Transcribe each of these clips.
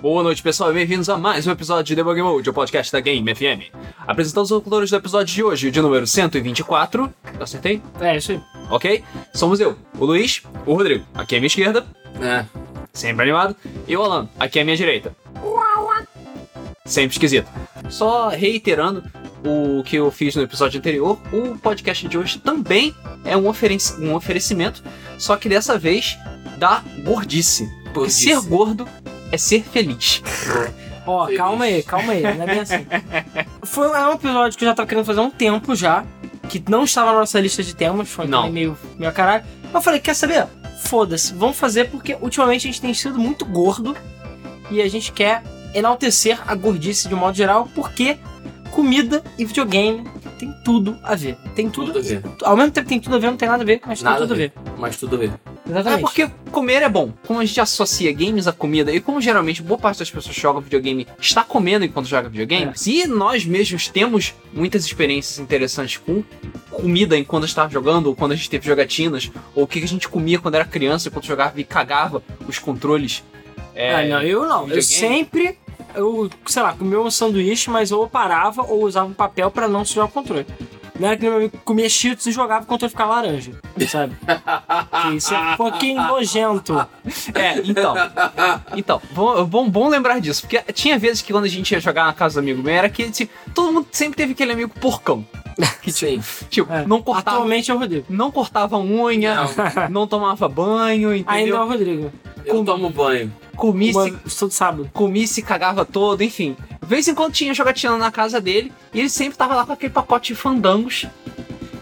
Boa noite, pessoal, e bem-vindos a mais um episódio de Debug Mode, o podcast da Game FM. Apresentando os locutores do episódio de hoje, de número 124. Acertei? É, isso aí. Ok? Somos eu, o Luiz, o Rodrigo, aqui à minha esquerda, É. sempre animado, e o Alan, aqui à minha direita. Sempre esquisito. Só reiterando o que eu fiz no episódio anterior, o podcast de hoje também é um, oferec- um oferecimento, só que dessa vez da gordice. Porque Gordice. ser gordo é ser feliz. Ó, Feliz. calma aí, calma aí. Não é bem assim. Foi um, é um episódio que eu já tava querendo fazer há um tempo já. Que não estava na nossa lista de temas. Foi Não. também meio, meio a caralho. Mas eu falei, quer saber? Foda-se. Vamos fazer porque ultimamente a gente tem sido muito gordo. E a gente quer enaltecer a gordice de um modo geral. Porque comida e videogame tem tudo a ver. Tem tudo, Tudo a ver. Ao mesmo tempo tem tudo a ver, não tem nada a ver, mas tem Nada tudo a a ver. Mas tudo a ver. Exatamente. É porque comer é bom. Como a gente associa games à comida e como geralmente boa parte das pessoas que jogam videogame está comendo enquanto joga videogame, É. se nós mesmos temos muitas experiências interessantes com comida enquanto estava jogando, ou quando a gente teve jogatinas, ou o que a gente comia quando era criança, enquanto jogava e cagava os controles. É, Ah, não, eu não. Eu videogame. sempre, eu, sei lá, comia um sanduíche, mas ou eu parava ou usava um papel pra não sujar o controle. Não era que meu amigo comia cheetos e jogava o controle ficava laranja, sabe? Ah, Que Isso é um pouquinho nojento. É, então. Então, bom, bom, bom lembrar disso. Porque tinha vezes que quando a gente ia jogar na casa do amigo meu, era que tipo, todo mundo sempre teve aquele amigo porcão. Sim. Tipo, É. não cortava. Atualmente é o Rodrigo. Não cortava unha, Não, não tomava banho, Ainda é entendeu? o Rodrigo. eu tomo banho. Comia, se, Uma, todo sábado. comia, se cagava todo, enfim. De vez em quando tinha jogatina na casa dele e ele sempre tava lá com aquele pacote de fandangos.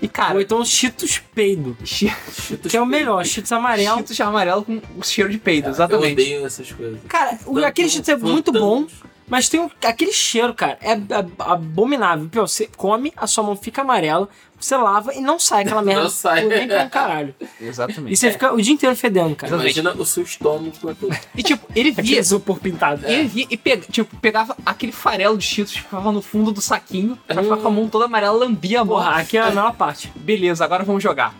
E Ou cara, então Cheetos peido. che- Cheetos Que é o peido. melhor, Cheetos amarelo. cheetos de amarelo com o cheiro de peido, Eu exatamente. odeio essas coisas. Cara, o- aquele Cheetos é muito bom, Mas tem um- aquele cheiro, cara, é ab- abominável. Pô, Você come, a sua mão fica amarela, você lava e não sai aquela merda. Não sai. Nem pra um caralho. E Exatamente. você fica o dia inteiro fedendo, cara. Imagina o seu estômago com aquilo. E tipo, ele via. Aquele isopor pintado. Ele via e pega, tipo, pegava aquele farelo de cheetos que ficava no fundo do saquinho, pra ficar com a mão toda amarela, lambia a mão. Porra, aqui é a melhor parte. Beleza, agora vamos jogar.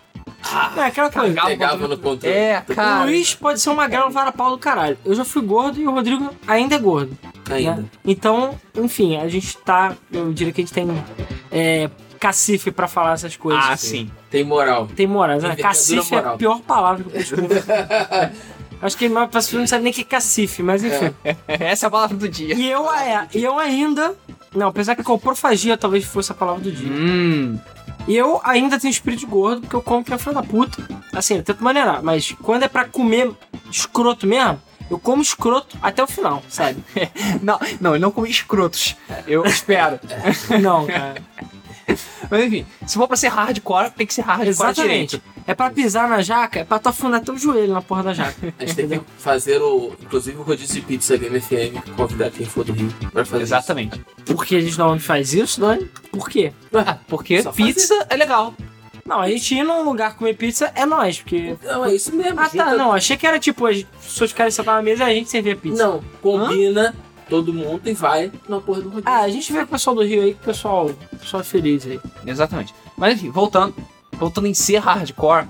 É aquela coisa. Cagava, Pegava no controle. É, o cara. Luiz pode ser uma grava vara pau do caralho. Eu já fui gordo e o Rodrigo ainda é gordo. Ainda. né? Então, enfim, a gente tá. Eu diria que a gente tem é, cacife pra falar essas coisas. Ah, sim. Tem moral. Tem moral, né? Envergadura Cacife é a moral. pior palavra que eu posso escrever. Acho que a pessoa não sabe nem o que é cacife, mas enfim. Essa é a palavra do dia. E eu, é, e eu ainda. Não, apesar que coprofagia talvez fosse a palavra do dia. Hum. E eu ainda tenho espírito de gordo, porque eu como que é filho da puta. Assim, eu tento maneirar, mas quando é pra comer escroto mesmo, eu como escroto até o final, sabe? Não, não, ele não come escrotos. É. Eu espero. Não, cara. Mas enfim, se for pra ser hardcore, tem que ser hardcore direito. Exatamente. É pra pisar na jaca, é pra tu afundar teu joelho na porra da jaca. A gente tem que fazer o. Inclusive o rodízio de pizza Game FM, convidar quem for do Rio pra fazer. isso. Exatamente. Por que a gente não faz isso, Dani? Por quê? Ah, porque Só fazer. pizza é legal. Não, a gente ir num lugar comer pizza é nós, porque. Não, é isso mesmo. Ah tá, junta- não, achei que era tipo, as pessoas ficarem sentadas na mesa e a gente servia pizza. Não, combina todo mundo e vai na porra do rodízio. Ah, a gente vê o pessoal do Rio aí, que o pessoal, o pessoal é feliz aí. Exatamente. Mas enfim, voltando. Voltando em ser hardcore,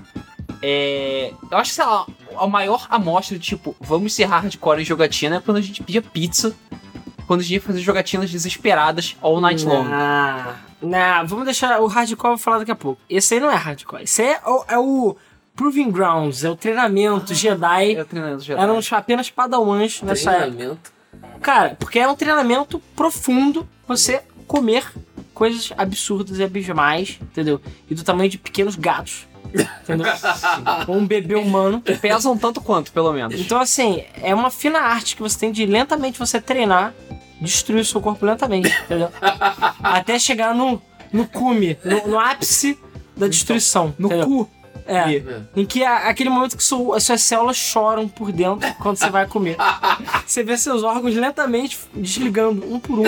é. Eu acho que, sei lá, a maior amostra de tipo, vamos ser hardcore em jogatina é quando a gente pedia pizza. Quando a gente ia fazer jogatinas desesperadas all night long. Ah, não, vamos deixar o hardcore eu vou falar daqui a pouco. Esse aí não é hardcore, esse aí é o, é o Proving Grounds, é o treinamento Jedi. Eu treinando já. Eram apenas padawans nessa época. Treinamento. Cara, porque é um treinamento profundo você comer coisas absurdas e abismais, entendeu? E do tamanho de pequenos gatos. Entendeu? Ou um bebê humano. Pesam tanto quanto, pelo menos. Então, assim, é uma fina arte que você tem de lentamente você treinar, destruir o seu corpo lentamente, entendeu? Até chegar no, no cume, no, no ápice da destruição. Então, No entendeu? cu. É. É. Em que a- aquele momento que su- as suas células choram por dentro quando você vai comer. Você vê seus órgãos lentamente desligando, um por um.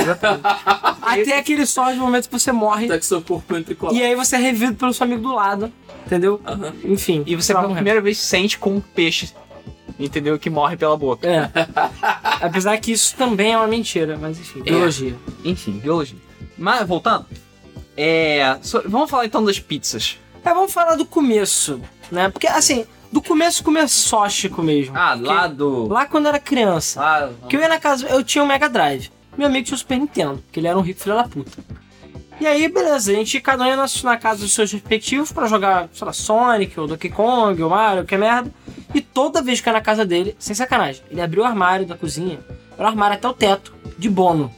Até aquele só de momento que você morre. Até que Tá seu corpo entre E aí você é revido pelo seu amigo do lado, entendeu? Aham. Enfim. E você pela primeira vez sente como um peixe, entendeu? Que morre pela boca. É. Apesar que isso também é uma mentira, mas enfim, biologia. Enfim, biologia. Mas, voltando. É. so- vamos falar então das pizzas. Tá, É, vamos falar do começo, né? Porque, assim, Do começo, começo sóstico mesmo. Ah, Porque lá do. Lá quando eu era criança. Lá. Que eu ia na casa, eu tinha um Mega Drive. Meu amigo tinha o Super Nintendo, porque ele era um rico filho da puta. E aí, beleza, a gente cada um ia na na casa dos seus respectivos pra jogar, sei lá, Sonic, ou Donkey Kong, ou Mario, que merda. E toda vez que eu ia na casa dele, sem sacanagem, ele abriu o armário da cozinha, era o armário até o teto, de bono.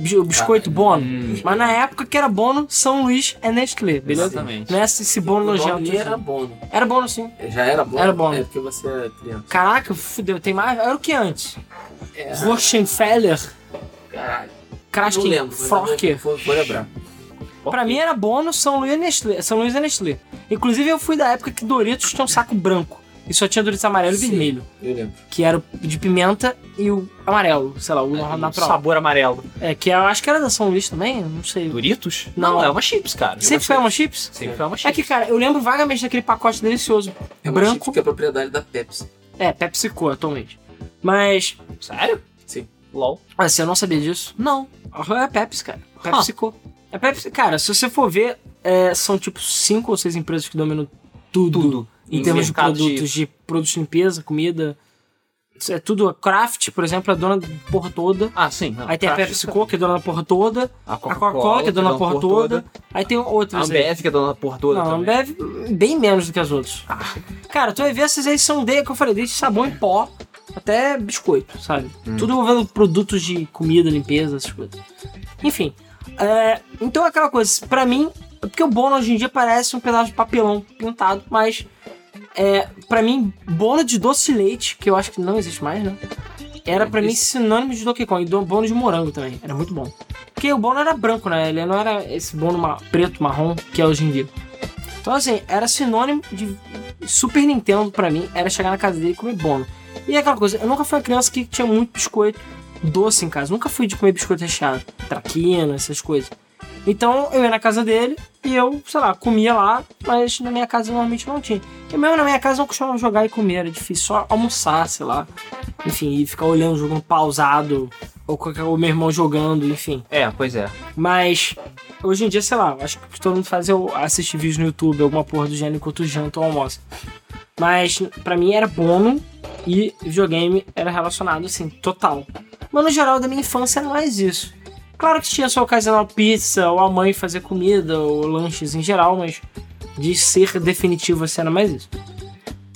Bi- o Biscoito bono. Hum, Mas na época que era bono, São Luís é Nestlé, beleza? exatamente. Não é esse, esse bono o nojento. nome era bono. Era bono sim. Já era bono? Era bono. É porque você é criança. Caraca, fudeu, tem mais. Era o que antes? É. Rochenfeller, Caralho. Não Kraskin, lembro. mas eu Frocker. Vou, vou lembrar. Pra mim é era bônus São Luís e Nestlé. São Luís e Nestlé. Inclusive eu fui da época que Doritos tinha um saco branco. E só tinha Doritos amarelo Sim. e vermelho. Eu lembro. Que era o de pimenta e o amarelo, sei É, lá, o Um natural. Sabor amarelo. É, que eu acho que era da São Luís também, eu não sei. Doritos? Não. é uma chips, cara. Sempre foi uma chips? Sempre foi uma É chips. que, cara, eu lembro vagamente daquele pacote delicioso. É uma Branco. chip que é propriedade da Pepsi. É, PepsiCo atualmente. Mas, Sério? Sim. LOL. ah, você não sabia disso? Não. É Pepsi, cara. PepsiCo. É Pepsi. Cara, se você for ver, é, são tipo cinco ou seis empresas que dominam tudo. em Em termos de mercado de- produtos, de... produtos de limpeza, comida. Isso é tudo. A Kraft, por exemplo, é dona da porra toda. Ah, sim. Não. Aí tem a Craft, PepsiCo, que é dona da porra toda. A A Coca-Cola, que é dona da porra toda. Aí tem A outras. aí. Ambev, que é dona da porra toda Não, a também. Ah. Ambev, bem menos do que as outras. Cara, tu vai ver essas aí são de, que eu falei, desde sabão em pó até biscoito, sabe? Hum. Tudo envolvendo produtos de comida, limpeza, essas coisas. Enfim, é, então é aquela coisa, pra mim, é porque o bônus hoje em dia parece um pedaço de papelão pintado, mas é, pra mim, bônus de doce de leite, que eu acho que não existe mais, né? Era pra mim sinônimo de Donkey Kong, e do- bônus de morango também, era muito bom. Porque o bônus era branco, né? Ele não era esse bônus ma- preto, marrom, que é hoje em dia. Então, assim, era sinônimo de Super Nintendo pra mim, era chegar na casa dele e comer bônus. E é aquela coisa, eu nunca fui uma criança que tinha muito biscoito doce em casa. Nunca fui de comer biscoito recheado, traquina, essas coisas. Então, eu ia na casa dele e eu, sei lá, comia lá, mas na minha casa normalmente não tinha. E mesmo na minha casa eu não costumava jogar e comer, era difícil só almoçar, sei lá. Enfim, e ficar olhando o jogo pausado, ou qualquer, o meu irmão jogando, enfim. É, pois é. Mas hoje em dia, sei lá, acho que o que todo mundo faz é eu assistir vídeos no YouTube, alguma porra do gênero enquanto janta ou almoça. Mas pra mim era bônus e videogame era relacionado assim, total. Mas no geral da minha infância era mais isso. Claro que tinha só ocasional pizza, ou a mãe fazer comida, ou lanches em geral, mas de ser definitivo assim era mais isso.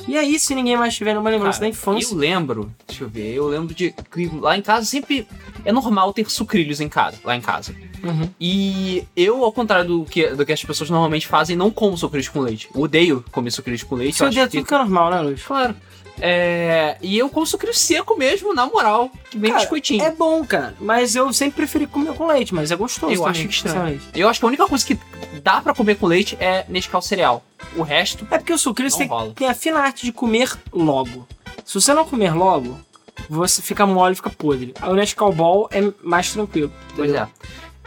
E aí, se ninguém mais tiver nenhuma lembrança Cara, da infância. Eu lembro, deixa eu ver, eu lembro de que lá em casa sempre é normal ter sucrilhos em casa, lá em casa. Uhum. E eu, ao contrário do que, do que as pessoas normalmente fazem, não como sucrilhos com leite. Eu odeio comer sucrilhos com leite. Isso eu eu odeia acho que- tudo que é normal, né, Luiz? Claro. É, e eu como sucrilho seco mesmo, na moral, que bem Cara, biscoitinho. É bom, cara, mas eu sempre preferi comer com leite, mas é gostoso. Eu também, acho estranho. sinceramente. Eu acho que a única coisa que dá pra comer com leite é Nescau cereal. O resto, É porque o sucrilho Não tem, rola. tem a fina arte de comer logo. Se você não comer logo, você fica mole, fica podre. Aí O Nescau Ball é mais tranquilo. pois é.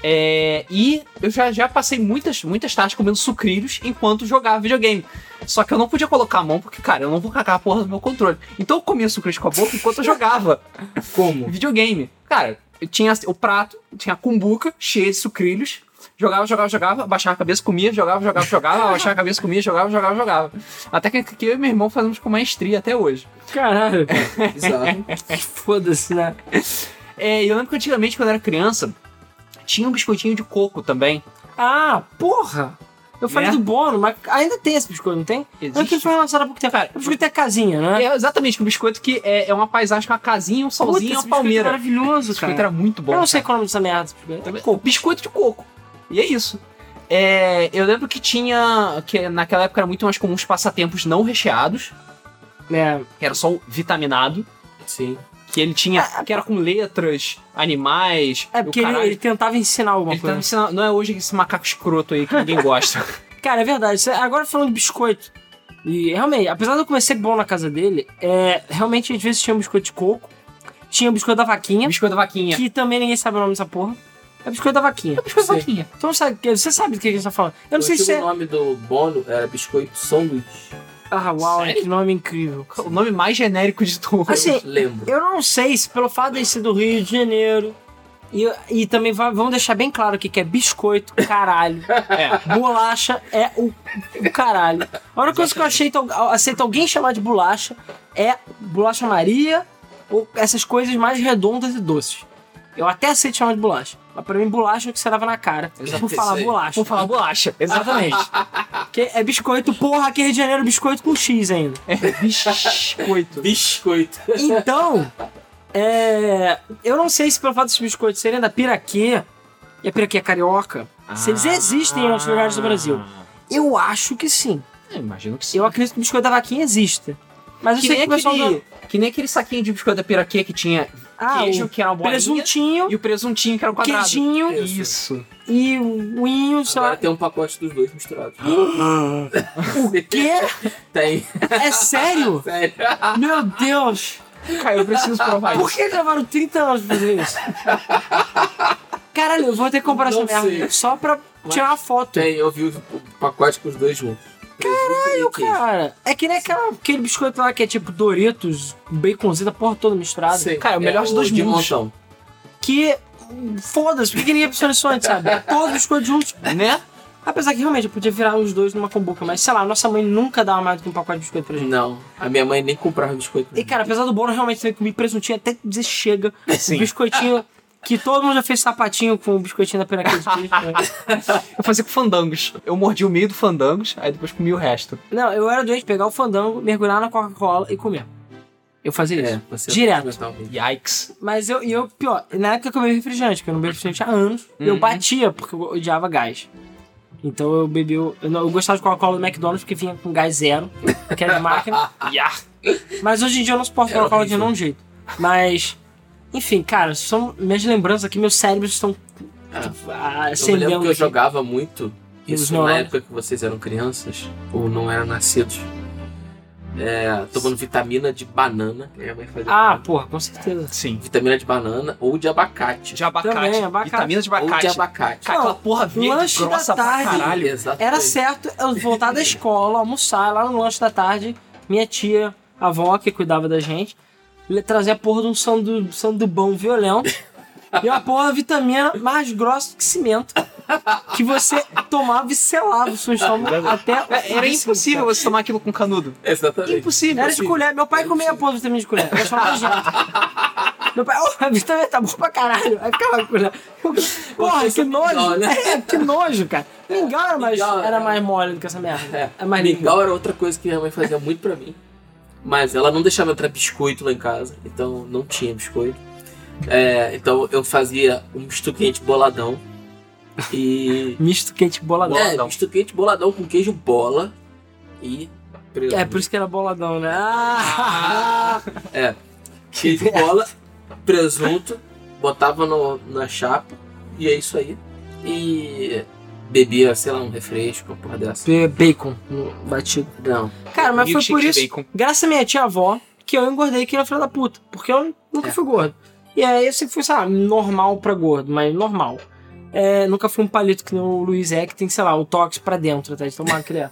É, e eu já, já passei muitas, muitas tardes comendo sucrilhos enquanto jogava videogame. Só que eu não podia colocar a mão, porque, cara, eu não vou cagar a porra do meu controle. Então eu comia sucrilhos com a boca enquanto eu jogava Como? videogame. Cara, eu tinha o prato, tinha a cumbuca cheia de sucrilhos. Jogava, jogava, jogava, abaixava a cabeça, comia, jogava, jogava, jogava, abaixava a cabeça, comia, jogava, jogava, jogava. A técnica que eu e meu irmão fazemos com maestria até hoje. Caralho, Bizarro. que foda-se, né? É, eu lembro que antigamente, quando eu era criança, tinha um biscoitinho de coco também. Ah, porra! Eu falei Né? do bônus, mas ainda tem esse biscoito, não tem? É que Existe. foi lançado há pouco tempo. Cara, o biscoito é casinha, né? É exatamente, um biscoito que é, é uma paisagem com uma casinha, um Puta, solzinho e esse uma biscoito palmeira. é maravilhoso, Esse cara. biscoito era muito bom. Tá eu não sei qual é o nome dessa merda. desse biscoito. cara. Coco, biscoito de coco. E é isso. É, eu lembro que tinha. que naquela época era muito mais comum os passatempos não recheados, É, que era só o vitaminado, Sim. que ele tinha. que era com letras, animais. Ah, é o porque ele, caralho. ele tentava ensinar alguma Ele tá coisa. me ensinando- não é hoje esse macaco escroto aí que ninguém gosta. Cara, é verdade. Cê- Agora falando de biscoito. E realmente, apesar de eu comer sempre bom na casa dele, é, realmente às vezes tinha biscoito de coco, tinha biscoito da vaquinha, biscoito da vaquinha. que também ninguém sabe o nome dessa porra. É biscoito da vaquinha. Biscoito da Sim. vaquinha. Então sabe, que- você sabe do que a gente tá falando. Eu não sei o se antigo é. um nome do bono era Biscoito São Luís. Ah, uau, Sério? que nome incrível. cara. O nome mais genérico de todos. Assim, Eu lembro. Eu não sei se pelo fato de ser do Rio de Janeiro, E, e também va- vamos deixar bem claro aqui que é biscoito, caralho. É. Bolacha é o, o caralho. A única coisa que eu achei, tal- aceito alguém chamar de bolacha é bolacha Maria ou essas coisas mais redondas e doces. Eu até aceito chamar de bolacha. Mas pra mim, bolacha é o que você leva na cara. Exato, Por falar isso aí. bolacha. Vou falar bolacha. Exatamente. Porque é biscoito, porra, aqui em Rio de Janeiro, biscoito com X ainda. É biscoito. Biscoito. Então, é, eu não sei se pelo fato desses biscoitos serem da Piraquê, e a Piraquê é carioca, Ah. se Ah. eles existem em outros lugares do Brasil. Eu acho que sim. Eu imagino que sim. Eu acredito que o biscoito da vaquinha exista. Mas eu que, sei é nem que o pessoal... aquele, que nem aquele saquinho de biscoito da piraquê que tinha da- Ah, queijo, o que era uma bolinha, presuntinho, e o presuntinho, que era um o quadrado. queijinho Isso. e o inho, sei Agora lá. tem um pacote dos dois misturados. Quê? Tem. É sério? Sério. Meu Deus! Cara, eu preciso provar Por que gravaram 30 anos pra fazer isso? Caralho, eu vou ter que comprar Não essa merda sei. só pra tirar uma foto. Tem, eu vi o pacote com os dois juntos. Caralho, Cara, é que nem aquela, aquele biscoito lá que é tipo Doritos, baconzita, porra toda misturada. Cara, o melhor dos dois É de mundos. montão. Que. hum, Foda-se, por que que ninguém pensou nisso antes, sabe? Todos os biscoitos juntos. Né? Apesar que realmente eu podia virar os dois numa combuca, mas sei lá, nossa mãe nunca dava mais do que um pacote de biscoito pra gente. Não, a minha mãe nem comprava biscoito. E cara, apesar do bolo realmente ter comido presuntinho até dizer chega, Sim. o biscoitinho. Que todo mundo já fez sapatinho com o biscoitinho da Piraquê. Eu fazia com fandangos. Eu mordi o meio do fandangos, aí depois comi o resto. Não, eu era doente pegar o fandango, mergulhar na Coca-Cola e comer. Eu fazia isso. É, você Direto. Yikes. Mas eu, e eu, pior, na época que eu bebi refrigerante, que eu não bebo refrigerante há anos, eu Uhum. batia porque eu odiava gás. Então eu bebi, o- eu, não- eu gostava de Coca-Cola do McDonald's porque vinha com gás zero, que era de máquina. Yar. Mas hoje em dia eu não suporto Era Coca-Cola de horrível. nenhum jeito. Mas, enfim, cara, são minhas lembranças aqui, meus cérebros estão ah, Eu me lembro acendendo. que eu aqui. jogava muito Os isso na neurônios. época que vocês eram crianças ou não eram nascidos. É, tomando vitamina de banana. Minha mãe fazia Ah, comigo. porra, com certeza. Sim. Vitamina de banana ou de abacate. De abacate. Também, abacate. Vitamina de Ou de abacate. abacate. Cara, aquela porra verde Lanche da grossa tarde. pra caralho. Exato. Era certo eu voltar da escola, almoçar lá no lanche da tarde. Minha tia, a avó que cuidava da gente, le- trazia a porra de um sandu, sandubão violento e uma porra de vitamina mais grossa que cimento. Que você tomava e selava o seu estômago até. o É, Era focinho, impossível você tomar aquilo com canudo. É Exatamente. Impossível. Era de colher. Meu pai comia a porra de vitamina de colher. Eu achava nojento. Meu pai, oh, a vitamina tá boa pra caralho. Aí ficava com colher. Porra, que mingau, nojo. né? É, que nojo, cara. Mingau era mais, Mingau, era né? mais mole do que essa merda. É, É mais líquido. mingau era outra coisa que minha mãe fazia muito pra mim. Mas ela não deixava entrar biscoito lá em casa, então não tinha biscoito. É, então eu fazia um misto quente boladão. E. Misto quente boladão. É, misto quente boladão com queijo bola e. É, por isso que era boladão, né? Ah! Queijo bola, presunto, botava no- na chapa e é isso aí. E bebia, sei lá, um refresco, uma porra dessa. Be- Bacon no batido. Não. Cara, mas foi Milkshake por de isso, bacon. graças à minha tia-avó, que eu engordei que era filha da puta. Porque eu nunca É. fui gordo. E aí eu sempre fui, sei lá, normal pra gordo, mas normal. É, nunca fui um palito que nem o Luiz é, que tem, sei lá, o tóxico pra dentro até de tomar que ele é.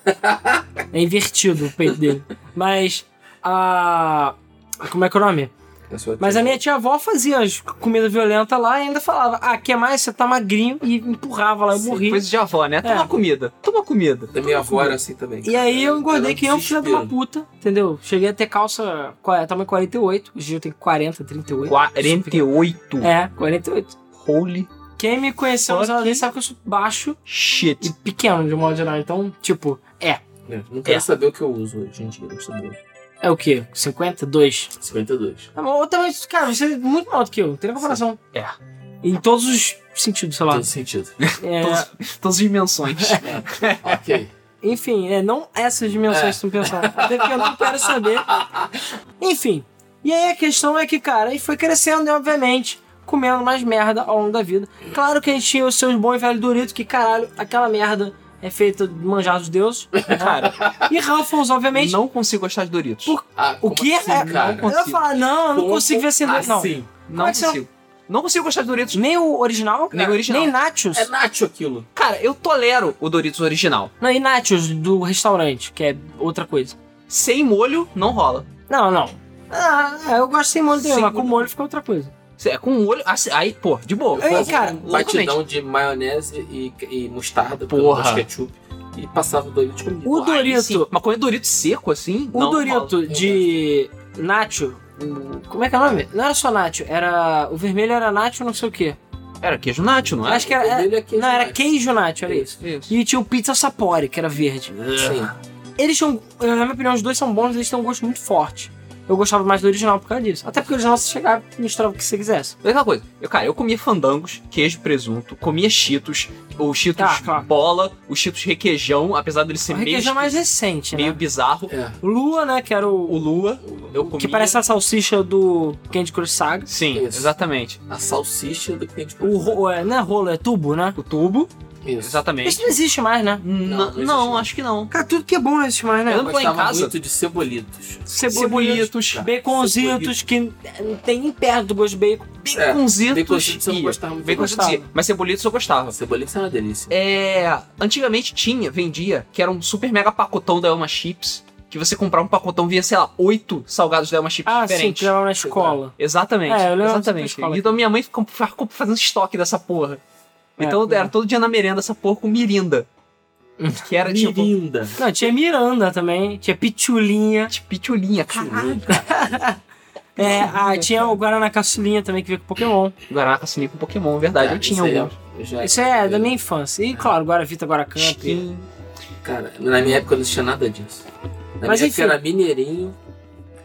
É invertido o peito dele. Mas a. Como é que é o nome? Mas a minha tia-avó fazia as comida violenta lá e ainda falava: Ah, quer mais? Você tá magrinho. E empurrava lá, eu Sim, morri. É. Coisa de avó, né? Toma comida. Toma comida. Da minha avó era assim também. E aí eu engordei Era um que nem um filho de uma desespero. puta, entendeu? Cheguei a ter calça, é? Tá qua- tamanho 48, hoje em dia eu tenho 40, 38. 48. É, 48. Holy Quem me conheceu nos Fuck. anos sabe que eu sou baixo e shit. pequeno, de modo geral. Então, tipo, É, Não quero É. saber o que eu uso hoje em dia, não saber. é o quê? 52? 52. Tá bom, eu também, cara, você é muito maior do que eu, não tem nem comparação. É. Em todos os sentidos, sei lá. Todo sentido. É, Todas, todas as dimensões. ok. Enfim, é, não essas dimensões É. que estão pensando. Até porque eu não quero saber. Enfim. E aí a questão é que, cara, e foi crescendo, e, obviamente, comendo mais merda ao longo da vida. Claro que a gente tinha os seus bons e velhos Doritos, que, caralho, aquela merda é feita de manjar dos deuses. Cara, E Ruffles, obviamente. não consigo gostar de Doritos. Por- Ah, o como que assim, é. cara? eu ia falar, não, eu não Como consigo ver sem Doritos, não. assim? Não é que você não- consigo. Não consigo gostar de Doritos. Nem o original, Nem o original. nem Nachos. É Nacho aquilo. Cara, eu tolero o Doritos original. Não, e Nachos do restaurante, que é outra coisa. Sem molho, não rola. Não, não. Ah, eu gosto sem molho nenhum, Sem mas com molho. molho fica outra coisa. Cê- É com o olho. assim, Aí, pô, de boa. Ei, Eu fazia cara, um batidão de maionese e, e mostarda, porque eu não Porra. gosto de ketchup, e passava doido de comida. O Dorito. Mas com o Dorito seco, assim? O não, Dorito Paulo, de Nacho. Como é que é o nome? Não era só Nacho, era. O vermelho era Nacho, não sei o quê. Era queijo nacho, não é? Acho que era. era- Vermelho é queijo não, era nacho. queijo Nacho, Né? era isso. isso. E tinha o Pizza Sapori, que era verde. Sim. Eles tinham. Na minha opinião, os dois são bons, eles têm um gosto muito forte. Eu gostava mais do original por causa disso. Até porque o original você chegava e misturava o que você quisesse. Mesma coisa. Eu, cara, eu comia fandangos, queijo e presunto, comia cheetos, o cheetos Ah, claro. bola, o cheetos requeijão, apesar dele ser O meio, requeijão é mais recente, meio né? bizarro. É. O Lua, né? Que era o. O lua, eu comia... que parece a salsicha do Candy Crush Saga. Sim, Isso. exatamente. A salsicha do cliente. O ro... é, não é rolo, é tubo, né? O tubo, Isso. exatamente. Isso não existe mais, né? N- não Não, existe mais. acho que não. Cara, tudo que é bom não existe mais, né? Eu Eu lembro lá em gostava casa- muito de cebolitos. Cebolitos, cara. Baconzitos, que não tem nem perto do gosto de bacon. É, baconzitos Baconzitos eu não ia. gostava muito. Baconzitos gostava. ia. Mas cebolitos eu gostava. Cebolitos era uma delícia. É, antigamente tinha, vendia, que era um super mega pacotão da Elma Chips, que você comprava um pacotão vinha, sei lá, oito salgados da Elma Chips Ah, sim, diferentes. que levava na escola. Exatamente. É, eu lembro dessa exatamente. escola aqui. Então minha mãe ficou ficou fazendo estoque dessa porra. É, então é. era todo dia na merenda essa porra com mirinda. Que era tipo, Mirinda. Não, tinha Miranda também, tinha Pitulinha. tipo pitulinha, caralho. É, ah, tinha o Guaraná Caçulinha também, que veio com Pokémon. Guaraná Cassininho assim, com Pokémon, verdade. eu tinha é um alguns. Tá, Isso é da minha infância. E, claro, Guaravita, Guaracamp. Skin. Cara, na minha época não existia nada disso. Na Mas minha enfim. época era mineirinho.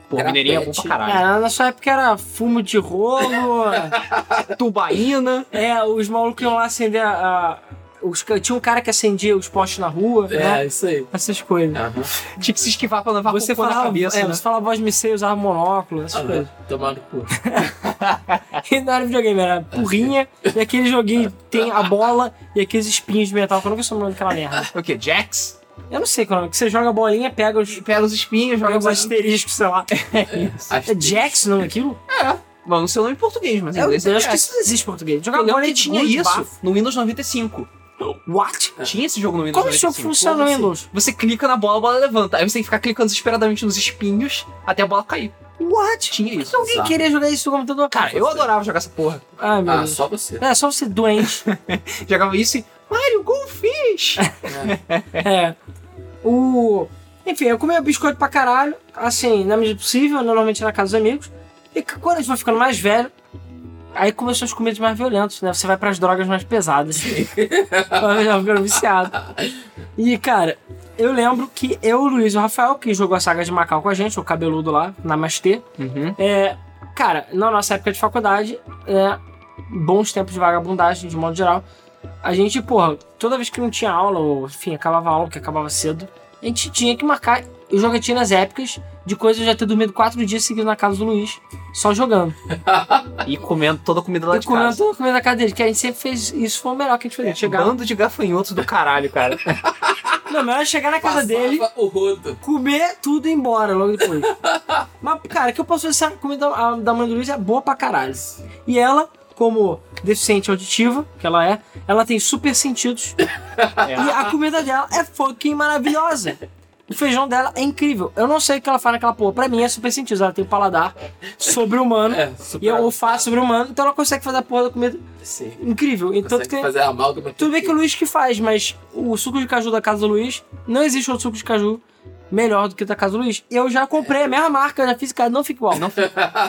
Pô, Grafete. mineirinha é bom pra É, caralho. na nossa época era fumo de rolo. Tubaína. é, os malucos iam lá acender a... a- os, ca- tinha um cara que acendia os postes na rua, né? É, isso aí. Essas coisas. Aham. Tinha que se esquivar pra levar Você cocô falava, na cabeça. é, né? você falava voz de Missei, usava monóculo, essas coisas. Aham. Tomar no cu. E não era videogame, era porrinha e aquele joguinho que tem a bola e aqueles espinhos de metal, que eu nunca sou o nome daquela merda. O que? Jax? Eu não sei qual é o nome, que você joga a bolinha, pega os, Pega os espinhos, joga joga os mais. asteriscos, sei lá. É Acho que- Jax o nome daquilo? Bom, não sei o nome em português, mas em Eu, inglês eu é acho que Jax. isso não existe em português. Eu Jogar lembro bola que e tinha gol de isso bafo. no Windows 95. What? Tinha esse jogo no Windows Como esse jogo 95. funciona no Como assim? Windows? Você clica na bola, a bola levanta. Aí você tem que ficar clicando desesperadamente nos espinhos até a bola cair. What? Tinha Por que isso. alguém Exato. queria jogar isso no computador? Cara, eu Você. adorava jogar essa porra. Ai, meu Ah, Deus. só você. É só você doente. Jogava isso e. Mario, Golfish! é. O. Enfim, eu comia biscoito pra caralho, assim, na medida do possível, normalmente na casa dos amigos. E c- quando a gente vai ficando mais velho, aí começam as comidas mais violentas, né? Você vai pras drogas mais pesadas. eu já ficando viciado. E, cara, eu lembro que eu, o Luiz e o Rafael, que jogou a saga de Macau com a gente, o cabeludo lá, Namastê, uhum. é, cara, na nossa época de faculdade, é, bons tempos de vagabundagem, de modo geral, a gente, porra, toda vez que não tinha aula, ou enfim, acabava a aula, que acabava cedo, a gente tinha que marcar jogatinas épicas de coisa de eu já ter dormido quatro dias seguidos na casa do Luiz, só jogando. E comendo toda a comida lá e de casa. comendo toda a comida da casa dele, que a gente sempre fez isso, foi o melhor que a gente fez. chegar, É, Bando de gafanhotos do caralho, cara. não, o melhor é chegar na casa Passava dele, o rodo. comer tudo e ir embora logo depois. Mas, cara, o que eu posso dizer, essa comida a- da mãe do Luiz é boa pra caralho. E ela, como deficiente auditiva, que ela é, ela tem super sentidos. É. E a comida dela é fucking maravilhosa. O feijão dela é incrível. Eu não sei o que ela faz naquela porra. Pra mim é super sentido. Ela tem um paladar sobre-humano. É, super E eu faço sobre-humano, então ela consegue fazer a porra da comida Sim. incrível. Então Consegue tu tem- fazer a amálgama. tudo bem que o eu Luiz que faz, mas o suco de caju da casa do Luiz, não existe outro suco de caju melhor do que o da casa do Luiz. E eu já comprei a mesma marca, já fiz, cara, não fica igual. Não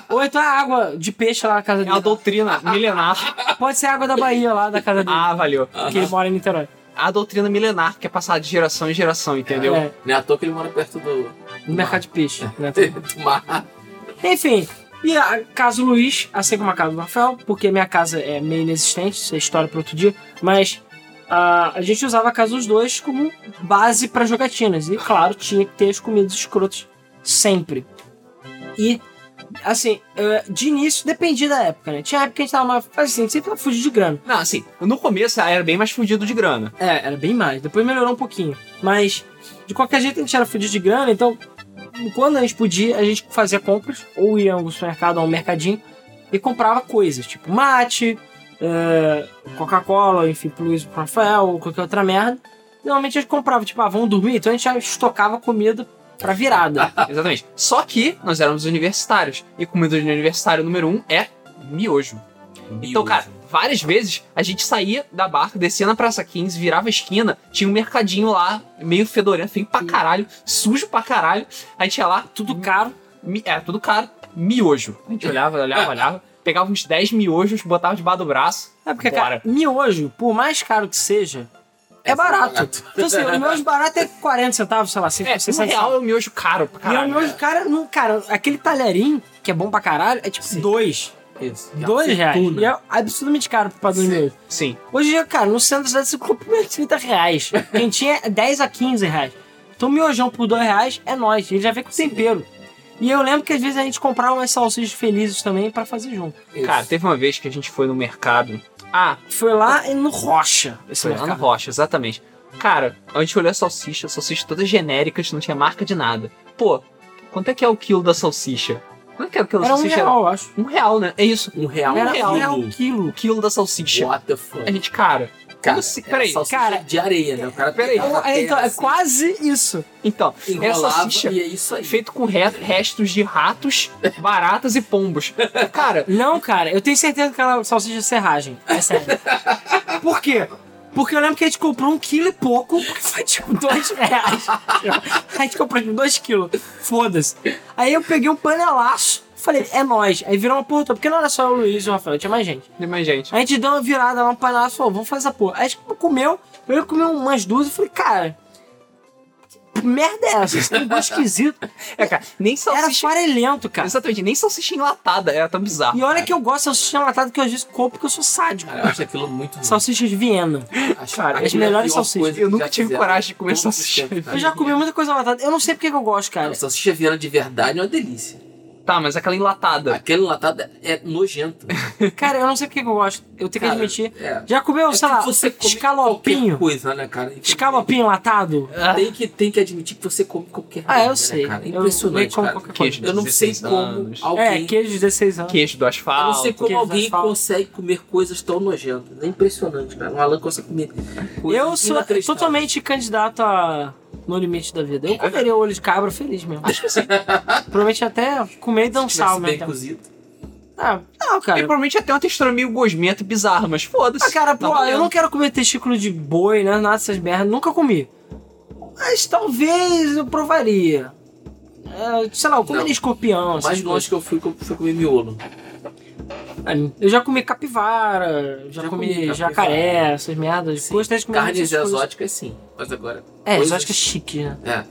Ou então a água de peixe lá na casa É uma dele. doutrina milenar. Pode ser a água da Bahia lá da casa dele, Ah, valeu. que ele mora em Niterói. A doutrina milenar que é passada de geração em geração, entendeu? É, Não é à toa que ele mora perto do, no mercado de peixe. né? do mar. Enfim, e a casa do Luiz, assim como a casa do Rafael, porque a minha casa é meio inexistente, isso é história para outro dia, mas ah, a gente usava a casa dos dois como base para jogatinas. E claro, tinha que ter as comidas escrotas sempre. E, assim, eh, de início dependia da época, né? Tinha época que a gente tava mais. Assim, sempre tava fugindo de grana. Não, assim, no começo era bem mais fudido de grana. É, era bem mais. Depois melhorou um pouquinho. Mas, de qualquer jeito, a gente era fudido de grana, então, quando a gente podia, a gente fazia compras, ou ia a algum supermercado, ou a um mercadinho, e comprava coisas, tipo mate, é, Coca-Cola, enfim, pro Luiz, pro Rafael, ou qualquer outra merda. Normalmente a gente comprava, tipo, ah, vamos dormir? Então a gente já estocava comida pra virada. Exatamente. Só que nós éramos universitários. E comida de universitário número um é miojo. Então, Miojo. cara, várias vezes a gente saía da barca, descia na Praça 15, virava a esquina, tinha um mercadinho lá, meio fedorento, feio pra caralho, sujo pra caralho. A gente ia lá, Tudo caro. mi- era tudo caro, miojo. A gente olhava, olhava, olhava, pegava uns 10 miojos, botava debaixo do braço. É porque, Bora. cara, miojo, por mais caro que seja, é, barato. Então, assim, o miojo barato é 40 centavos, sei lá, 50, É, um 60 real centavos. é um miojo caro pra E caralho. né? é. o miojo, cara, não, cara, aquele talherinho, que é bom pra caralho, é tipo Sim. dois. Isso. Dois reais. Fortuna. E é absurdamente caro pro padrão de Sim. miojo. Sim. Hoje, em dia, cara, no centro da cidade você compra por 30 reais. Quem tinha é 10 a 15 reais. Então, miojão por 2 reais é nóis. Ele já vem com tempero. E eu lembro que às vezes a gente comprava umas salsichas felizes também pra fazer junto. Isso. Cara, teve uma vez que a gente foi no mercado. Ah, Foi lá e no Rocha. Esse Foi lá no mercado. Rocha, exatamente. Cara, a gente olhou a salsicha, salsicha todas genéricas, não tinha marca de nada. Pô, quanto é que é o quilo da salsicha? Quanto é que é o quilo da Era um salsicha? real, eu acho. Um real, né? É isso. um real. Era um um real quilo. o quilo. O quilo da salsicha. What the fuck? A gente, cara, Cara, assim? era Peraí, salsicha cara, de areia, né? O cara peraí. pegava a É, então, terra, é assim, quase isso. então, era enrolava salsicha E é isso aí. feito com re- restos de ratos, baratas e pombos. Cara, Não, cara, eu tenho certeza que era salsicha serragem. É sério. Por quê? Porque eu lembro que a gente comprou um quilo e pouco, porque foi tipo dois reais. a gente comprou tipo dois quilos. Foda-se. Aí eu peguei um panelaço, falei, é nóis. Aí virou uma porra toda, porque não era só o Luiz e o Rafael, tinha mais gente. tem mais gente. A gente deu uma virada lá no panelaço, falou, vamos fazer essa porra. Aí a gente comeu, eu comi umas duas e falei, cara, que merda é essa? Isso tem um gosto esquisito. É, cara, nem Era salsicha. farelento, cara. Exatamente, nem salsicha enlatada, era tão bizarro. E olha que eu gosto de salsicha enlatada que eu às vezes compro porque eu sou sádico. Cara, eu acho aquilo muito ruim. Salsicha de Viena. Acho cara, aquilo as melhores é a pior salsichas. coisa que Eu nunca já tive fizeram. coragem de comer Todos os salsicha. tempos, cara. Eu já comi muita coisa enlatada. Eu não sei porque que eu gosto, cara. Não, salsicha viana de verdade é uma delícia. Tá, mas aquela enlatada. Aquela latada é nojenta. Cara, eu não sei porque que eu gosto. Eu tenho que Cara, admitir. É. Já comeu, É sei que lá, você come qualquer escalopinho? coisa, né, cara? Escalopinho enlatado? Ah, Tem que, tem que admitir que você come qualquer Ah, coisa, eu né, sei. cara? É Eu Impressionante, nem como cara. qualquer coisa. Eu não sei 16 como anos. alguém... É, queijo de 16 anos. Queijo do Eu asfalto. não sei como queijo alguém asfalto. consegue comer coisas tão nojentas. É impressionante, cara. O Alan consegue comer coisas Eu sou inacreditáveis. totalmente candidato a no limite da vida. É Eu comeria o olho de cabra feliz mesmo. Acho que sim. Provavelmente até comer e Se dançar ao tivesse bem mesmo tempo. cozido. Ah, não, E cara. provavelmente até uma textura meio gosmenta e bizarra, mas foda-se. Ah, cara, Tá pô, eu valendo. não quero comer testículo de boi, né? Nada dessas merdas, nunca comi. Mas talvez eu provaria. É, sei lá, eu comi Não. escorpião, O mais essas longe coisas. que eu fui, co- foi comer miolo. Eu já comi capivara, já, Já comi, comi capivara. jacaré, essas merdas. Sim. Gostei de comer Carnes essas coisas. exóticas, sim. Mas agora... É, coisas- exótica é chique, né? É,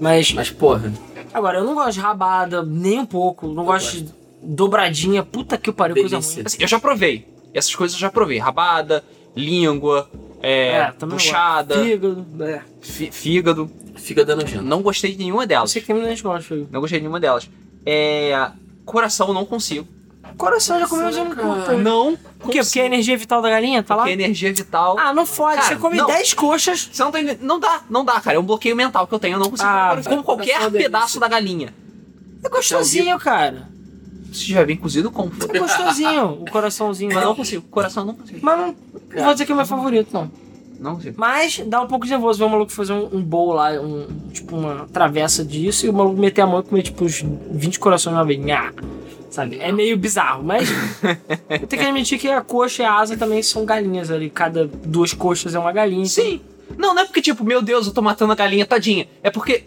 Mas, mas porra. agora, eu não gosto de rabada, nem um pouco. Não gosto de dobradinha. Puta que pariu, coisa Delícia. ruim. Assim, eu já provei. Essas coisas eu já provei. Rabada, língua, é, É, também não buchada, Fígado, é. fí- fígado. Fica dando nojento. Não gostei de nenhuma Eu delas. sei que tem muita gente que gosta, fígado. Não gostei de nenhuma delas. É. Coração eu não consigo. Coração eu já comeu, mas eu não Cara, curto. Não. Por quê? Porque a energia vital da galinha tá lá? Porque energia vital. Ah, não fode. Cara, você come não. 10 coxas. Você não tá entendendo. Não dá, não dá, cara. É um bloqueio mental que eu tenho. Eu não consigo. Ah, comer como qualquer coração é uma delícia. pedaço da galinha. É gostosinho, cara. Se tiver bem cozido, como for. É gostosinho o coraçãozinho. Mas Mas não não, consigo. Coração eu não consigo. mas não, não vou dizer que é meu favorito, não. Não consigo. Mas dá um pouco de nervoso ver o maluco fazer um, um bowl lá, um, tipo uma travessa disso, e o maluco meter a mão e comer tipo uns 20 corações de uma vez. Nhá. Sabe? É meio bizarro, mas. eu tenho que admitir que a coxa e a asa também são galinhas ali. Cada duas coxas é uma galinha. Sim. Não, não é porque, tipo, meu Deus, eu tô matando a galinha, tadinha. É porque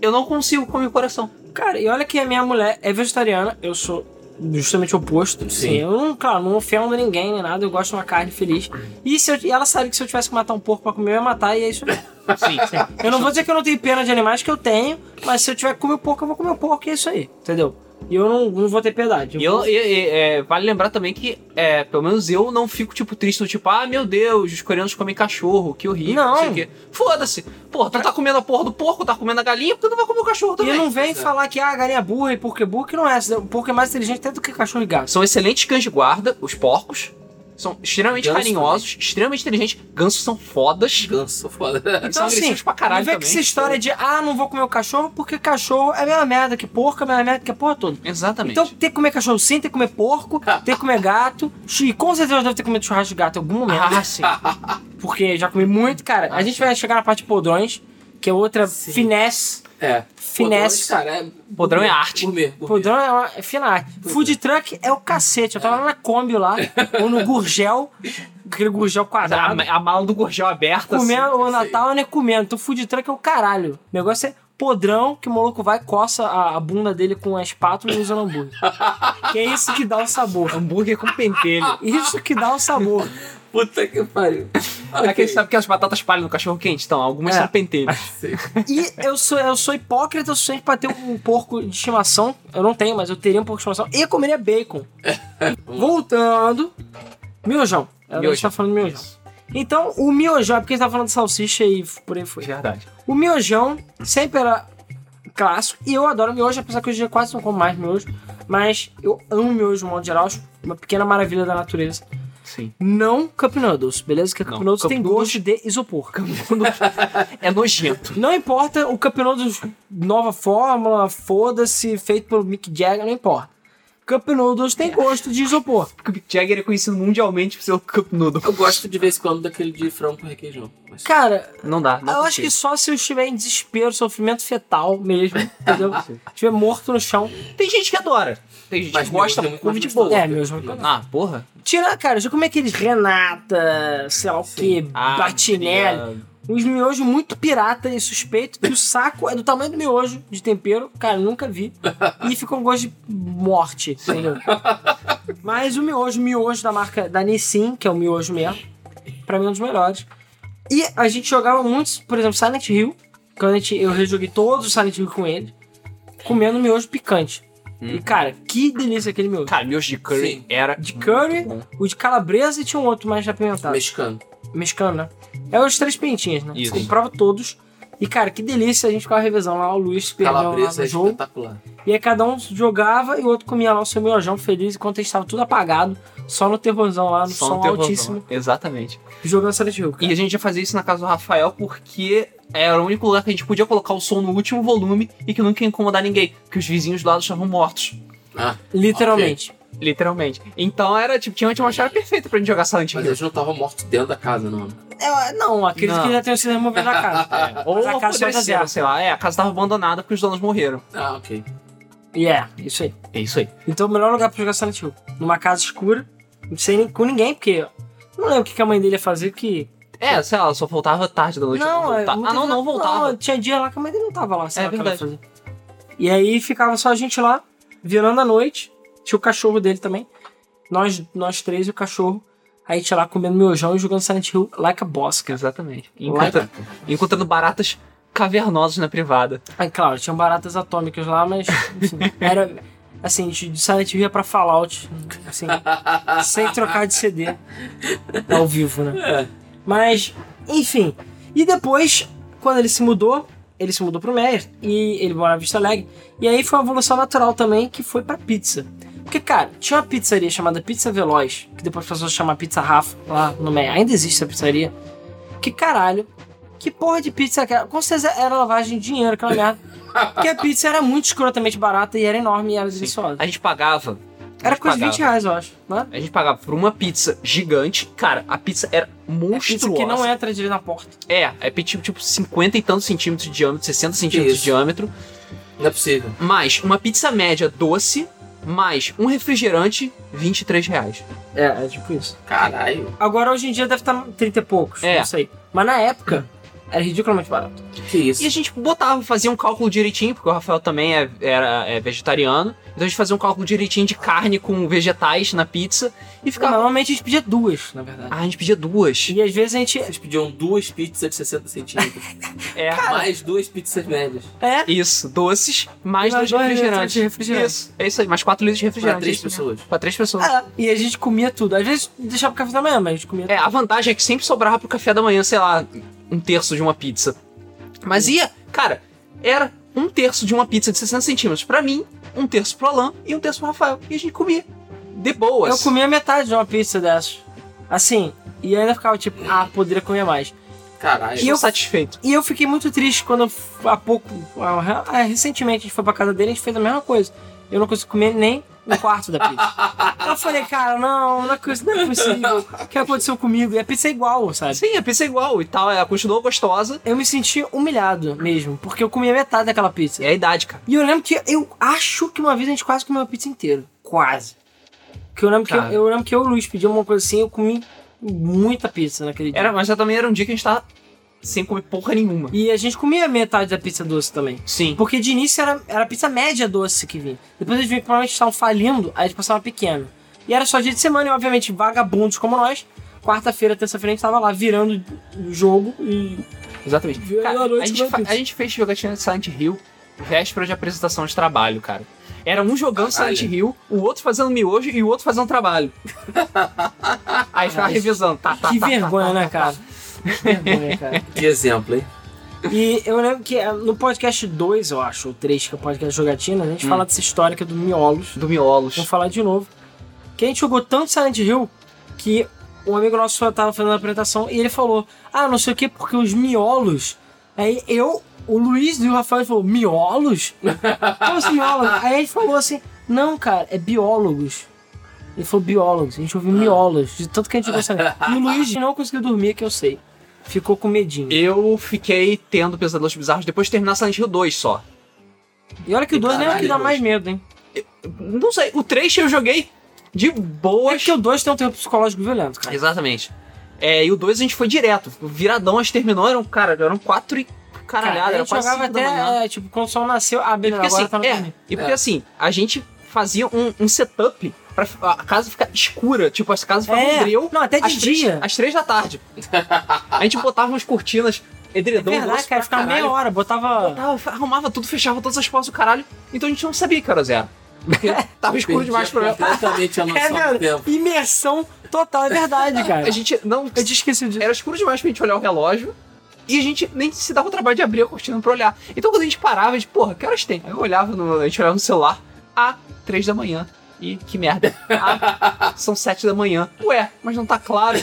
eu não consigo comer coração. Cara, e olha que a minha mulher é vegetariana, eu sou justamente o oposto. Sim. eu não, claro, não ofendo ninguém nem nada, eu gosto de uma carne feliz. E, se eu- e ela sabe que se eu tivesse que matar um porco pra comer, eu ia matar, e é isso. aí. Sim, Eu não vou dizer que eu não tenho pena de animais, que eu tenho, mas se eu tiver que comer o porco, eu vou comer o porco, e é isso aí, entendeu? E eu não, não vou ter piedade. E eu, e- e- é, vale lembrar também que, é, pelo menos eu não fico, tipo, triste do tipo, ah, meu Deus, os coreanos comem cachorro, que horrível, Não. sei o quê. Foda-se. Porra, tu tá comendo a porra do porco, tá comendo a galinha, porque tu não vai comer o cachorro E também. né? não vem Pois é. falar que ah, a galinha é burra e porco é burro, que não é. O porco é mais inteligente até do que cachorro e gato. São excelentes cães de guarda, os porcos. São extremamente Ganso carinhosos, extremamente inteligentes. Gansos são fodas. Ganso, foda. E são assim, agressivos Então, pra caralho não vem também. com essa história de, ah, não vou comer o cachorro porque cachorro é a mesma merda que porco, é a mesma merda que a porra toda. Exatamente. Então tem que comer cachorro sim, tem que comer porco, tem que comer gato. E com certeza eu devo ter comido churrasco de gato em algum momento. ah, sim. Ah, Porque já comi muito, cara. a gente vai chegar na parte de podrões, que é outra Sim. finesse É. Finesse. Podrões, cara, é. Podrão é arte. Gourmet. gourmet. Podrão é, uma, é fina arte. Food truck é o cacete. Eu tava lá na Kombi lá, ou no Gurgel, aquele Gurgel A, quadrado. a mala do gorjão aberta. assim. comendo o sei. Natal, né? Comendo. Então, food truck é o caralho. O negócio é podrão que o maluco vai, coça a, a bunda dele com a espátula e usa no hambúrguer. que é isso que dá o sabor. Hambúrguer com pentelho. Isso que dá o sabor. Puta que pariu. É que Ok. sabe que as batatas palham no cachorro quente, então. Algumas É. são pentelhos. Sim. E eu sou, eu sou hipócrita o suficiente pra ter um porco de estimação. Eu não tenho, mas eu teria um porco de estimação. E comeria bacon. Voltando. Miojão. A gente Miojão. tá falando de miojão. Então, o miojão, é porque a gente tá falando de salsicha e por aí foi. Verdade. O miojão sempre era clássico. E eu adoro miojo, apesar que hoje em dia quase não como mais miojo. Mas eu amo miojo de um modo geral. Acho uma pequena maravilha da natureza. Sim. Não Cup Noodles, beleza? Porque Cup Não, Noodles Cup tem Noodles- gosto de isopor. É nojento. Não importa o Cup Noodles nova fórmula, foda-se, feito pelo Mick Jagger, não importa. Cup Noodles É. tem gosto de isopor. Porque o Mick Jagger é conhecido mundialmente por seu Cup Noodle. Eu gosto de vez em quando daquele de frango com requeijão. Mas... Cara, Não dá. Não eu acho que só se eu estiver em desespero, sofrimento fetal mesmo, entendeu? estiver morto no chão. Tem gente que adora. Tem gente Mas que gosta, meu, tem muito come de mais gostoso. boa. É, meus amigos. Ah, porra. Tira, cara, já como é aqueles Renata, sei lá o que, Ah, Batinelli. Uns miojos muito pirata e suspeito, que o saco é do tamanho do miojo de tempero, cara, eu nunca vi. E fica um gosto de morte, entendeu? Mas o miojo, o miojo da marca da Nissin, que é o miojo mesmo, pra mim é um dos melhores. E a gente jogava muitos, por exemplo, Silent Hill, quando a gente, eu rejoguei todos os Silent Hill com ele, comendo miojo picante. E cara, que delícia aquele miojo. Cara, miojo de curry Sim. era... De curry, muito o de calabresa e tinha um outro mais apimentado Mexicano. mexicano, né? É os três pintinhas, né? Isso. Você comprava todos. E, cara, que delícia a gente ficava revezando lá. O Luiz perdeu lá Calabresa no é jogo. espetacular. E aí cada um jogava e o outro comia lá o seu miojão feliz enquanto a gente tava tudo apagado. Só no terrorzão lá, no Só som no terrorzão. altíssimo, Exatamente. jogando Silent Hill. cara. E a gente ia fazer isso na casa do Rafael porque era o único lugar que a gente podia colocar o som no último volume e que nunca ia incomodar ninguém. Porque os vizinhos do lado estavam mortos. Ah, Literalmente. Literalmente. Então era, tipo, tinha uma chave perfeita pra gente jogar Silent mas Hill. eles não estavam mortos dentro da casa, não. É, não, acredito Não. que já tenha sido removido da casa. É, ou Mas a casa era apodreceram, zero. sei lá. É, a casa tava abandonada porque os donos morreram. Ah, ok. E é, isso aí. É isso aí. Então, o melhor lugar pra jogar Silent Hill. Numa casa escura, não sei nem com ninguém, porque. Não lembro o que que a mãe dele ia fazer, que. É, sei lá, só voltava tarde da noite. Não, voltava. é, muitas Ah, não, não vezes- voltava. Não, tinha dia lá que a mãe dele não tava lá. sei É lá o que ela ia verdade. fazer. E aí ficava só a gente lá, virando a noite. Tinha o cachorro dele também. Nós, nós três e o cachorro. Aí a gente lá comendo miojão e jogando Silent Hill like a boss, cara. Exatamente. Like Encontra- Encontrando baratas cavernosas na privada. Aí, claro, tinham baratas atômicas lá, mas enfim, era assim, de Silent Hill ia pra Fallout, assim, sem trocar de CD ao vivo, né? É. Mas, enfim. E depois, quando ele se mudou, ele se mudou pro Meyer e ele morava em Vista Alegre. E aí foi uma evolução natural também que foi pra pizza. Porque, cara, tinha uma pizzaria chamada Pizza Veloz, que depois passou a chamar Pizza Rafa lá no Meyer. Ainda existe essa pizzaria. Que caralho. Que porra de pizza é aquela? Com certeza era lavagem de dinheiro, aquela merda. Porque a pizza era muito escrotamente barata e era enorme e era deliciosa. A gente pagava. a Era gente coisa de pagava- 20 reais, eu acho. né? Não era? A gente pagava por uma pizza gigante. Cara, a pizza era É Pizza monstruosa. que não entra direito na porta. É, é tipo, tipo 50 e tantos centímetros de diâmetro, 60 centímetros Isso. de diâmetro. Não é possível. Mais uma pizza média doce, mais um refrigerante, 23 reais. É, é tipo isso. Caralho. Agora hoje em dia deve estar 30 e poucos, É. não sei. Mas na época era ridiculamente barato. Que isso? E a gente botava, fazia um cálculo direitinho, porque o Rafael também é, era, é vegetariano. Então a gente fazia um cálculo direitinho de carne com vegetais na pizza e ficava. Normalmente a gente pedia duas, na verdade. Ah, a gente pedia duas. E às vezes a gente. Vocês pediam duas pizzas de 60 centímetros. É. mais duas pizzas médias. É. Isso, doces, mais dois Mais dois litros refrigerantes. de refrigerante. Isso, é isso aí, mais quatro litros de Pra refrigerante. três É isso mesmo. pessoas. Pra três pessoas. Ah, e a gente comia tudo. Às vezes deixava pro café da manhã, mas a gente comia É, tudo. a vantagem é que sempre sobrava pro café da manhã, sei lá, um terço de uma pizza. Mas ia, cara, era um terço de uma pizza de 60 centímetros pra mim, um terço pro Alan e um terço pro Rafael. E a gente comia. De boas. Eu comia metade de uma pizza dessas. Assim, e ainda ficava tipo, ah, poderia comer mais. Caralho. E eu eu- satisfeito. E eu fiquei muito triste quando eu f- há pouco. ah, Recentemente a gente foi pra casa dele e a gente fez a mesma coisa. Eu não consegui comer nem um quarto da pizza. eu falei, cara, não, não é cois- não é possível. O que aconteceu comigo? E a pizza é igual, sabe? Sim, a pizza é igual e tal, ela continuou gostosa. Eu me senti humilhado mesmo, porque eu comia metade daquela pizza. E é a idade, cara. E eu lembro que eu acho que uma vez a gente quase comeu a pizza inteira. Quase. Que eu lembro que eu, Cara. eu lembro que eu e o Luiz pedimos uma coisa assim, eu comi muita pizza naquele dia. Era, mas também era um dia que a gente tava sem comer porra nenhuma. E a gente comia metade da pizza doce também. Sim. Porque de início era, era pizza média doce que vinha. Depois eles viram que provavelmente estavam falindo, aí eles passavam pequeno. E era só dia de semana, e obviamente vagabundos como nós. Quarta-feira, terça-feira, a gente tava lá virando o jogo e. Exatamente. Virou Cara, a noite a, gente comendo fa- pizza. a gente fez jogatina de Silent Hill véspera de apresentação de trabalho, cara. Era um jogando Caralho. Silent Hill, o outro fazendo miojo e o outro fazendo trabalho. Aí ficava Caralho. revisando. Tá, tá, Que tá, tá, vergonha, tá, né, tá, cara? tá. Que vergonha, cara. Que exemplo, hein? E eu lembro que eh, no podcast 2, eu acho, ou 3, que é o podcast Jogatina, a gente Hum. fala dessa história do Miolos. Do miolos. Vou falar de novo. Que a gente jogou tanto Silent Hill que um amigo nosso só tava fazendo a apresentação e ele falou: Ah, não sei o que, porque os miolos. Aí eu, o Luiz e o Rafael falou: Miolos? Como assim, miolos? Aí ele falou assim: Não, cara, é biólogos. Ele falou biólogos, a gente ouviu miolos, de tanto que a gente gostava. E o Luiz não conseguiu dormir, que eu sei. Ficou com medinho. Eu fiquei tendo pesadelos bizarros depois de terminar Silent Hill 2 só. E olha que o 2 nem é o que dá mais medo, hein? Não sei, o 3 eu joguei de É boas. que o 2 tem um terror psicológico violento, cara. Exatamente. É, e o 2 a gente foi direto. Viradão, a gente terminou, eram, cara, eram 4 e caralhada, Cara, a era gente quase 5 jogava da manhã. até, é, tipo, quando o sol nasceu, a E beleza porque, agora assim, tá no é, caminho. e porque assim, a gente fazia um, um setup pra f- a casa ficar escura. Tipo, as casas ficavam É, um breu. não, até de às três- dia. às três da tarde. A gente botava umas cortinas, edredom, É verdade, grosso cara, pra ficava caralho. meia hora, botava... Botava, arrumava tudo, fechava todas as portas do caralho. Então a gente não sabia que horas era. Porque tava escuro Perdi demais pra completamente a É, noção do cara, tempo. imersão total, é verdade, cara. A gente não. Eu tinha esquecido disso. Era escuro demais pra gente olhar o relógio. E a gente nem se dava o trabalho de abrir a cortina pra olhar. Então quando a gente parava, a gente, porra, que horas tem? Aí eu olhava, no, a gente olhava no celular, ah, três da manhã. E que merda. Ah, são sete da manhã. Ué, mas não tá claro.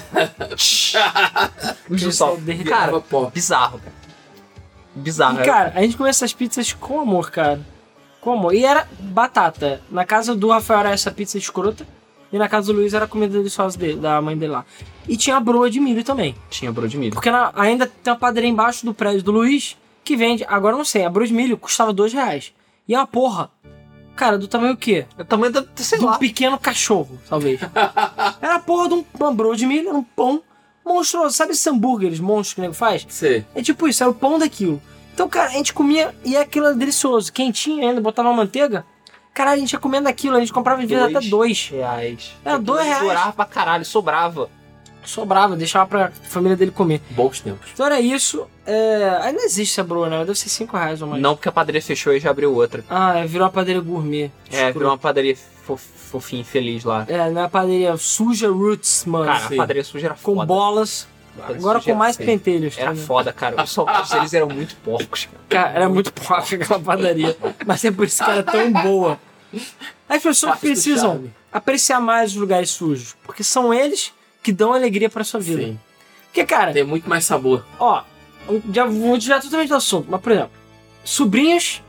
Tch, Luz do sol. Cara, Cara, bizarro, cara. Bizarro. E, cara, a gente comia essas pizzas com amor, cara. Com amor. E era batata. Na casa do Rafael era essa pizza escrota. E na casa do Luiz era a comida deliciosa dele, da mãe dele lá. E tinha a broa de milho também. Tinha broa de milho. Porque na- ainda tem uma padaria embaixo do prédio do Luiz que vende, agora eu não sei, a broa de milho custava dois reais. E é uma porra, cara, do tamanho o quê? O tamanho da, sei De um lá. pequeno cachorro, talvez. Era a porra de um uma broa de milho, era um pão monstruoso. Sabe esses hambúrgueres monstros que o nego faz? Sei. É tipo isso, era o pão daquilo. Então, cara, a gente comia e é aquilo era delicioso. Quentinho ainda, botava manteiga. Caralho, a gente ia comendo aquilo, a gente comprava às vezes Dois. até dois. Reais. Era dois reais. Durava pra caralho, sobrava. Sobrava, deixava pra família dele comer. Bons tempos. Então era isso. É... Ainda existe essa broa, né? Deve ser cinco reais ou mais. Não porque a padaria fechou e já abriu outra. Ah, é, virou uma padaria gourmet. É, Escroto. virou uma padaria fof, fofinha e feliz lá. É, na padaria suja Roots, mano. assim. Cara, sim. a padaria suja era com foda. bolas, Padaria agora suja com mais era- pentelhos. Era também. foda, cara. Os soldados deles eram muito porcos, cara. Cara, era muito pobre aquela padaria. Mas é por isso que era tão boa. As pessoas Parte do precisam charme. apreciar mais os lugares sujos, porque são eles que dão alegria pra sua vida. Sim. Porque, cara, Tem muito mais sabor. ó, um- já vou desviar totalmente do assunto, mas, por exemplo, sobrinhos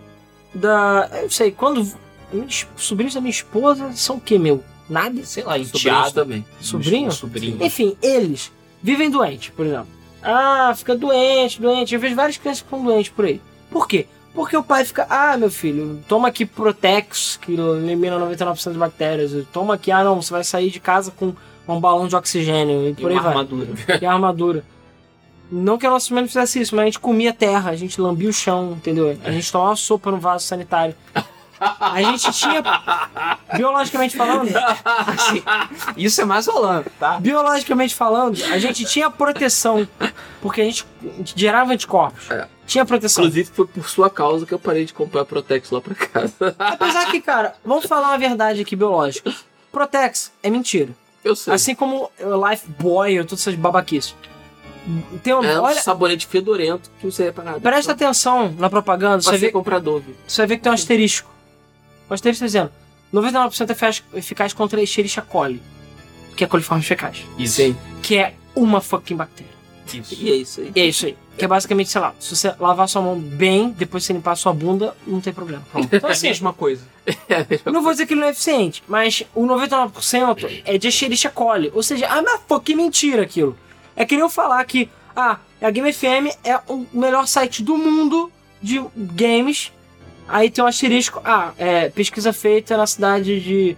da. Eu não sei, quando. meus Sobrinhos da minha esposa são o quê, meu? Nada? Sei lá, Sobrinhos enteado. também. Sobrinho? Sobrinho. Enfim, eles vivem doentes, por exemplo. Ah, fica doente, doente. Eu vejo várias crianças que ficam doentes por aí. Por quê? Porque o pai fica, ah, meu filho, toma aqui Protex, que elimina 99% de bactérias. Toma aqui, ah, não, você vai sair de casa com um balão de oxigênio e E por aí uma vai. armadura. E a armadura. Não que a nossa mãe não fizesse isso, mas a gente comia terra, a gente lambia o chão, entendeu? A gente tomava sopa no vaso sanitário. A gente tinha, biologicamente falando, Assim, isso é mais holando, tá? Biologicamente falando, a gente tinha proteção. Porque a gente gerava anticorpos. É. Tinha proteção. Inclusive, foi por sua causa que eu parei de comprar Protex lá pra casa. Apesar que, cara, vamos falar a verdade aqui biológica. Protex é mentira. Eu sei. Assim como eh, Life Boy ou todas essas babaquices. Tem um, é um olha, sabonete fedorento que não serve pra nada. presta atenção na propaganda, você Você vai, ver, ser comprador, viu? você vai ver que tem um asterisco. O asterisco está dizendo 99% é eficaz- eficaz contra Escherichia coli, que é coliforme fecais, Isso. Sim. que é uma fucking bactéria. Isso. E é isso aí. E é isso aí. Que é basicamente, sei lá, se você lavar sua mão bem, depois você limpar a sua bunda, não tem problema. Pronto. É a mesma coisa. Não vou dizer que ele não é eficiente, mas o 99% é de Xerixa Cole. Ou seja, ah, mas pô, que mentira aquilo. É que nem eu falar que ah, a Game FM é o melhor site do mundo de games. Aí tem um asterisco, ah, é pesquisa feita na cidade de,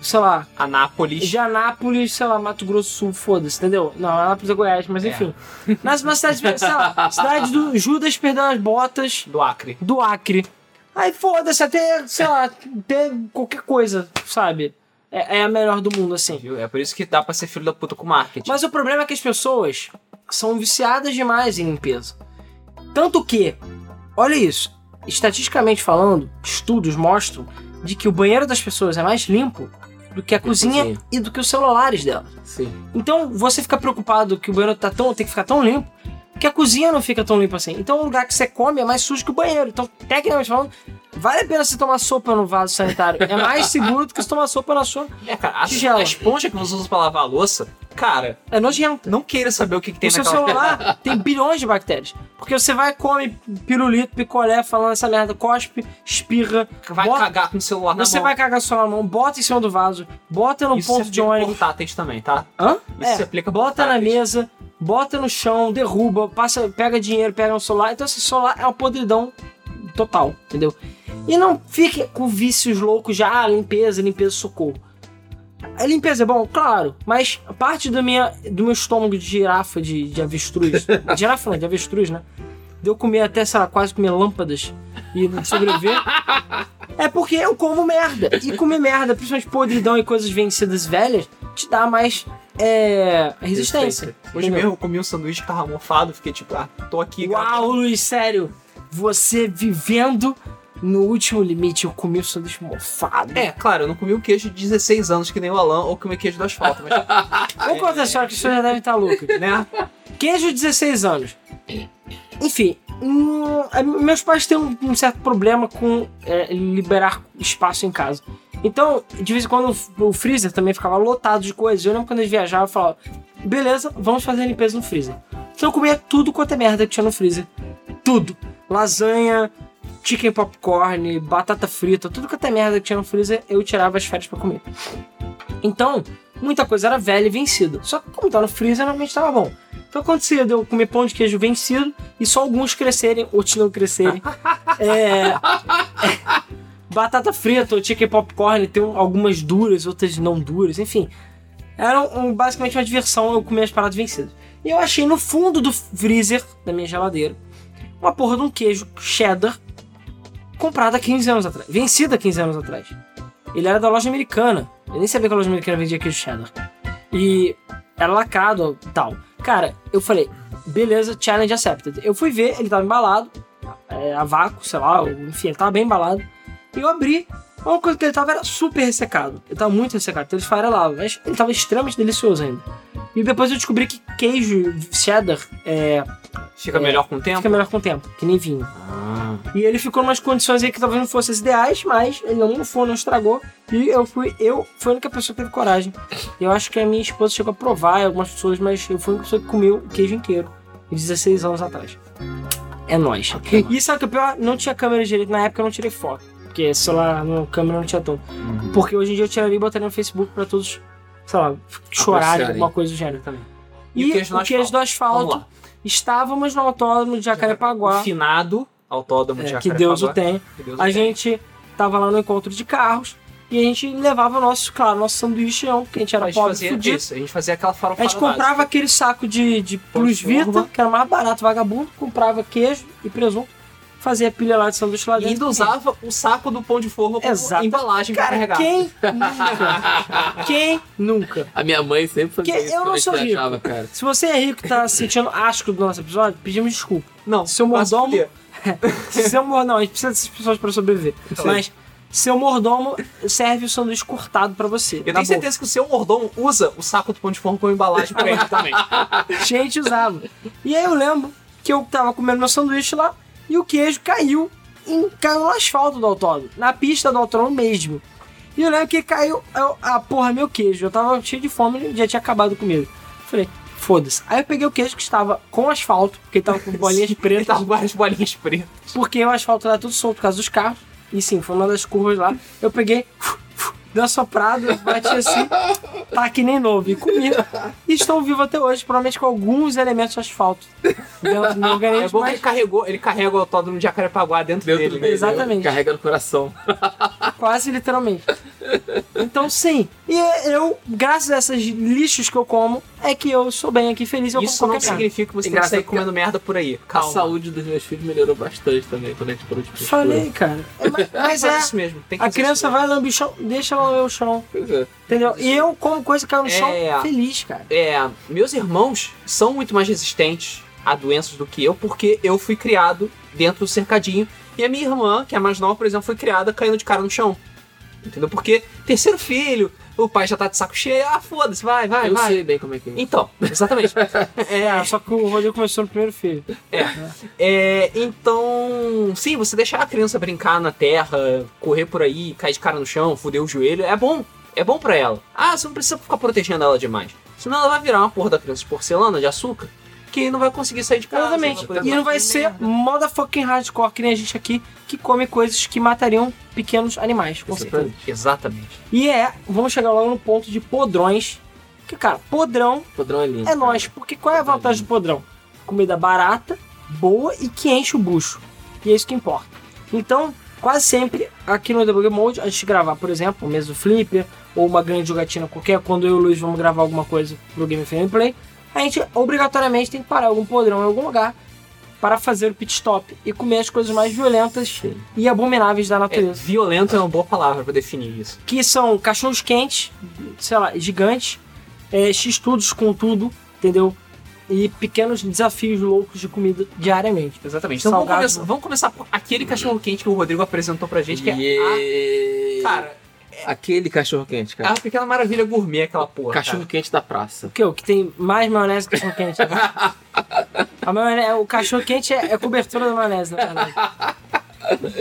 sei lá, Anápolis. de Anápolis, sei lá, Mato Grosso do Sul, foda-se, entendeu? Não, Anápolis é Goiás, mas É. enfim. Nas Na, cidade, sei lá, cidade do Judas perdeu as botas Do Acre. do Acre. Aí foda-se, até, sei lá, até qualquer coisa, sabe? É, é a melhor do mundo, assim. Viu? É por isso que dá pra ser filho da puta com marketing. Mas o problema é que as pessoas são viciadas demais em limpeza. Tanto que, olha isso, estatisticamente falando, estudos mostram de que o banheiro das pessoas é mais limpo do que a cozinha, cozinha. e do que os celulares delas. Sim. Então você fica preocupado que o banheiro tá tão, tem que ficar tão limpo, que a cozinha não fica tão limpa assim. Então o lugar que você come é mais sujo que o banheiro. Então, tecnicamente falando, vale a pena você tomar sopa no vaso sanitário. É mais seguro do que você tomar sopa na sua. É, cara, a, Tigela. a esponja que nós usamos pra lavar a louça, cara, É nojento. não queira saber o que, que tem O seu naquela... celular tem bilhões de bactérias. Porque você vai, come pirulito, picolé, falando essa merda, cospe, espirra. Vai bota- cagar com o celular na Você mão. vai cagar só na mão, bota em cima do vaso, bota no Isso ponto se de aplica ônibus. portáteis também, tá? Hã? Isso É, se aplica bota na portáteis. mesa, bota no chão, derruba, passa, pega dinheiro, pega um celular. Então esse celular é uma podridão total, entendeu? E não fique com vícios loucos já, ah, limpeza, limpeza, socorro. A limpeza é bom? Claro, mas parte do, minha, do meu estômago de girafa, de, de avestruz, de girafa não, de avestruz, né? De eu comer até, sei lá, quase comer lâmpadas e não sobreviver. É porque eu como merda. E comer merda, principalmente podridão e coisas vencidas e velhas, te dá mais é, resistência. Hoje mesmo eu comi um sanduíche que tava mofado, fiquei tipo, ah, tô aqui, cara. Uau, Luiz, sério. Você vivendo no último limite, eu comi o sanduíche mofado. É, claro, eu não comi um queijo de 16 anos que nem o Alan ou comi queijo do asfalto, mas, Vou contar a senhora que a senhora já deve estar louca. né? Queijo, 16 anos. Enfim, hum, a- meus pais têm um, um certo problema com é, liberar espaço em casa. Então, de vez em quando o f- o freezer também ficava lotado de coisas. Eu lembro quando eles viajavam, eu falava: beleza, vamos fazer a limpeza no freezer. Então eu comia tudo quanto é merda que tinha no freezer. Tudo. Lasanha, chicken popcorn, batata frita, tudo quanto é merda que tinha no freezer, eu tirava as férias pra comer. Então, muita coisa era velha e vencida. Só que como tá no freezer, normalmente tava bom. Então acontecia de eu comer pão de queijo vencido e só alguns crescerem, outros não crescerem. é, batata frita, ou chicken popcorn, tem algumas duras, outras não duras, enfim. Era um- um- basicamente uma diversão eu comer as paradas vencidas. E eu achei no fundo do freezer da minha geladeira uma porra de um queijo cheddar comprado há 15 anos atrás. Vencido há 15 anos atrás. Ele era da loja americana. Eu nem sabia que a loja americana vendia queijo cheddar. E era lacrado tal. Cara, eu falei, beleza, challenge accepted. Eu fui ver, ele tava embalado, é, a vácuo, sei lá, ou- enfim, ele tava bem embalado. E eu abri, a única coisa que ele tava era super ressecado. Ele tava muito ressecado, então ele esfarelava, mas ele tava extremamente delicioso ainda. E depois eu descobri que queijo cheddar é, Fica melhor com o tempo. fica melhor com o tempo, que nem vinho. Ah, E ele ficou em umas condições aí que talvez não fossem as ideais, mas ele não foi, não estragou. E eu fui, eu fui a única pessoa que teve coragem. E eu acho que a minha esposa chegou a provar e algumas pessoas, mas eu fui a única pessoa que comeu o queijo inteiro. de 16 anos atrás. É nóis. Ok, mano. E sabe o que é pior? Não tinha câmera direito. Na época eu não tirei foto. Porque celular, não, câmera não tinha tanto. Uhum. Porque hoje em dia eu tiraria e botaria no Facebook pra todos, sei lá, chorarem, Apreciarem. alguma coisa do gênero. Exatamente. E, o queijo, do asfalto? do Vamos asfalto. lá. Estávamos no autódromo de O Jacarepaguá. finado autódromo de É, que Jacarepaguá, Deus o tenha. que Deus o A tenha. gente tava lá no encontro de carros e a gente levava o nosso, claro, nosso sanduíchão, porque a gente A era gente pobre fazia fudido. isso, a gente fazia aquela A farofada gente comprava aquele saco de, de Pão Plus de forma. Vita, que era mais barato, vagabundo, comprava queijo e presunto, fazia pilha lá de sanduíche lá e dentro. ainda usava o saco do pão de forma como Exato. embalagem pra Cara, carregar. quem nunca? quem nunca? A minha mãe sempre fazia tá? Que isso. eu quando não a gente sou rico. viajava, cara. Se você é rico e tá sentindo asco do nosso episódio, pedimos desculpa. Não, Seu vai se mordomo- fuder. Seu mordomo, não, a gente precisa dessas pessoas pra sobreviver. Mas seu mordomo serve o sanduíche cortado pra você. Eu na tenho boca. certeza que o seu mordomo usa o saco do pão de forma como embalagem pra ele também. gente usava. E aí eu lembro que eu tava comendo meu sanduíche lá e o queijo caiu, em, caiu no asfalto do autódromo, na pista do autódromo mesmo. E eu lembro que caiu, eu, ah, porra, meu queijo. Eu tava cheio de fome, ele já tinha acabado comigo. Falei, foda-se. Aí eu peguei o queijo que estava com asfalto, porque ele tava com bolinhas Ele pretas, tá com várias bolinhas pretas. porque o asfalto era tudo solto por causa dos carros. E sim, foi uma das curvas lá. Eu peguei, dei uma soprada, bati assim, tá que nem novo. E comi. E estou vivo até hoje, provavelmente com alguns elementos de asfalto dentro do meu É um organismo. bom que ele mas carregou, ele carrega o autódromo de Jacarepaguá dentro, Dentro dele. dele, Exatamente. né? Carrega no coração. Quase literalmente. Então, sim. E eu, graças a esses lixos que eu como, é que eu sou bem aqui, feliz. Eu Isso como não qualquer merda. significa que você tem que Engraçado sair que- comendo merda por aí. A Calma. saúde dos meus filhos melhorou bastante também quando a gente parou de frescura. Falei, cara. É, mas- Mas Faz é. isso mesmo. Tem que A fazer criança isso vai lamber o chão, deixa ela lamber o chão. Pois é. Entendeu? E eu como coisa que caiu no chão É. feliz, cara. é, meus irmãos são muito mais resistentes a doenças do que eu, porque eu fui criado dentro do cercadinho. E a minha irmã, que é a mais nova, por exemplo, foi criada caindo de cara no chão. Entendeu? Porque terceiro filho, o pai já tá de saco cheio, ah, foda-se, vai, vai, Eu vai. sei bem como é que é. Então, exatamente. É, só que o Rodrigo começou no primeiro filho. É, então, sim, você deixar a criança brincar na terra, correr por aí, cair de cara no chão, foder o joelho, é bom. É bom pra ela. Ah, você não precisa ficar protegendo ela demais. Senão ela vai virar uma porra da criança de porcelana, de açúcar, que não vai conseguir sair de casa. vai Exatamente. poder E não vai fazer ser merda. motherfucking hardcore que nem a gente aqui que come coisas que matariam pequenos animais, com certeza. Exatamente. E é, vamos chegar logo no ponto de podrões. Que, cara, podrão Podrão é lindo. é nós. Porque qual é a vantagem do podrão? Comida barata, boa e que enche o bucho. E é isso que importa. Então, quase sempre, aqui no Debug Mode, antes de gravar, por exemplo, um mesa do Flipper ou uma grande jogatina qualquer, quando eu e o Luiz vamos gravar alguma coisa pro Game Frame Play, a gente obrigatoriamente tem que parar em algum podrão em algum lugar para fazer o pit stop e comer as coisas mais violentas Sim. e abomináveis da É, natureza violento é uma boa palavra pra definir isso. que são cachorros quentes, sei lá, gigantes, é, x-tudos com tudo, entendeu? E pequenos desafios loucos de comida diariamente. Exatamente. Então vamos Salgado. começar, vamos começar por aquele cachorro quente que o Rodrigo apresentou pra gente, que é. E- Ah, A, cara, é- aquele cachorro quente, é cara. uma pequena maravilha gourmet aquela porra. cachorro quente da praça. O que? O que tem mais maionese que cachorro quente? A maionese, o cachorro quente é, é cobertura da maionese, na verdade.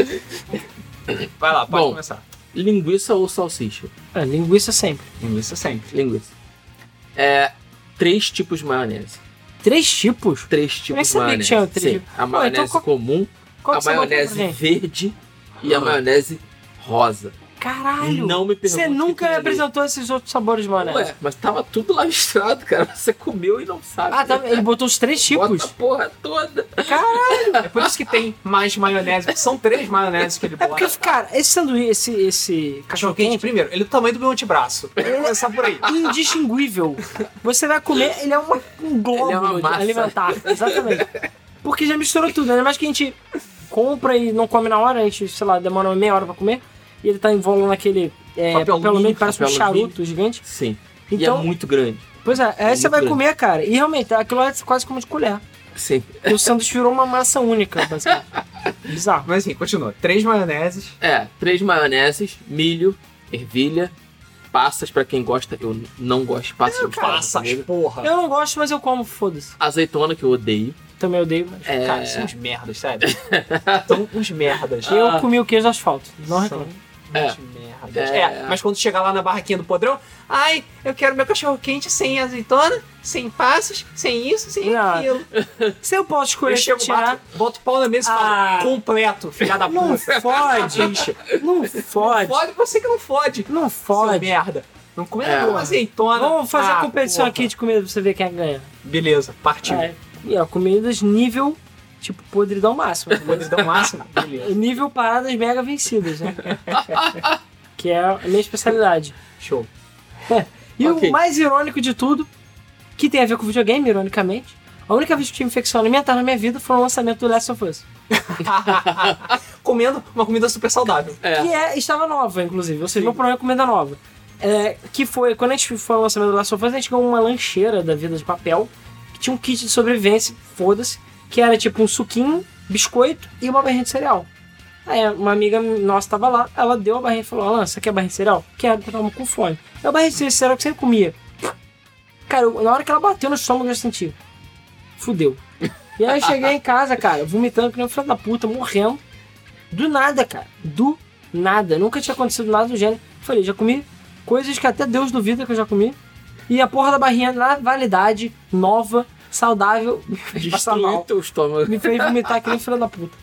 Cara. Vai lá, pode Bom. começar. Linguiça ou salsicha? É, linguiça sempre. Linguiça sempre. Linguiça. É. Três tipos de maionese. Três tipos? Três nem tipos sabia de que maionese. tinha três Sim, tipos. a então maionese qual- comum, Qual a que você botou pra maionese gente? verde e a maionese rosa. Caralho! Não me pergunte. Você nunca o que me tem apresentou esses outros sabores de ali. maionese. Ué, mas tava tudo lá misturado, cara. Você comeu e não sabe. Ah, tá, ele botou os três Bota tipos? a porra toda. Caralho! É por isso que tem mais maionese. porque São três maioneses que ele É bota. porque, cara, esse sanduíche, esse, esse Cachorro quente, primeiro, ele é do tamanho do meu antebraço. Vamos começar por aí. indistinguível. Você vai comer, ele é uma- um globo Ele é uma massa. alimentar. Exatamente. Porque já misturou tudo, né? Mas que a gente compra e não come na hora, a gente, sei lá, demora meia hora pra comer. E ele tá envolto naquele Papel é, papel alumínio, alumínio, parece um papel charuto gigante. Sim. e é Então, muito grande. pois é, aí muito você vai grande. comer, cara. E realmente, aquilo é quase como de colher. Sim. E o sanduíche virou uma massa única, basicamente. Bizarro. Mas assim, continua. Três maioneses. É, três maioneses, milho, ervilha, passas pra quem gosta. Eu não gosto de passas. Ah, não falo Passas, comigo. porra. Eu não gosto, mas eu como, foda-se. Azeitona que eu odeio. Também odeio, mas. É, Cara, são uns merdas, sério. São uns merdas. Ah. Eu comi o queijo de asfalto. Não Ah, São reclamo. uns É. merdas. É. É, mas quando chegar lá na barraquinha do podrão, ai, eu quero meu cachorro quente sem azeitona, sem passos, sem isso, sem Não. aquilo. Se eu posso Eu escolher chego, tirar. bato, boto o pau na mesa e falo, Ah. completo, filha da Não puta. fode, não fode, Fode você que não fode. não Seu fode. merda. Não comendo É. uma azeitona. Vamos fazer Ah, a competição porra. Tipo. aqui de comida pra você ver quem é que ganha. Beleza, partiu. É, e ó, comidas nível, tipo, podridão máximo. Podridão máximo. um né? Beleza. nível paradas mega vencidas, né? que é a minha especialidade. Show. E Ok. o mais irônico de tudo, que tem a ver com videogame, ironicamente, a única vez que eu tive infecção alimentar na minha vida foi o lançamento do Last of Us. Comendo uma comida super saudável. É. Que é, estava nova, inclusive. Ou seja, meu problema é comida nova. É, que foi, quando a gente foi ao lançamento do Last of Us, a gente ganhou uma lancheira da vida de papel, que tinha um kit de sobrevivência, foda-se, que era tipo um suquinho, biscoito e uma barrinha de cereal. Aí uma amiga nossa tava lá, ela deu a barrinha e falou, Alan, você quer barrinha de cereal? Quero, porque eu tava com fome. É a barrinha de cereal que você comia. Cara, eu- na hora que ela bateu no estômago, eu já senti. Fudeu. E aí eu cheguei em casa, cara, vomitando que nem um filho da puta, morrendo. Do nada, cara. Do nada. Nunca tinha acontecido nada do gênero. Falei, já comi coisas que até Deus duvida que eu já comi. E a porra da barrinha na validade, nova, saudável, me fez passar Destruiu mal. É. teu estômago. Me fez vomitar que nem filho da puta.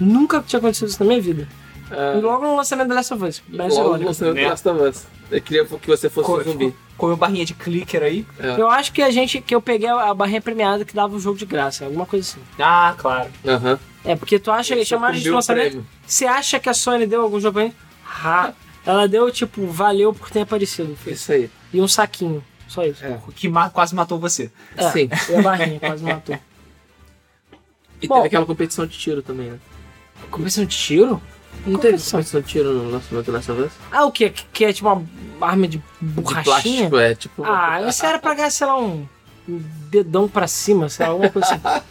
Nunca tinha acontecido isso na minha vida. É, E logo no lançamento do Last of Us. Parece logo irônico. lançamento do Né? Last of Us. Eu queria que você fosse um Come- zumbi. Comeu barrinha de clicker aí. É. Eu acho que a gente que eu peguei a barrinha premiada que dava o jogo de graça, alguma coisa assim. Ah, claro. Aham. É, porque tu acha, Você chamaram a gente de comeu o lançamento. prêmio. Você acha que a Sony deu algum jogo pra gente? Ha. Ela deu, tipo, valeu por ter aparecido. Isso aí. E um saquinho. Só isso. É. O que ma- quase matou você. É. Sim. E a barrinha quase matou. E Bom. teve aquela competição de tiro também, né? Competição de tiro? Não teve competição de tiro no lançamento do Last of Us? Ah, o quê? Que, que é tipo uma arma de De borrachinha? plástico, é tipo. ah, isso era pra ganhar, sei lá, um um dedão pra cima, sei lá, alguma coisa assim.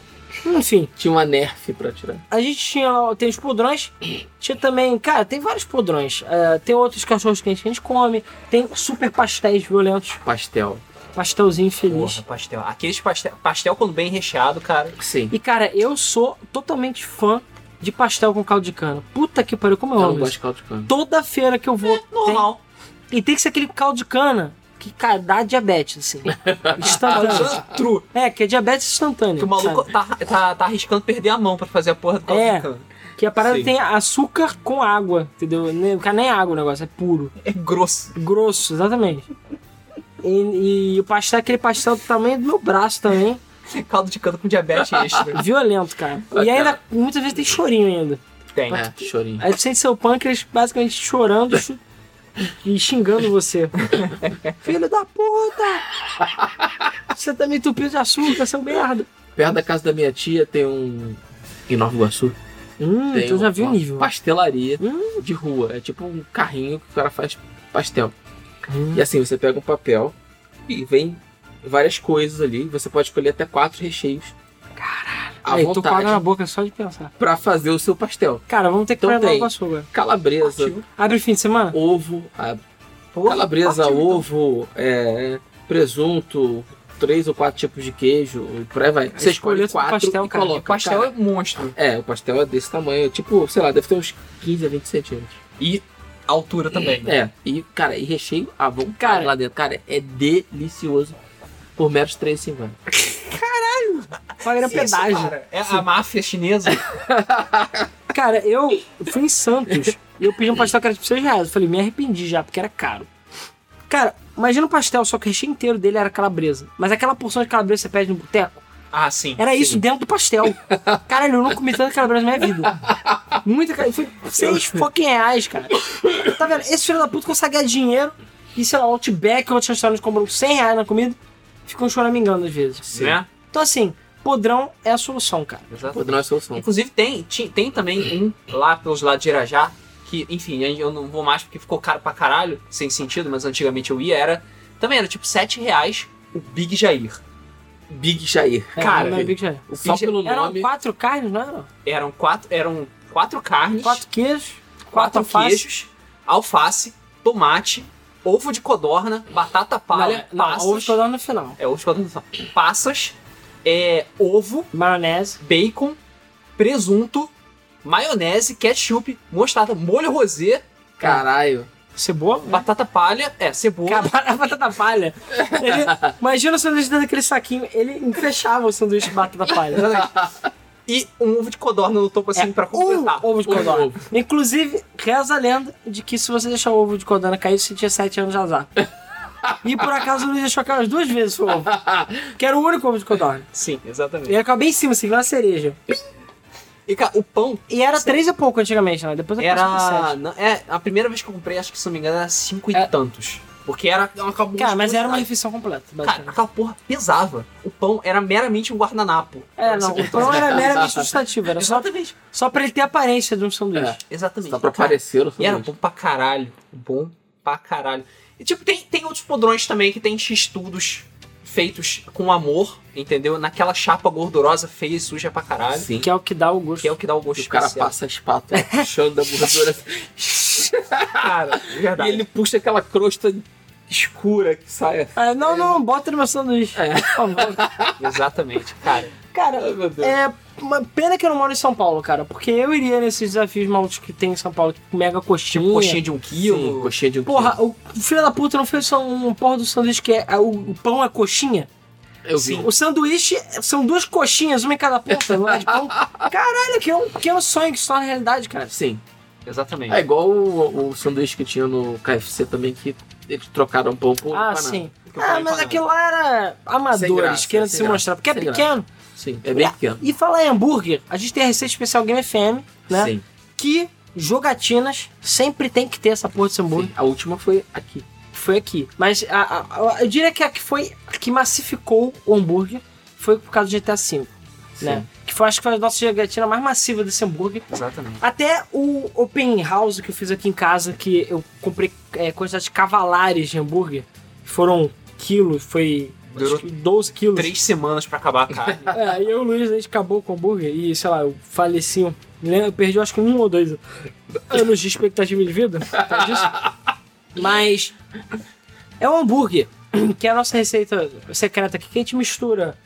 Enfim, Tinha uma nerf pra tirar. a gente tinha lá, tem os podrões, tinha também, cara, tem vários podrões. É, tem outros cachorros quentes que a gente come, tem super pastéis violentos, Pastel. pastelzinho feliz. Porra, pastel. Aqueles pastel, pastel quando bem recheado, cara. Sim. E cara, eu sou totalmente fã de pastel com caldo de cana. Puta que pariu, como eu Eu não amo gosto É isso. de caldo de cana. Toda feira que eu vou, Normal. tem- e tem que ser aquele caldo de cana que cara, dá diabetes, assim. Instantâneo. Ah. True. É, que é diabetes instantâneo. Que o maluco sabe? tá, tá, tá arriscando perder a mão pra fazer a porra do caldo É. de cana. Que a parada Sim. tem açúcar com água, entendeu? Nem- O cara nem é água o negócio, é puro. É grosso. Grosso, exatamente. E, e o pastel é aquele pastel do tamanho do meu braço também. Caldo de cana com diabetes extra. Violento, cara. E ainda, muitas vezes tem chorinho ainda. Tem. É, chorinho. Aí tu sente seu pâncreas basicamente chorando chu- e xingando você. Filho da puta! Você tá me entupido de açúcar, seu merda. Perto da casa da minha tia tem um. Em Nova Iguaçu. Hum, tem tu já viu o uma nível. Pastelaria Hum. de rua. É tipo um carrinho que o cara faz pastel. Hum. E assim, você pega um papel e vem várias coisas ali. Você pode escolher até quatro recheios. Caralho. À Aí, tô com água na vontade boca só de pensar. pra fazer o seu pastel. Cara, vamos ter que Então parar tem. logo açúcar. Calabresa, Partiu. Abre fim de semana? ovo, a- Porra, calabresa, partiu, então. ovo, é, presunto, três ou quatro tipos de queijo, e por aí vai. Você escolhe escolheto do quatro pastel, e cara. O coloca. pastel Cara, é monstro. é... o pastel é desse tamanho, tipo, sei lá, deve ter uns 15 a 20 centímetros. E a altura também. né? É, e cara, e recheio à vontade Cara. lá dentro. Cara, é delicioso por meros 3,50. Pagaria Isso, pedágio. cara, é a máfia chinesa. Cara, eu fui em Santos e eu pedi um pastel que era tipo 6 reais. Eu falei, me arrependi já, porque era caro. Cara, imagina um pastel, só que o recheio inteiro dele era calabresa. Mas aquela porção de calabresa que você pede no boteco, Ah, sim. era sim. isso dentro do pastel. Caralho, eu não comi tanta calabresa na minha vida. Muita calabresa. Foi 6 fucking reais, cara. Tá vendo? Esse filho da puta consegue ganhar dinheiro e, sei lá, um Outback ou outros restaurantes compram 100 reais na comida, ficam choramingando às vezes. Sim. Né? Então, assim, podrão é a solução, cara. Exato. Pô, não é solução. Inclusive tem, ti- tem também um lá pelos lados de Irajá, que, enfim, eu não vou mais porque ficou caro pra caralho, sem sentido, mas antigamente eu ia, era. Também era tipo R$ 7 reais o Big Jair. Big Jair. É, Cara, não é Big Jair. O Só Big pelo Eram nome. quatro carnes, não era? eram quatro, eram quatro carnes, Quatro queijos, quatro, quatro alfaces. queijos, alface, tomate, ovo de codorna, batata palha, não, não, passas. ovo de codorna no final. É, ovo de codorna. não. Passas, é, ovo, Maionese. bacon, presunto, maionese, ketchup, mostarda, molho rosé, né? Caralho. Cebola? batata palha, é, cebola. Acabaram a batata palha. Ele, imagina o sanduíche dentro daquele saquinho. Ele fechava o sanduíche de batata palha. e um ovo de codorna no topo assim pra Um completar. ovo de Um codorna. ovo. Inclusive, reza a lenda de que se você deixar o ovo de codorna cair, você tinha sete anos de azar. E por acaso o Luiz deixou cair umas duas vezes o ovo. Que era o único ovo de codorna. Sim, Ele exatamente. acabou bem em cima, assim, igual uma cereja. E cara, o pão E era três e pouco antigamente, né? Depois acabou sendo sete. era. não- é, a primeira vez que eu comprei, acho que se não me engano, era cinco e É. tantos. Porque era é uma acabou Cara, mas era uma monstruosidade. refeição completa, Cara, basicamente. aquela porra pesava. O pão era meramente um guardanapo. é, não, o pão era meramente substantivo, era só, Exatamente. só pra ele ter a aparência de um sanduíche. É. Exatamente. Só pra Cara, aparecer o E era sanduíche. bom pra caralho. Bom pra caralho. E tipo, tem, tem outros podrões também que tem estudos feitos com amor, entendeu? Naquela chapa gordurosa feia e suja pra caralho. Sim. Que é o que dá o gosto. Que é o que dá o gosto O cara especial. passa a espátula puxando a gordura Cara, e verdade. ele puxa aquela crosta escura que sai. Ah, não, não, bota no meu sanduíche. É. Por favor. Exatamente, cara. Cara, Ai, meu Deus. é uma pena que eu não moro em São Paulo, cara. Porque eu iria nesses desafios malucos que tem em São Paulo, tipo mega coxinha. Tipo, coxinha de um Sim, quilo. coxinha de um Porra, o filho da puta não fez só um porra do sanduíche que é. O, o pão é coxinha? quilo. eu vi. O sanduíche são duas um coxinhas, uma em cada ponta, não é de pão. Caralho, que é um pequeno sonho que se torna realidade, cara. Sim. Exatamente. É igual o, o sanduíche que tinha no KFC também, que eles trocaram um pão por Ah, empanada. sim. Porque eu Ah, falei mas pra não. aquilo lá era Sem amadores graça, querendo sem se graça, mostrar, porque é sem pequeno. Sim, é bem pequeno. E falar em hambúrguer, a gente tem a receita especial Game FM, né? Sim, Que jogatinas sempre tem que ter essa porra de hambúrguer. sim. A última foi aqui. Foi aqui. Mas a- a- a- eu diria que a que foi a que massificou o hambúrguer foi por causa do GTA V, Sim. né? Que foi, acho que foi a nossa jogatina mais massiva desse hambúrguer. Exatamente. Até o open house que eu fiz aqui em casa, que eu comprei é, quantidade de cavalares de hambúrguer, foram quilos, foi Durou acho que 12 quilos. Três semanas pra acabar a carne. É, e eu e o Luiz, a gente acabou com o hambúrguer e, sei lá, eu faleci. um- Eu perdi, eu acho que um ou dois anos de expectativa de vida. por causa disso. Mas é um hambúrguer, que é a nossa receita secreta aqui, que a gente mistura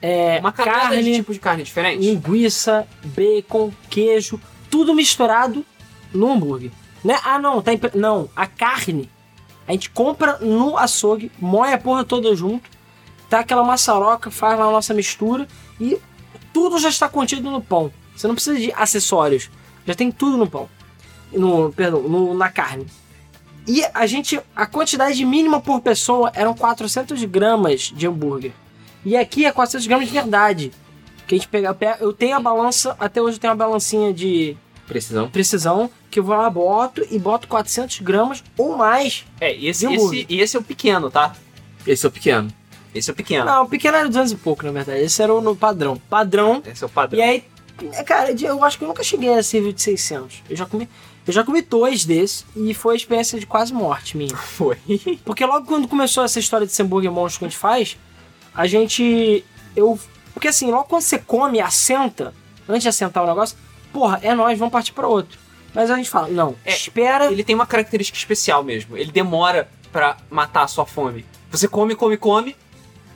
é, Uma carne, carne, de tipo de carne diferente. linguiça, bacon, queijo, tudo misturado no hambúrguer. Né? Ah, não, tá impre- não, a carne a gente compra no açougue, moe a porra toda junto, tá aquela maçaroca, faz lá a nossa mistura e tudo já está contido no pão. Você não precisa de acessórios, já tem tudo no pão. No, perdão, no- na carne. E a gente, a quantidade mínima por pessoa eram 400 gramas de hambúrguer. E aqui é 400 gramas de verdade. Que a gente pega, pe- eu tenho a balança, até hoje eu tenho uma balancinha de Precisão. precisão, que eu vou lá, boto e boto 400 gramas ou mais. É, e esse, De hambúrguer. esse, e esse é o pequeno, tá? Esse é o pequeno. Esse é o pequeno. Não, o pequeno era 200 e pouco, na verdade. Esse era o no padrão. Padrão. Esse é o padrão. E aí, É, cara, de- eu acho que eu nunca cheguei a servir de 600. Eu já comi, eu já comi dois desses e foi a experiência de quase morte minha. Foi. Porque logo quando começou essa história de hambúrguer monstro que a gente faz, a gente. Eu. Porque assim, logo quando você come, assenta, antes de assentar o negócio, porra, é nóis, vamos partir pra outro. Mas a gente fala, não, É, espera. Ele tem uma característica especial mesmo. Ele demora pra matar a sua fome. Você come, come, come.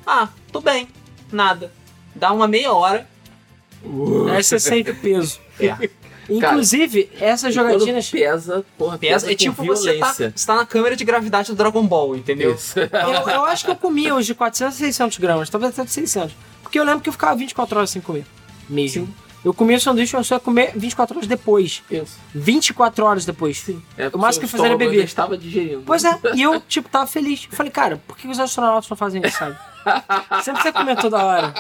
Ah, tô bem. Nada. Dá uma meia hora. Aí você sente o peso. É. Inclusive, essas E quando jogatinas. Pesa, porra, Pesa. pesa, É com tipo você tá, violência. você tá na câmera de gravidade do Dragon Ball, entendeu? Isso. Eu, eu acho que eu comia hoje de 400 a 600 gramas, talvez até de 600. Porque eu lembro que eu ficava 24 horas sem comer. Mesmo. Eu comia o sanduíche, eu só ia comer 24 horas depois. Isso. 24 horas depois. É, O máximo seu que eu fazia era estômago beber. já estava digerindo. Pois é, e eu, tipo, tava feliz. Eu falei, cara, por que os astronautas não fazem isso, sabe? Você não precisa comer toda hora.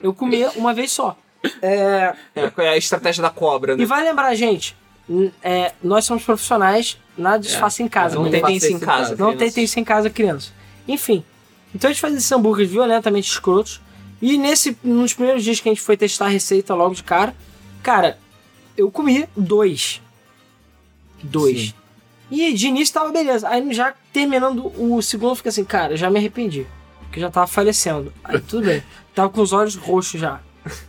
Eu comia uma vez só. É, É, é a estratégia da cobra, e né? vai lembrar, gente, n- é, nós somos profissionais, nada disso faça em casa. Não não tentem faça isso em isso em casa. casa. Não crianças. tentem isso em casa, criança. Enfim. Então a gente faz esses hambúrgueres violentamente escrotos. E nesse, nos primeiros dias que a gente foi testar a receita logo de cara, cara, eu comi dois. Dois. Sim. E de início tava beleza. Aí já terminando o segundo, fica assim, cara, já me arrependi. Porque eu já tava falecendo. Aí tudo bem. Tava com os olhos roxos já.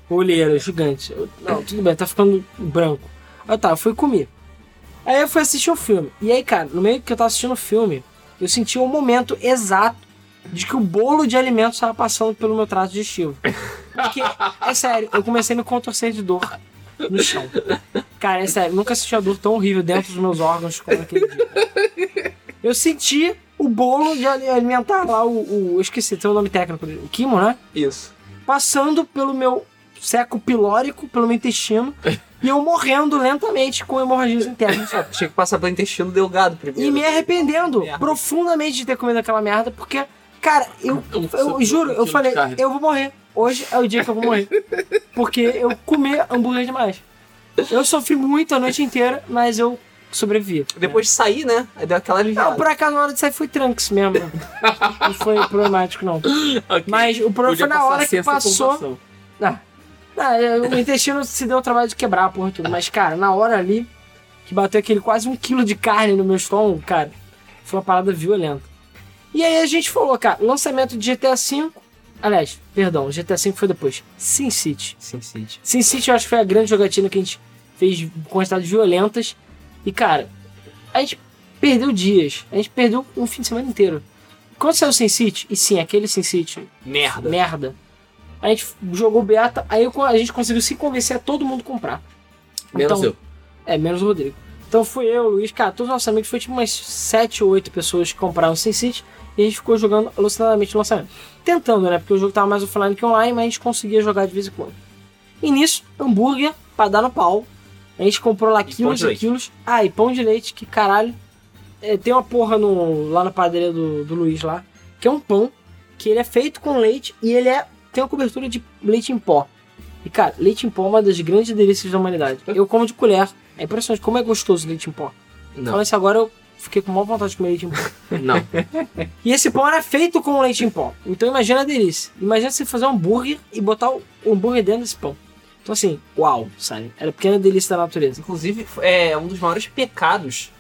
Olheira, gigante. Eu, não, tudo bem, tá ficando branco. Aí tá, eu fui comer. Aí eu fui assistir um filme. E aí, cara, no meio que eu tava assistindo o filme, eu senti o momento exato de que o bolo de alimentos tava passando pelo meu trato digestivo. Porque, é sério, eu comecei a me contorcer de dor no chão. Cara, é sério, nunca assisti a dor tão horrível dentro dos meus órgãos como naquele dia. Eu senti o bolo de ali- alimentar lá, o. o- eu esqueci, tem o nome técnico dele. O Kimo, né? Isso. passando pelo meu seco pilórico, pelo meu intestino, e eu morrendo lentamente com hemorragias internas. É, tinha que passar pelo intestino delgado primeiro. E me arrependendo Merda. profundamente de ter comido aquela merda, porque, cara, eu, Um eu suco, juro, um eu quilo de falei, carne. eu vou morrer. Hoje é o dia que eu vou morrer. Porque eu comi hambúrguer demais. Eu sofri muito a noite inteira, mas eu sobrevivi. Depois de sair, né? Aí deu aquela aliviada. Não, por acaso na hora de sair foi Trunks mesmo. Não foi problemático, não. Ok. Mas o problema Podia foi na passar hora sem que essa passou. informação. Ah, ah, é, o intestino se deu o trabalho de quebrar a porra tudo. Mas, cara, na hora ali, que bateu aquele quase um quilo de carne no meu estômago, cara, foi uma parada violenta. E aí a gente falou, cara, lançamento de GTA V. Aliás, perdão, GTA V foi depois. Sin City. Sim, City. Sin City eu acho que foi a grande jogatina que a gente fez com quantidades violentas. E, cara, a gente perdeu dias. A gente perdeu um fim de semana inteiro. Quando saiu o Sin City, e sim, aquele Sin City, Merda. merda. A gente jogou beta, aí eu- a gente conseguiu se convencer a todo mundo comprar. Menos Então, eu. É, menos o Rodrigo. Então fui eu, o Luiz, cara, todos os nossos amigos, foi tipo umas 7 ou 8 pessoas que compraram o SimCity e a gente ficou jogando alucinadamente o lançamento. Tentando, né? Porque o jogo tava mais offline que online, mas a gente conseguia jogar de vez em quando. E nisso, hambúrguer pra dar no pau. A gente comprou lá pão quilos de e leite. quilos. Ah, e pão de leite, que caralho. É, tem uma porra no, lá na padaria do, do Luiz lá, que é um pão, que ele é feito com leite e ele é tem uma cobertura de leite em pó. E cara, leite em pó é uma das grandes delícias da humanidade. Eu como de colher. É impressionante como é gostoso o leite em pó. Não, Falando isso agora, eu fiquei com maior vontade de comer leite em pó. não. E esse pão era feito com leite em pó. Então imagina a delícia. Imagina você fazer um hambúrguer e botar o hambúrguer dentro desse pão. Então assim, uau, sabe? Era a pequena delícia da natureza. Inclusive, é um dos maiores pecados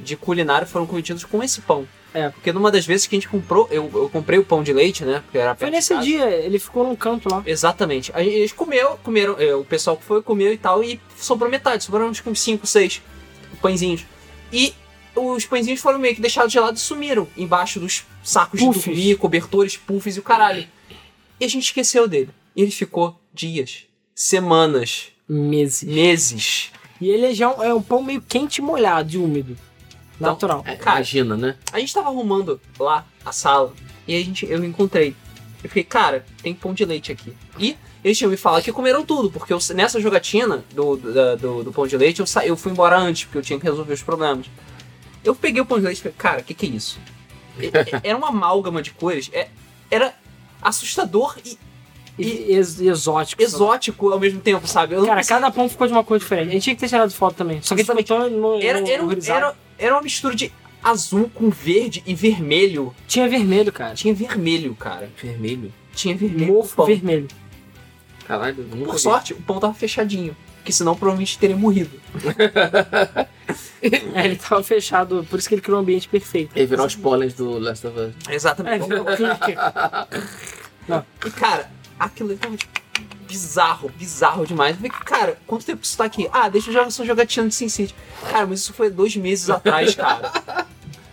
de culinária foram cometidos com esse pão. É. Porque numa das vezes que a gente comprou, eu, eu comprei o pão de leite, né? Porque era perto Foi de nesse casa. dia, ele ficou num canto lá. Exatamente. A gente comeu, comeram, é, o pessoal que foi comeu e tal, e sobrou metade, sobraram uns 5, 6 pãezinhos. E os pãezinhos foram meio que deixados de lado e sumiram embaixo dos sacos Puffs. de dormir, cobertores, puffs e o caralho. E a gente esqueceu dele. E ele ficou dias, semanas, Meses. meses. E ele já é um, é um pão meio quente e molhado e úmido. Então, Natural. É, Imagina, né? A gente tava arrumando lá a sala e a gente, eu encontrei. Eu fiquei, cara, tem pão de leite aqui. E eles tinham me falado que comeram tudo, porque eu- nessa jogatina do, do, da- do- do pão de leite eu, sa- eu fui embora antes, porque eu tinha que resolver os problemas. Eu peguei o pão de leite e falei, cara, o que, que é isso? E- e- Era uma amálgama de cores, é- era assustador e E, ex- exótico. sabe? exótico ao mesmo tempo, sabe? Eu não Cara, cada pão ficou de uma cor diferente. A gente tinha que ter tirado foto também. Só que Exatamente. ficou no, era, no, era, um- no grisado. era, era uma mistura de azul com verde e vermelho. Tinha vermelho, cara. Tinha vermelho, cara. Vermelho. Tinha Tinha vermelho. no mofo pão. vermelho. Caralho, nunca Por vi. sorte, o pão tava fechadinho, porque senão provavelmente teria morrido. É, ele tava fechado, por isso que ele criou um ambiente perfeito. Ele virou os pólenes do Last of Us. É, Exatamente. E cara, aquilo é tão bizarro, bizarro demais. Eu falei, cara, quanto tempo isso tá aqui? Ah, deixa eu jogar só jogatina de Sin City. Cara, mas isso foi dois meses atrás, cara.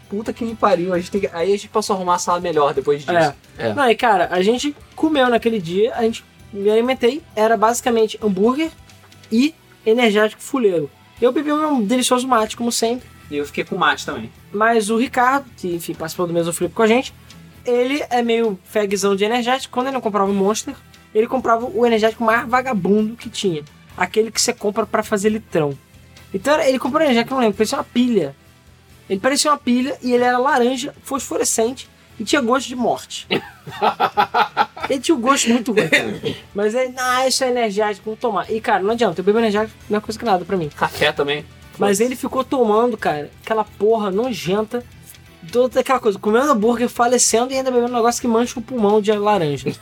Puta que me pariu. A gente tem que- Aí a gente passou a arrumar a sala melhor depois disso. É. É. Não, e cara, a gente comeu naquele dia, a gente me alimentei, era basicamente hambúrguer e energético fuleiro. Eu bebi um delicioso mate, como sempre, E eu fiquei com mate também. mas o Ricardo, que enfim, participou do mesmo flip com a gente, ele é meio fegzão de energético. Quando ele não comprava o Monster, ele comprava o energético mais vagabundo que tinha. Aquele que você compra pra fazer litrão. Então era- ele comprou um energético, eu não lembro, parecia uma pilha. Ele parecia uma pilha e ele era laranja, fosforescente e tinha gosto de morte. ele tinha um gosto muito ruim, cara. Mas ele, ah, isso é energético, vou tomar. E cara, não adianta, eu bebo energético, não é coisa que nada pra mim. Café também. Mas ele ficou tomando, cara, aquela porra nojenta, toda aquela coisa, comendo hambúrguer, falecendo e ainda bebendo um negócio que mancha o pulmão de laranja.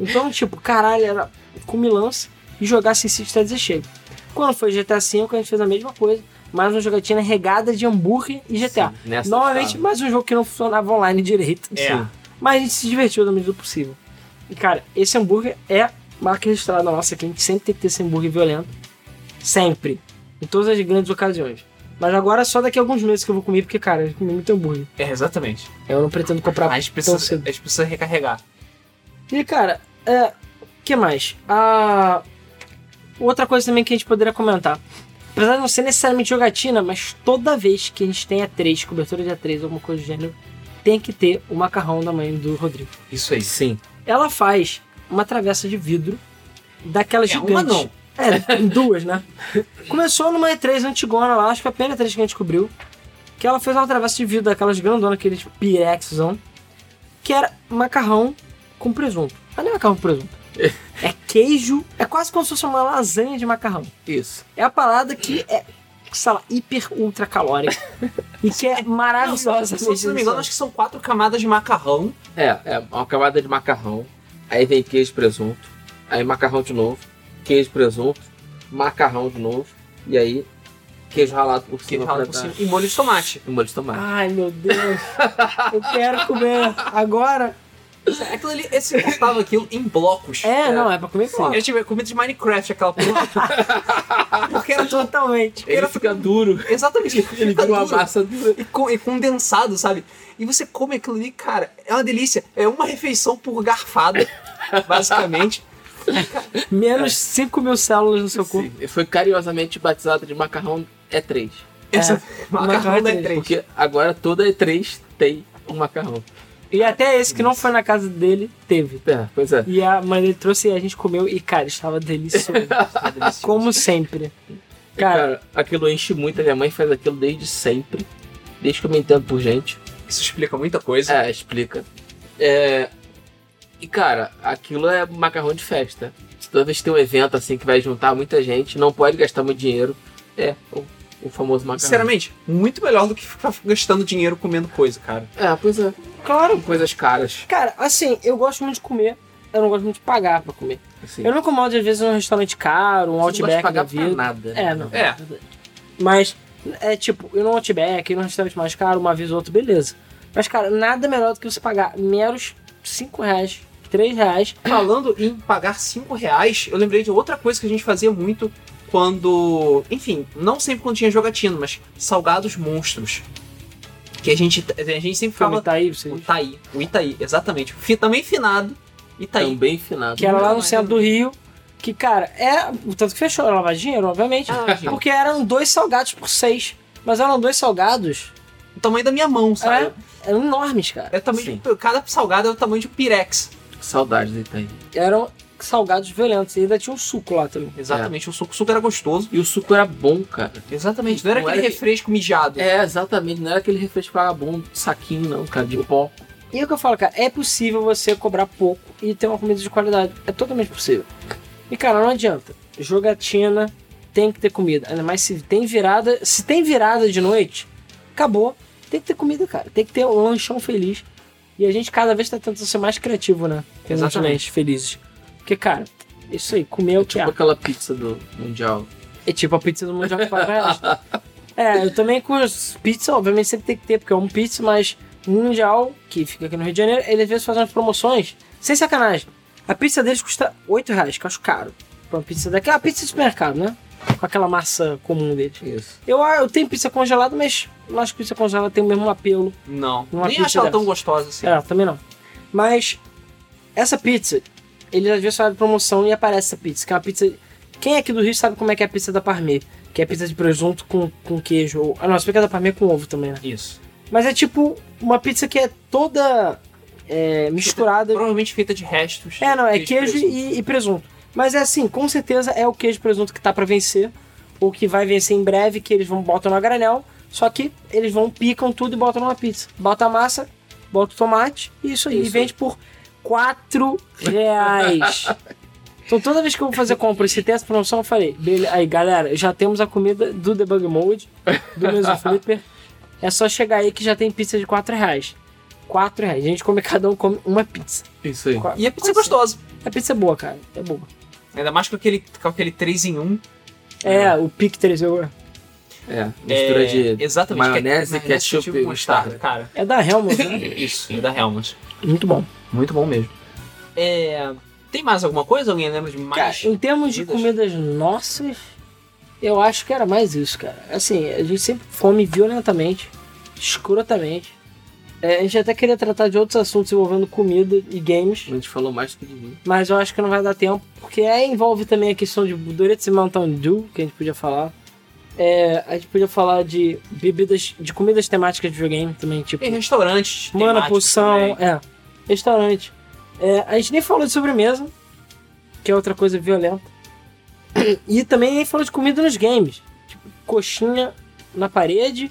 então, tipo, caralho, era cumilança e jogar Sin City até dizer chega. Quando foi GTA V, a gente fez a mesma coisa, mais uma jogatina regada de hambúrguer e GTA. Sim, nessa Novamente, estava. mais um jogo que não funcionava online direito. É. Sim. Mas a gente se divertiu da medida do possível. E, cara, esse hambúrguer é marca registrada nossa aqui. A gente sempre tem que ter esse hambúrguer violento. Sempre. Em todas as grandes ocasiões. Mas agora é só daqui a alguns meses que eu vou comer, porque, cara, eu comi muito hambúrguer. É, exatamente. Eu não pretendo comprar A gente tão precisa, cedo. a gente precisa recarregar. E, cara, é, que mais? Ah, outra coisa também que a gente poderia comentar. Apesar de não ser necessariamente jogatina, mas toda vez que a gente tem A3, cobertura de A3, alguma coisa do gênero, tem que ter o macarrão da mãe do Rodrigo. Isso aí. Sim. Ela faz uma travessa de vidro daquela É, gigante. uma não. É, tem duas, né? Começou numa E3 antigona lá, acho que foi a primeira E3 que a gente cobriu. Que ela fez uma travessa de vidro daquelas grandona, aqueles pirexzão. Que era macarrão com presunto. Mas não é macarrão com presunto. É queijo. É quase como se fosse uma lasanha de macarrão. Isso. É a parada que é, sei lá, hiper ultra calórica. e que é Não, se maravilhosa. assim, se- se não me engano, acho que são quatro camadas de macarrão. É, é uma camada de macarrão, aí vem queijo e presunto, aí macarrão de novo, queijo e presunto, macarrão de novo, e aí queijo ralado por Que cima. fala por pra dar- cima. E molho de tomate. E molho de tomate. Ai, meu Deus. Eu quero comer agora. Aquilo ali, esse cortava aquilo em blocos. assim, É, não, é pra comer fora. Ele tinha tipo, comida de Minecraft, aquela porra. Porque era tudo. Totalmente. Ele era- fica duro, Exatamente. ele fica vira uma duro massa dura. E, co- e condensado, sabe? E você come aquilo ali, cara, é uma delícia. É uma refeição por garfada, basicamente. Menos 5 mil células no seu corpo. É. Sim, Foi carinhosamente batizado de macarrão E3. É, Essa macarrão macarrão da é três. E3. Porque agora toda E3 tem um macarrão. E até esse que não foi na casa dele, teve. É, pois é. E a mãe dele trouxe e a gente comeu e, cara, estava Ah, delicioso. Tá delicioso. Como sempre. Cara, Cara, aquilo enche muito, a minha mãe faz aquilo desde sempre. Desde que eu me entendo por gente. Isso explica muita coisa. É, explica. É, E cara, aquilo é macarrão de festa. Toda vez que tem um evento assim que vai juntar muita gente, não pode gastar muito dinheiro. É, o, o famoso macarrão. Sinceramente, muito melhor do que ficar gastando dinheiro comendo coisa, cara. É, pois é. claro. Coisas caras. Cara, assim, eu gosto muito de comer, eu não gosto muito de pagar pra comer. Assim. Eu não incomodo, às vezes, num restaurante caro, um Você não gosta de outback da pagar pra vida. nada. É, não. É. Mas, é tipo, ir num outback, ir num restaurante mais caro, uma vez ou outra, beleza. Mas, cara, nada melhor do que você pagar meros 5 reais, 3 reais. Falando em pagar 5 reais, eu lembrei de outra coisa que a gente fazia muito quando. Enfim, não sempre quando tinha jogatina, mas salgados monstros. Que a gente, a gente sempre Filme tá ficava. Itaí, O vocês. Itaí, o Itaí, exatamente. Fi- Também finado, Itaí. Também finado. Que era lá no Mas- centro do Rio. Que, cara, é. o Tanto que fechou, era lavar dinheiro, obviamente. Ah, gente, Porque eram dois salgados por seis. Mas eram dois salgados o tamanho da minha mão, sabe? eram enormes, cara. É, o tamanho É? Sim. de- cada salgado é o tamanho de um pirex. Saudades do Itaí. Eram salgados violentos. E ainda tinha um suco lá também. Exatamente, o suco super era gostoso. E o suco era bom, cara. Exatamente, não era Não aquele era que- refresco mijado. É, exatamente. Não era aquele refresco vagabundo, saquinho, não, cara, de pó. E é o que eu falo, cara, é possível você cobrar pouco e ter uma comida de qualidade. É totalmente possível. E, cara, não adianta. Jogatina tem que ter comida. Ainda mais se tem virada. Se tem virada de noite, acabou. Tem que ter comida, cara. Tem que ter um lanchão feliz. E a gente cada vez tá tentando ser mais criativo, né? Tem Exatamente. lanchonetes felizes. Porque, cara, isso aí, comer é o que Tipo há. aquela pizza do Mundial. É tipo a pizza do Mundial que paga reais. É, eu também com as pizza, obviamente sempre tem que ter, porque é um pizza, mas no Mundial, que fica aqui no Rio de Janeiro, ele às vezes faz umas promoções, sem sacanagem. A pizza deles custa 8 reais, que eu acho caro. Pra uma pizza daquela pizza de supermercado, né? Com aquela massa comum deles. Isso. Eu, ah, eu tenho pizza congelada, mas não acho que pizza congelada tem o mesmo apelo. Não, Uma nem pizza acho ela dessa. tão gostosa assim. É, também não. Mas essa pizza, eles às vezes fazem promoção e aparece essa pizza, que é uma pizza. Quem é aqui do Rio sabe como é que é a pizza da Parmê, que é pizza de presunto com, com queijo. Ou... Ah, não, se bem que é da Parmê com ovo também, né? Isso. Mas é tipo uma pizza que é toda é, misturada. Provavelmente feita de restos. É, não, é de queijo presunto. e, e presunto. Mas é assim, com certeza é o queijo e presunto que tá pra vencer, ou que vai vencer em breve, que eles vão botam na granel, só que eles vão, picam tudo e botam numa pizza. Bota a massa, bota o tomate e isso aí. Isso. E vende por 4 reais. então toda vez que eu vou fazer compra e se tem essa promoção, eu falei, "Bele- aí galera, já temos a comida do Debug Mode, do mesmo Flipper. É só chegar aí que já tem pizza de 4 reais. 4 reais. A gente come, cada um come uma pizza. Isso aí. E a pizza é Quase. gostosa. A pizza é boa, cara. É boa. Ainda mais com aquele, com aquele 3 em 1. É, o Pique 3 eu- É, mistura de exatamente, é maionese, ketchup e mostarda. Cara, É da Helmut, né? isso, é da Helmut. Muito bom. Muito bom mesmo. É, tem mais alguma coisa? Alguém lembra de Cara, mais? em termos de comidas nossas, eu acho que era mais isso, cara. Assim, a gente sempre come violentamente, escrotamente. É, a gente até queria tratar de outros assuntos envolvendo comida e games, A gente falou mais do que de mim. mas eu acho que não vai dar tempo, porque aí envolve também a questão de Doritos e Mountain Dew, que a gente podia falar. É, a gente podia falar de bebidas, de comidas temáticas de videogame também, tipo... Tem restaurantes. tem Mana mates poção, também. é. Restaurante. É, a gente nem falou de sobremesa, que é outra coisa violenta. E também nem falou de comida nos games. Tipo, coxinha na parede,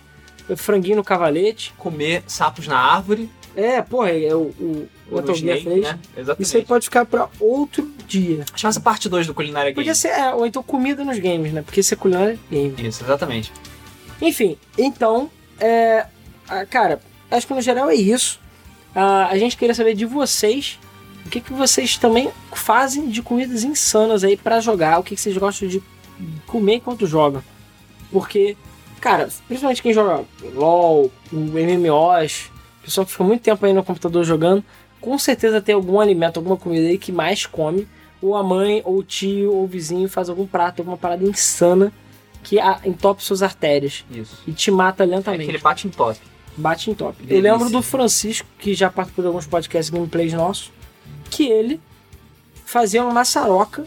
franguinho no cavalete. Comer sapos na árvore. É, porra, é o, o, o O Metal Gear Snake, 3. né? Exatamente. Isso aí pode ficar pra outro dia. Acho que essa parte 2 do Culinária Game. Podia ser, é, ou então comida nos games, né? Porque isso é culinária game. Isso, exatamente. Enfim, então, é, ah, cara, acho que no geral é isso. Ah, a gente queria saber de vocês o que, que vocês também fazem de comidas insanas aí pra jogar, o que, que vocês gostam de comer enquanto jogam. Porque, cara, principalmente quem joga LOL, o MMOs, pessoal que fica muito tempo aí no computador jogando, com certeza tem algum alimento, alguma comida aí que mais come. Ou a mãe, ou o tio, ou o vizinho faz algum prato, alguma parada insana que a- entope suas artérias Isso. e te mata É lentamente. aquele bate em top. Bate em top. Eu Delícia. lembro do Francisco, que já participou de alguns podcasts gameplays nossos, que ele fazia uma maçaroca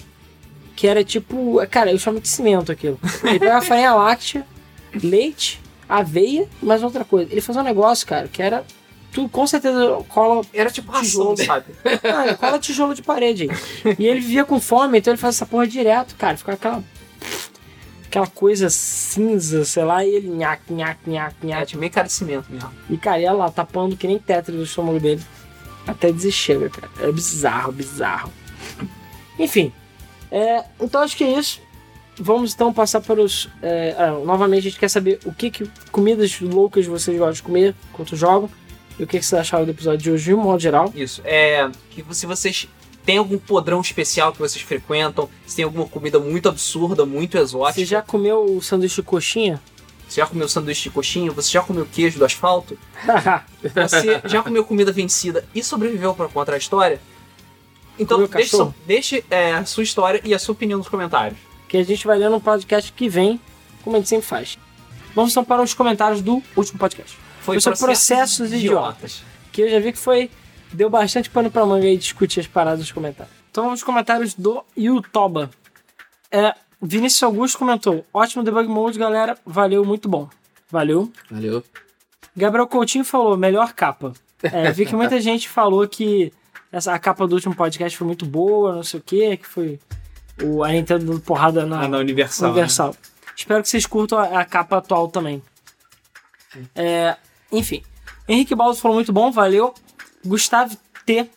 que era tipo. Cara, eu chamo de cimento aquilo. Ele pegava farinha láctea, leite, aveia, mais outra coisa. Ele fazia um negócio, cara, que era. Tu com certeza cola Era tipo ração, Tijolo. sabe? ah, ele cola tijolo de parede. aí. E ele vivia com fome, então ele faz essa porra direto, cara. Ficava aquela. aquela coisa cinza, sei lá, e ele nhaque, nhaque, nhaque, É nhaque. de meio encarecimento mesmo. E, cara, ia lá tapando que nem tetra do estômago dele. Até desistir, cara. Era bizarro, bizarro. Enfim. é, então acho que é isso. Vamos então passar para os. é, ah, novamente, a gente quer saber o que, que comidas loucas vocês gostam de comer enquanto jogam. E o que, que vocês acharam do episódio de hoje, de um modo geral. Isso. É. Que se vocês têm algum podrão especial que vocês frequentam, se tem alguma comida muito absurda, muito exótica. Você já comeu o sanduíche de coxinha? Você já comeu sanduíche de coxinha? Você já comeu queijo do asfalto? Você já comeu comida vencida e sobreviveu para contar a história? Então, Comeu deixe, cachorro? sua- deixe, é, a sua história e a sua opinião nos comentários. que a gente vai ler no podcast que vem, como a gente sempre faz. Vamos então para os comentários do último podcast. Foi Isso é processos idiotas. que eu já vi que foi. Deu bastante pano pra manga aí discutir as paradas nos comentários. Então vamos aos comentários do Yutoba. É, Vinícius Augusto comentou: ótimo debug mode, galera. Valeu, muito bom. Valeu. Valeu. Gabriel Coutinho falou: melhor capa. É, vi que muita gente falou que essa, a capa do último podcast foi muito boa, não sei o quê, que foi o, a Nintendo dando porrada na, Ah, na Universal. Universal. Espero que vocês curtam a, a capa atual também. É, enfim. Henrique Baldo falou muito bom, valeu. Gustavo T.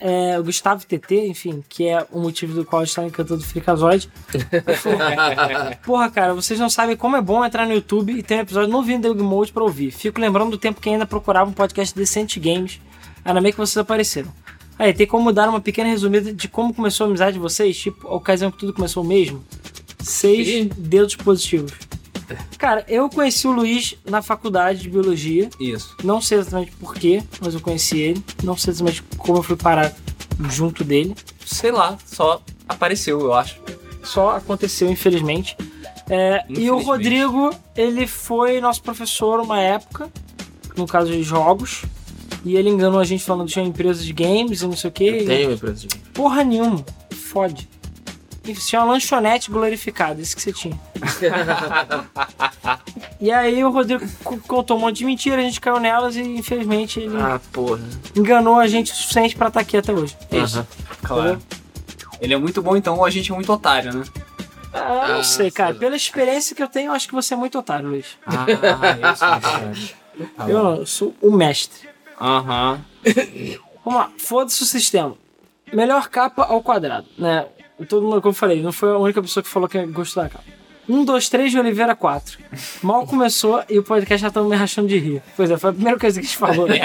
é, Gustavo TT, enfim, que é o motivo do qual está encantando o Fricazoide. Porra, cara, vocês não sabem como é bom entrar no YouTube e ter um episódio novinho do Debug Mode pra ouvir. Fico lembrando do tempo que ainda procurava um podcast decente de games. Ainda bem que vocês apareceram. Aí, tem como dar uma pequena resumida de como começou a amizade de vocês? Tipo, a ocasião que tudo começou mesmo? Seis Ih. dedos positivos. Cara, eu conheci o Luiz na faculdade de biologia. Isso. Não sei exatamente porquê, mas eu conheci ele. Não sei exatamente como eu fui parar junto dele Sei lá, só apareceu, eu acho. só aconteceu, infelizmente. É, E o Infelizmente. Rodrigo, ele foi nosso professor uma época, no caso de jogos, e ele enganou a gente falando que tinha uma empresa de games e não sei o quê. Eu tenho um uma empresa de Porra nenhuma, fode. E você tinha uma lanchonete glorificada, isso que você tinha. e aí o Rodrigo co- contou um monte de mentira, a gente caiu nelas e infelizmente ele Ah, porra. enganou a gente o suficiente pra estar aqui até hoje. É isso. Aham. Claro. Ele é muito Tá bom, então, ou a gente é muito otário, né? Ah, eu não Ah, sei, cara. sei lá. Pela experiência que eu tenho, eu acho que você é muito otário, Luiz. Ah, isso. Eu não, eu sou o mestre. Aham. Vamos lá, foda-se o sistema. Melhor capa ao quadrado, né? Todo mundo, como eu falei, não foi a única pessoa que falou que gostou da capa. 1, 2, 3 de Oliveira 4. Mal começou e o podcast já tá me rachando de rir. Pois é, foi a primeira coisa que a gente falou. Né?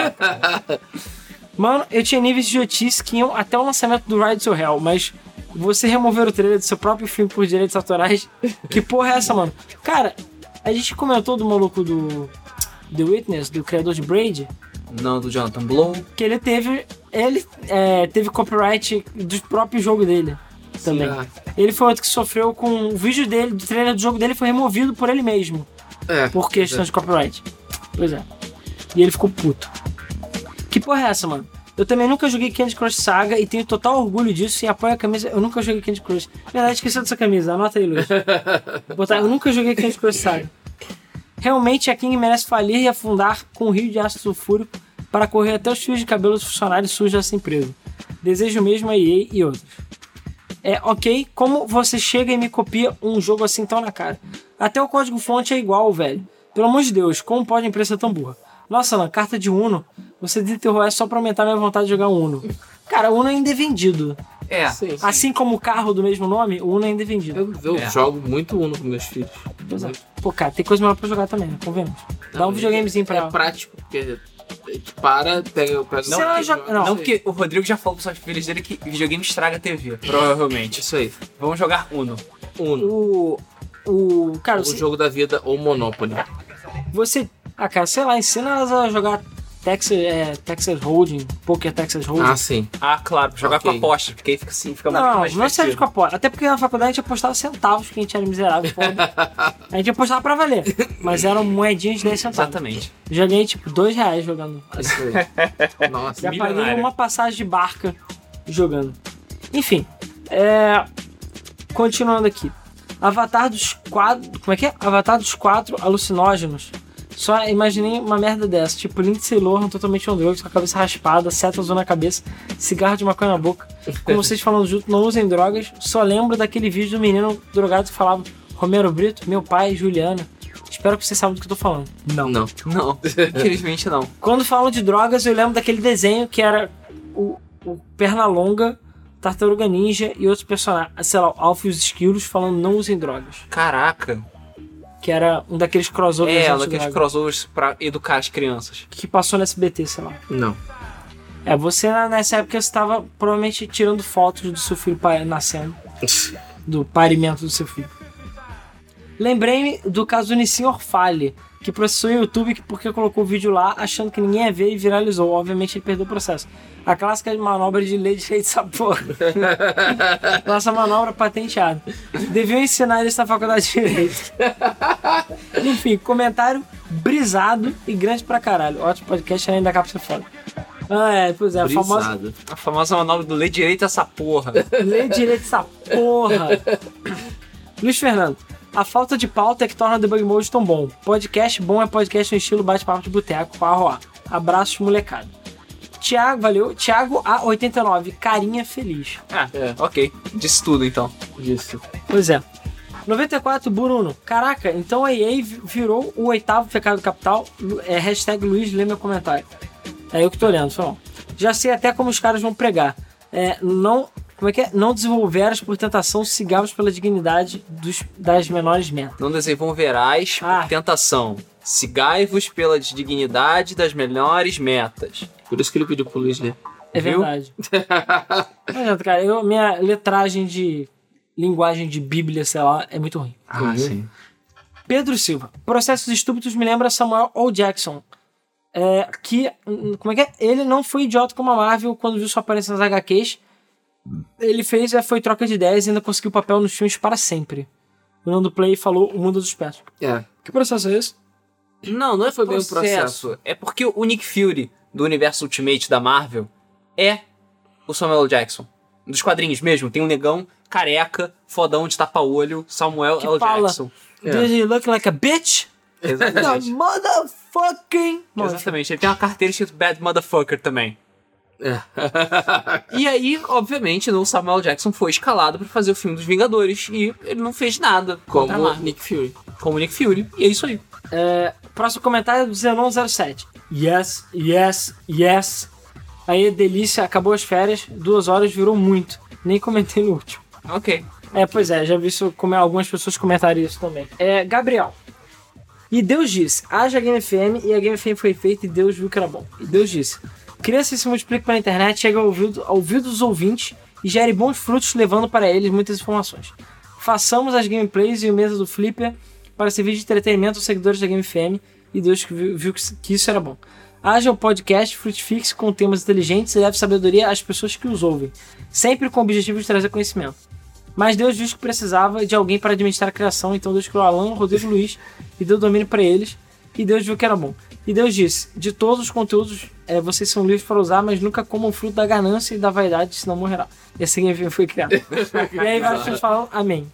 Mano, eu tinha níveis de idiotice que iam até o lançamento do Ride to Hell, mas você remover o trailer do seu próprio filme por direitos autorais, que porra é essa, mano? Cara, a gente comentou do maluco do The Witness, do criador de Braid, Não, do Jonathan Blow. que ele teve. Ele é, teve copyright do próprio jogo dele também. Ah, Ele foi outro que sofreu com o vídeo dele, do trailer do jogo dele foi removido por ele mesmo, É. por questão de copyright. Pois é. E ele ficou puto. Que porra é essa, mano? Eu também nunca joguei Candy Crush Saga e tenho total orgulho disso e apoio a camisa. Eu nunca joguei Candy Crush. Na verdade, esqueci dessa camisa, anota aí, Luiz. Vou Botar, eu nunca joguei Candy Crush Saga. Realmente a King merece falir e afundar com um rio de ácido sulfúrico para correr até os fios de cabelo dos funcionários sujos dessa empresa. Desejo mesmo a EA e outros. É, ok, como você chega e me copia um jogo assim tão na cara? Até o código fonte é igual, velho. Pelo amor de Deus, como pode a imprensa ser tão burra? Nossa, Alan, carta de Uno, você deterrou essa é só pra aumentar minha vontade de jogar Uno. Cara, Uno ainda é vendido. É. Sim, sim. Assim como o carro do mesmo nome, o Uno ainda é vendido. Eu, eu É. jogo muito Uno com meus filhos. Pois é. Pô, cara, tem coisa melhor pra jogar também, né? Convenhamos. Dá um Também. videogamezinho pra É ela. prático, porque a gente para, pega, pega Sei lá, já- não. Não, porque o Rodrigo já falou pros seus filhos dele que videogame estraga a TV. Provavelmente. Isso aí. Vamos jogar Uno. Uno. O. O. Cara, O você, jogo da vida ou Monopoly. você. Ah, cara, sei lá, ensina elas a jogar Texas, é, Texas Hold'em, Poker Texas Hold'em. Ah, sim. Ah, claro, jogar Ok. com aposta, porque aí fica assim, fica muito Não, mais não, não serve divertido. de aposta. Até porque na faculdade a gente apostava centavos, porque a gente era miserável. pobre. a gente apostava pra valer. Mas eram moedinhas de 10 centavos. Exatamente. Joguei tipo 2 reais jogando. Isso aí. Nossa. Já paguei Milionário. uma passagem de barca jogando. Enfim, é... continuando aqui. Avatar dos quatro. Como é que é? Avatar dos quatro alucinógenos. Só imaginei uma merda dessa, tipo Lindsay Lohan totalmente on drugs, com a cabeça raspada, seta azul na cabeça, cigarro de maconha na boca. Como vocês falando junto, não usem drogas. Só lembro daquele vídeo do menino drogado que falava Romero Brito, meu pai, Juliana. Espero que vocês saibam do que eu tô falando. Não. Não. Não, infelizmente não. Quando falam de drogas, eu lembro daquele desenho que era o, o Pernalonga, Tartaruga Ninja e outros personagens, sei lá, Alf e os Esquilos falando não usem drogas. Caraca. Que era um daqueles crossovers É, ela que as anti-drogas, crossovers pra educar as crianças. que passou no SBT, sei lá. Não. É, você na- nessa época estava provavelmente tirando fotos do seu filho pa- nascendo, do parimento do seu filho. Lembrei-me do caso do Nissin Orfale, que processou o YouTube porque colocou o vídeo lá achando que ninguém ia ver e viralizou. Obviamente ele perdeu o processo. A clássica manobra de lei de feito sabor. Nossa manobra patenteada. Deviam ensinar isso na faculdade de Direito. Enfim, comentário brisado e grande pra caralho. Ótimo podcast, além da cápsula foda. Ah, é, pois é, a famosa Brisado. A famosa manobra do lê direito essa porra. lei de direito essa porra. Luiz Fernando, a falta de pauta é que torna o debug mode tão bom. Podcast bom é podcast no estilo bate-papo de boteco, pá, roá. Abraços, molecada. Tiago, valeu. Tiago A89, carinha feliz. Ah, É. ok. Disse tudo então. Isso. Pois é. 94, Bruno. Caraca, então a EA vi- virou o oitavo pecado capital. Lu- É, hashtag Luiz, lê meu comentário. É eu que tô lendo, foi mal. Já sei até como os caras vão pregar. É, não. Como é que é? Não desenvolveras por tentação, sigamos pela dignidade dos, das menores metas. Não desenvolverás por Ah. tentação. Sigai-vos pela dignidade das melhores metas. Por isso que ele pediu pro Luiz ler. É Viu? verdade. Não adianta, cara. Eu, minha letragem de linguagem de Bíblia, sei lá, é muito ruim. Uhum. Ah, sim. Pedro Silva. Processos estúpidos me lembra Samuel L. Jackson. É, que, hum, como é que é? Ele não foi idiota como a Marvel quando viu sua aparência nas HQs. Ele fez, é, foi troca de ideias e ainda conseguiu papel nos filmes para sempre. O Nando Play falou o mundo dos pés. É. Que processo é esse? Não, não é foi bem um processo. processo. É porque o Nick Fury do universo Ultimate da Marvel é o Samuel L. Jackson. Dos quadrinhos mesmo, tem um negão careca, fodão de tapa-olho, Samuel Que L. fala. Jackson. É. Does he look like a bitch? The Exatamente. motherfucking... Bom, Exatamente. Ele tem uma carteira escrito Bad Motherfucker também. É. E aí, obviamente, né, o Samuel L. Jackson foi escalado pra fazer o filme dos Vingadores e ele não fez nada Tá contra a Como Marvel. Nick Fury. como Nick Fury. E é isso aí. Próximo comentário é do Zenon07. Yes, yes, yes. Aí, delícia, acabou as férias, duas horas virou muito. Nem comentei no último. Ok. É, pois é, já vi isso, como algumas pessoas comentaram isso também. É, Gabriel. E Deus disse, haja Game FM, e a Game FM foi feita e Deus viu que era bom. E Deus disse, cresça e se multiplique pela internet, chega ao ouvido, ao ouvido dos ouvintes e gere bons frutos, levando para eles muitas informações. Façamos as gameplays e o mesa do Flipper para servir de entretenimento aos seguidores da Game FM, e Deus que viu, viu que, que isso era bom. Haja o podcast, frutifique-se com temas inteligentes e leve sabedoria às pessoas que os ouvem, sempre com o objetivo de trazer conhecimento. Mas Deus disse que precisava de alguém para administrar a criação, então Deus criou Alan, Rodrigo e Luiz e deu domínio para eles. E Deus viu que era bom. E Deus disse: De todos os conteúdos, eh, vocês são livres para usar, mas nunca comam fruto da ganância e da vaidade, senão morrerá. E assim ele foi criado. e aí várias pessoas falam: Amém.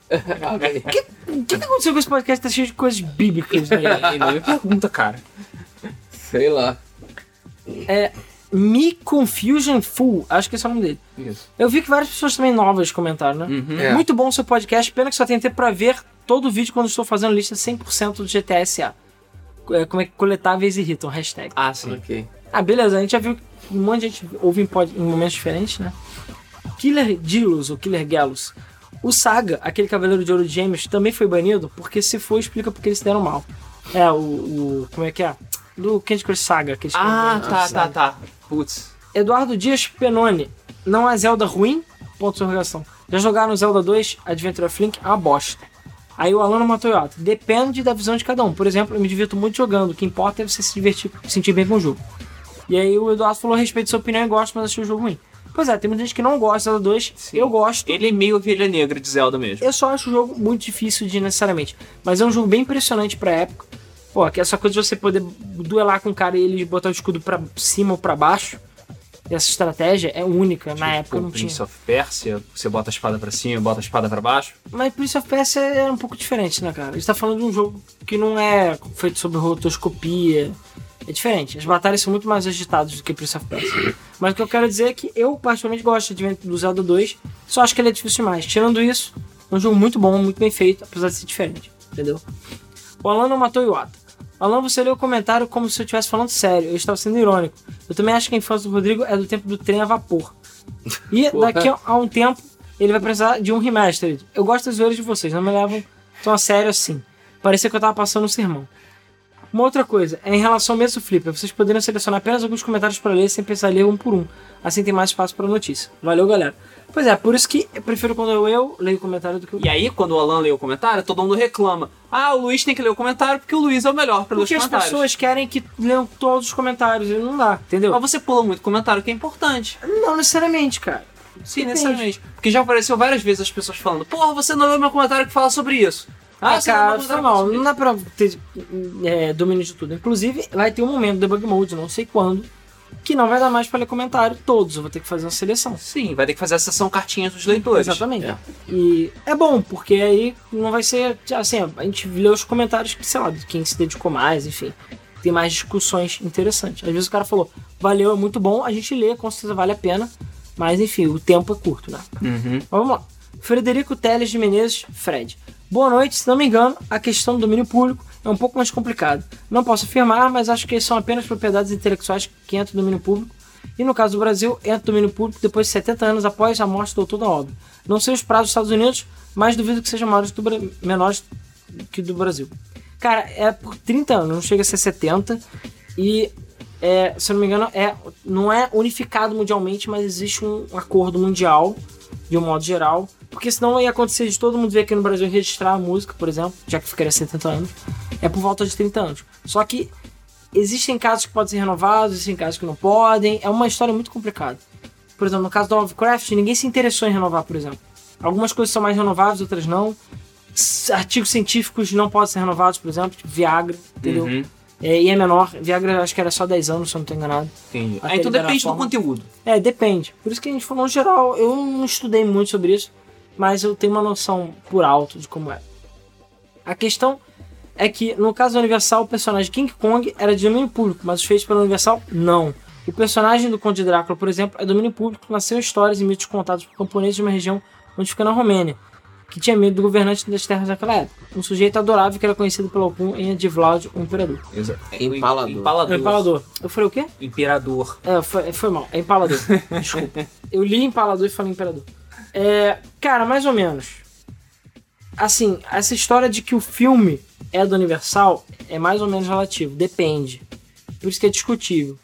O que, o que que aconteceu com esse podcast? Tá cheio de coisas bíblicas. Né? E não me pergunta, cara. Sei lá. Me Confusion Fool, acho que esse é o nome dele. Isso. Eu vi que várias pessoas também novas comentaram, né? É. Muito bom o seu podcast, pena que só tem tempo pra ver todo o vídeo quando estou fazendo lista 100% do GTSA. É, Como é que coletáveis irritam, hashtag. Ah, sim. Ok. Ah, beleza, a gente já viu que um monte de gente ouve em, pod- em momentos diferentes, né? Killer Dilos, ou Killer Gallus. O Saga, aquele Cavaleiro de Ouro de Gêmeos, também foi banido, porque se for, explica porque eles se deram mal. É, o... o- como é que é? Do Candy Crush Saga. Que eles Ah, ficaram tá, banidos, tá, né? tá. Putz. Eduardo Dias Penoni. Não é Zelda ruim? Ponto de interrogação. Já jogaram Zelda 2, Adventure of Link? É uma bosta. Aí o Alano matou o Yoto. Depende da visão de cada um. Por exemplo, eu me divirto muito jogando. O que importa é você se divertir, se sentir bem com o jogo. E aí o Eduardo falou, respeito sua opinião e gosto, mas achei o jogo ruim. Pois é, tem muita gente que não gosta de Zelda 2. Sim. Eu gosto. Ele é meio ovelha negra de Zelda mesmo. Eu só acho o jogo muito difícil de necessariamente. Mas é um jogo bem impressionante pra época. Pô, que essa coisa de você poder duelar com o cara e ele botar o escudo pra cima ou pra baixo. Essa estratégia é única. Na época o não tinha. Tipo, Prince of Persia, você bota a espada pra cima, bota a espada pra baixo. Mas Prince of Persia é um pouco diferente, né, cara? A gente tá falando de um jogo que não é feito sobre rotoscopia. É diferente. As batalhas são muito mais agitadas do que Prince of Persia. Mas o que eu quero dizer é que eu particularmente gosto de Advent- do Zelda 2. Só acho que ele é difícil demais. Tirando isso, É um jogo muito bom, muito bem feito, apesar de ser diferente, entendeu? O Alan não matou o Iwata. Alan, você leu o comentário como se eu estivesse falando sério. Eu estava sendo irônico. Eu também acho que a infância do Rodrigo é do tempo do trem a vapor. E Porra. daqui a um tempo, ele vai precisar de um remastered. Eu gosto das zoeiras de vocês, não me levam tão a sério assim. Parecia que eu tava passando um sermão. Uma outra coisa, é em relação ao mesmo Flipper. Vocês poderiam selecionar apenas alguns comentários para ler sem precisar ler um por um. Assim tem mais espaço para notícia. Valeu, galera. Pois é, por isso que eu prefiro quando eu, eu leio o comentário do que o E aí, quando o Alan lê o comentário, todo mundo reclama. Ah, o Luiz tem que ler o comentário porque o Luiz é o melhor para ler os Porque as comentários. pessoas querem que leiam todos os comentários e não dá, entendeu? Mas você pula muito comentário, que é importante. Não necessariamente, cara. Sim, Depende. necessariamente. Porque já apareceu várias vezes as pessoas falando, porra, você não leu meu comentário que fala sobre isso. Ah, você não leu cara, meu foi comentário mal. que Não fala sobre dá pra ter é, domínio de tudo. Inclusive, vai ter um momento do debug mode, não sei quando, que não vai dar mais pra ler comentário todos. Eu vou ter que fazer uma seleção. isso." Sim, vai ter que fazer a sessão cartinhas dos leitores. Exatamente. É. E é bom, porque aí não vai ser. Assim, a gente lê os comentários que, sei lá, de quem se dedicou mais, enfim. Tem mais discussões interessantes. Às vezes o cara falou, valeu, é muito bom, a gente lê, com certeza vale a pena. Mas enfim, o tempo é curto, né? Uhum. Mas Vamos lá. Frederico Teles de Menezes, Fred. Boa noite, se não me engano, a questão do domínio público é um pouco mais complicada. Não posso afirmar, mas acho que são apenas propriedades intelectuais que entram no domínio público. E no caso do Brasil, entra no domínio público depois de 70 anos após a morte do autor da obra. Não sei os prazos dos Estados Unidos, mas duvido que sejam maiores que do Bra- menores que do Brasil. Cara, é por 30 anos, não chega a ser 70. E, é, se eu não me engano, é, não é unificado mundialmente, mas existe um acordo mundial, de um modo geral. Porque senão ia acontecer de todo mundo vir aqui no Brasil e registrar a música, por exemplo, já que ficaria 70 anos. É por volta de 30 anos. Só que existem casos que podem ser renovados, existem casos que não podem. É uma história muito complicada. Por exemplo, no caso do Lovecraft, ninguém se interessou em renovar, por exemplo. Algumas coisas são mais renováveis, outras não. S- Artigos científicos não podem ser renovados, por exemplo, tipo Viagra, entendeu? Uhum. É, e é menor. Viagra eu acho que era só 10 anos, se eu não tô enganado. Entendi. Até Ah, então liberar a depende do forma. conteúdo. É, depende. Por isso que a gente falou no geral, eu não estudei muito sobre isso, mas eu tenho uma noção por alto de como é. A questão é que, no caso da Universal, o personagem King Kong era de domínio público, mas os feitos pela Universal, não. O personagem do Conde Drácula, por exemplo, é domínio público, nasceu em histórias e mitos contados por camponeses de uma região onde fica na Romênia, que tinha medo do governante das terras daquela época. Um sujeito adorável que era conhecido pelo algum em de Vlad, o imperador. Exato. Empalador. É Ah, o empalador. Eu falei o quê? Imperador. É, foi, foi mal. É empalador. Desculpa. Eu li empalador e falei imperador. É, cara, mais ou menos. Assim, essa história de que o filme é do Universal é mais ou menos relativo. Depende. Por isso que é discutível.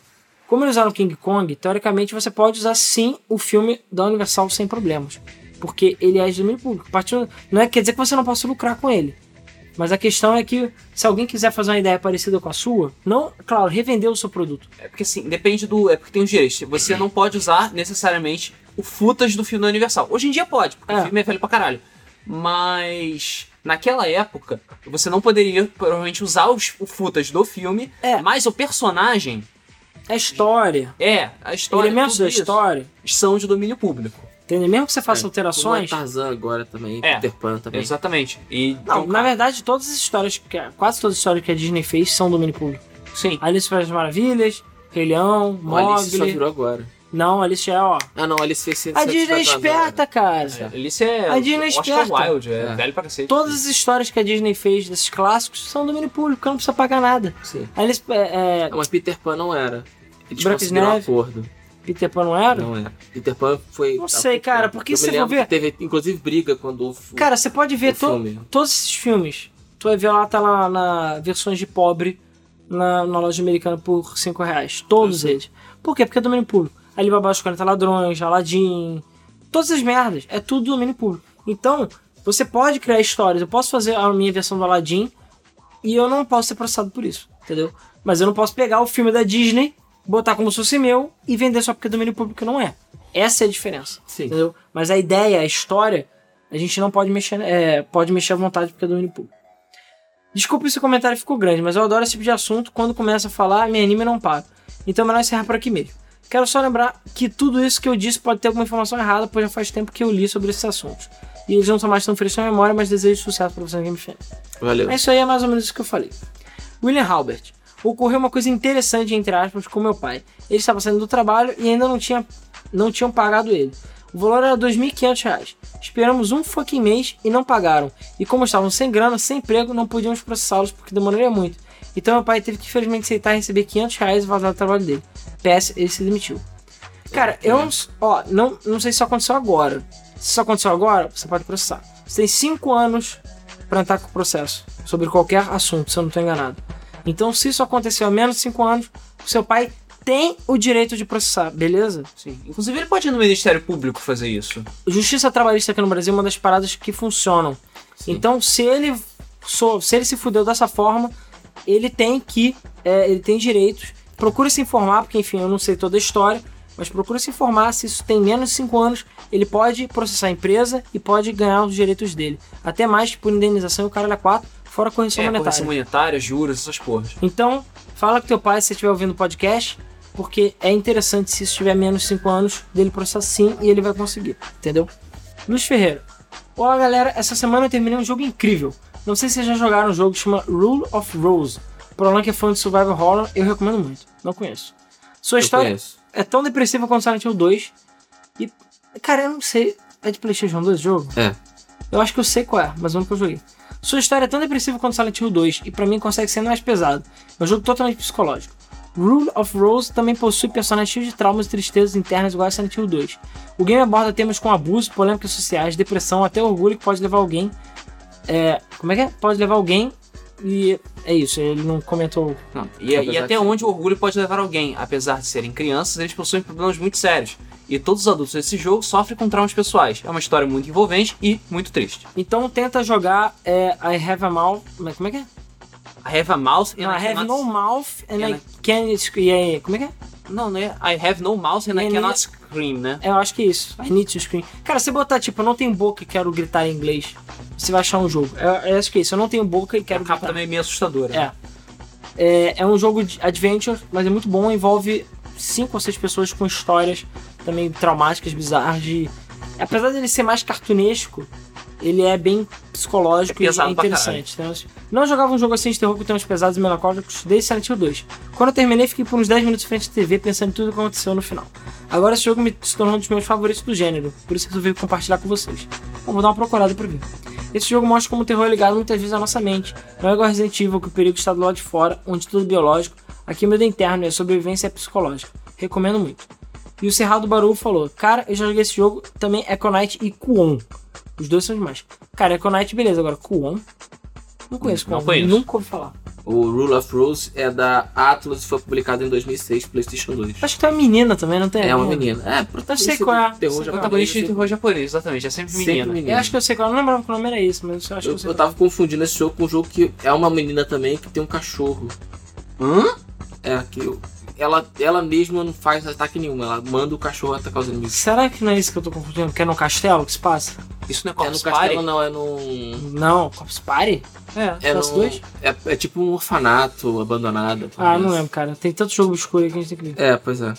Como eles usaram King Kong, teoricamente você pode usar sim o filme da Universal sem problemas. Porque ele é de domínio público. Partindo, não é, quer dizer que você não possa lucrar com ele. Mas a questão é que se alguém quiser fazer uma ideia parecida com a sua, não, claro, revender o seu produto. É porque assim, depende do. É porque tem os direitos. Você não pode usar necessariamente o futas do filme da Universal. Hoje em dia pode, porque É. o filme é velho pra caralho. Mas naquela época, você não poderia provavelmente usar os, o futas do filme, É. mas o personagem É história. é a história. elementos tudo da isso história, são de domínio público. entendeu? Mesmo que você faça É, alterações. Como é Tarzan agora também, É, Peter Pan também. Exatamente. E Não, então, na verdade, todas as histórias, que quase todas as histórias que a Disney fez são domínio público. sim. Alice faz as Maravilhas, Rei Leão, Olha, isso só Mobile. virou agora. Não, Alice é, ó. Ah, não, Alice fez 100 A Disney é esperta, cara. Alice é. A Disney é Oscar esperta. Wilde, é, É. velho pra cacete. Todas as histórias que a Disney fez desses clássicos são domínio público, porque não precisa pagar nada. Sim. Alice, é, é, Não, mas Peter Pan não era. Eles Branca de conseguiram um Neve. acordo. Peter Pan não era? Não era. Peter Pan foi. Não há sei, pouco cara, tempo. porque Eu se me for lembro ver- que Teve, inclusive, briga quando houve. Cara, você pode ver O to- filme. todos esses filmes. Tu vai ver lá, tá lá na versões de pobre na, na loja americana por 5 reais. Todos eles. Por quê? Porque é domínio público. Alibaba os 40 ladrões, tá Aladdin. Todas as merdas. É tudo domínio público. Então, você pode criar histórias. Eu posso fazer a minha versão do Aladdin e eu não posso ser processado por isso. Entendeu? Mas eu não posso pegar o filme da Disney, botar como se fosse meu e vender só porque é domínio público não é. Essa é a diferença. Sim. Entendeu? Mas a ideia, a história, a gente não pode mexer, é, pode mexer à vontade porque é domínio público. Desculpa se o comentário ficou grande, mas eu adoro esse tipo de assunto. Quando começa a falar, me anima e não para. Então é melhor encerrar por aqui mesmo. Quero só lembrar que tudo isso que eu disse pode ter alguma informação errada, pois já faz tempo que eu li sobre esses assuntos. E eles não são mais tão frescos na memória, mas desejo sucesso para você no Game Fan. Valeu. É isso aí, é mais ou menos isso que eu falei. William Halbert. Ocorreu uma coisa interessante, entre aspas, com meu pai. Ele estava saindo do trabalho e ainda não, tinha, não tinham pagado ele. O valor era R$ 2.500. Esperamos um fucking mês e não pagaram. E como estavam sem grana, sem emprego, não podíamos processá-los porque demoraria muito. Então meu pai teve que infelizmente aceitar receber 500 reais e vazar do trabalho dele. PS, ele se demitiu. Cara, eu não, s- ó, não, não sei se isso aconteceu agora. Se isso aconteceu agora, você pode processar. Você tem 5 anos pra entrar com o processo sobre qualquer assunto, se eu não tô enganado. Então, se isso aconteceu há menos de 5 anos, o seu pai tem o direito de processar, beleza? Sim. Inclusive, ele pode ir no Ministério Público fazer isso. Justiça trabalhista aqui no Brasil é uma das paradas que funcionam. Então, se ele so- se ele se fudeu dessa forma, ele tem que é, ele tem direitos. Procura se informar, porque enfim, eu não sei toda a história, mas procura se informar se isso tem menos de 5 anos, ele pode processar a empresa e pode ganhar os direitos dele. Até mais por indenização e o cara é 4, fora correção é, monetária. correção monetária, juros, essas porras. Então, fala com teu pai se você estiver ouvindo o podcast, porque é interessante se isso tiver menos de 5 anos, dele processar sim e ele vai conseguir, entendeu? Luiz Ferreira. Olá galera, essa semana eu terminei um jogo incrível. Não sei se vocês já jogaram um jogo que chama Rule of Rose. Pro Alan que é fã de Survival Horror, eu recomendo muito. Não conheço. Sua Eu história conheço. é tão depressiva quanto Silent Hill 2. E, cara, eu não sei. É de PlayStation 2 o jogo? É. Eu acho que eu sei qual é, mas eu nunca joguei. Sua história é tão depressiva quanto Silent Hill 2 e pra mim consegue ser mais pesado. É um jogo totalmente psicológico. Rule of Rose também possui personagens cheios de traumas e tristezas internas igual a Silent Hill 2. O game aborda temas como abuso, polêmicas sociais, depressão, até orgulho que pode levar alguém. É, como é que é? Pode levar alguém e é isso, ele não comentou. Não, e, Apesar e até de- um onde o orgulho pode levar alguém. Apesar de serem crianças, eles possuem problemas muito sérios. E todos os adultos desse jogo sofrem com traumas pessoais. É uma história muito envolvente e muito triste. Então tenta jogar é, I Have a Mouth. mas Como é que é? I have a mouth and Não, Ah, I I have cannot... no mouth É, and I né? can't scream. Como é que é? Não, não é I have no mouth and É, I né? cannot scream, né? É, Eu acho que é isso. I need to scream. Cara, se botar tipo, eu não tenho boca e quero gritar em inglês, você vai achar um jogo. Eu, eu acho que é isso. Eu não tenho boca e quero A capa gritar. também é meio assustadora. É. É, é um jogo de adventure, mas é muito bom. Envolve cinco ou seis pessoas com histórias também traumáticas, bizarras. De... Apesar dele ser mais cartunesco, ele é bem psicológico É e pesado é pra interessante. né? Não jogava um jogo assim de terror com temas pesados e melancólicos desde Silent Hill 2. Quando eu terminei, fiquei por uns 10 minutos em frente à TV pensando em tudo o que aconteceu no final. Agora esse jogo me se tornou um dos meus favoritos do gênero, por isso resolvi compartilhar com vocês. Bom, vou dar uma procurada pra ver. Esse jogo mostra como o terror é ligado muitas vezes à nossa mente. Não é igual Resident Evil, que o perigo está do lado de fora, onde tudo é biológico. Aqui é medo interno e a sobrevivência é psicológica. Recomendo muito. E o Cerrado Baru falou: Cara, eu já joguei esse jogo, também é Conite e Kuon. Os dois são demais. Cara, é Conite, beleza. Agora, Kuon. Não conheço Kuon. Não conheço. Nunca ouvi falar. O Rule of Rose é da Atlas e foi publicado em 2006 PlayStation 2. Acho que tem uma menina também, não tem? É uma menina. É, protagonista Eu sei qual é. de O Sei Terror qual é. japonês. protagonista de Eu, terror japonês, exatamente. É sempre Sempre menina. menina. Eu acho que eu sei qual. é, Eu não lembrava que o nome era esse, mas eu acho que eu eu, sei qual. é. tava confundindo esse jogo com um jogo que é uma menina também que tem um cachorro. Hã? É, que eu- ela, ela mesma não faz ataque nenhum. Ela manda o cachorro atacar os inimigos. Será que não é isso que eu tô confundindo? Que é no castelo que se passa? Isso não é é no Corpse Party? castelo, não. É num... Não, Corpse Party? É. É, Fast num- dois? é, é tipo um orfanato abandonado. Ah, talvez. não lembro, cara. Tem tanto jogo obscuro aí que a gente tem que ver. É, pois é.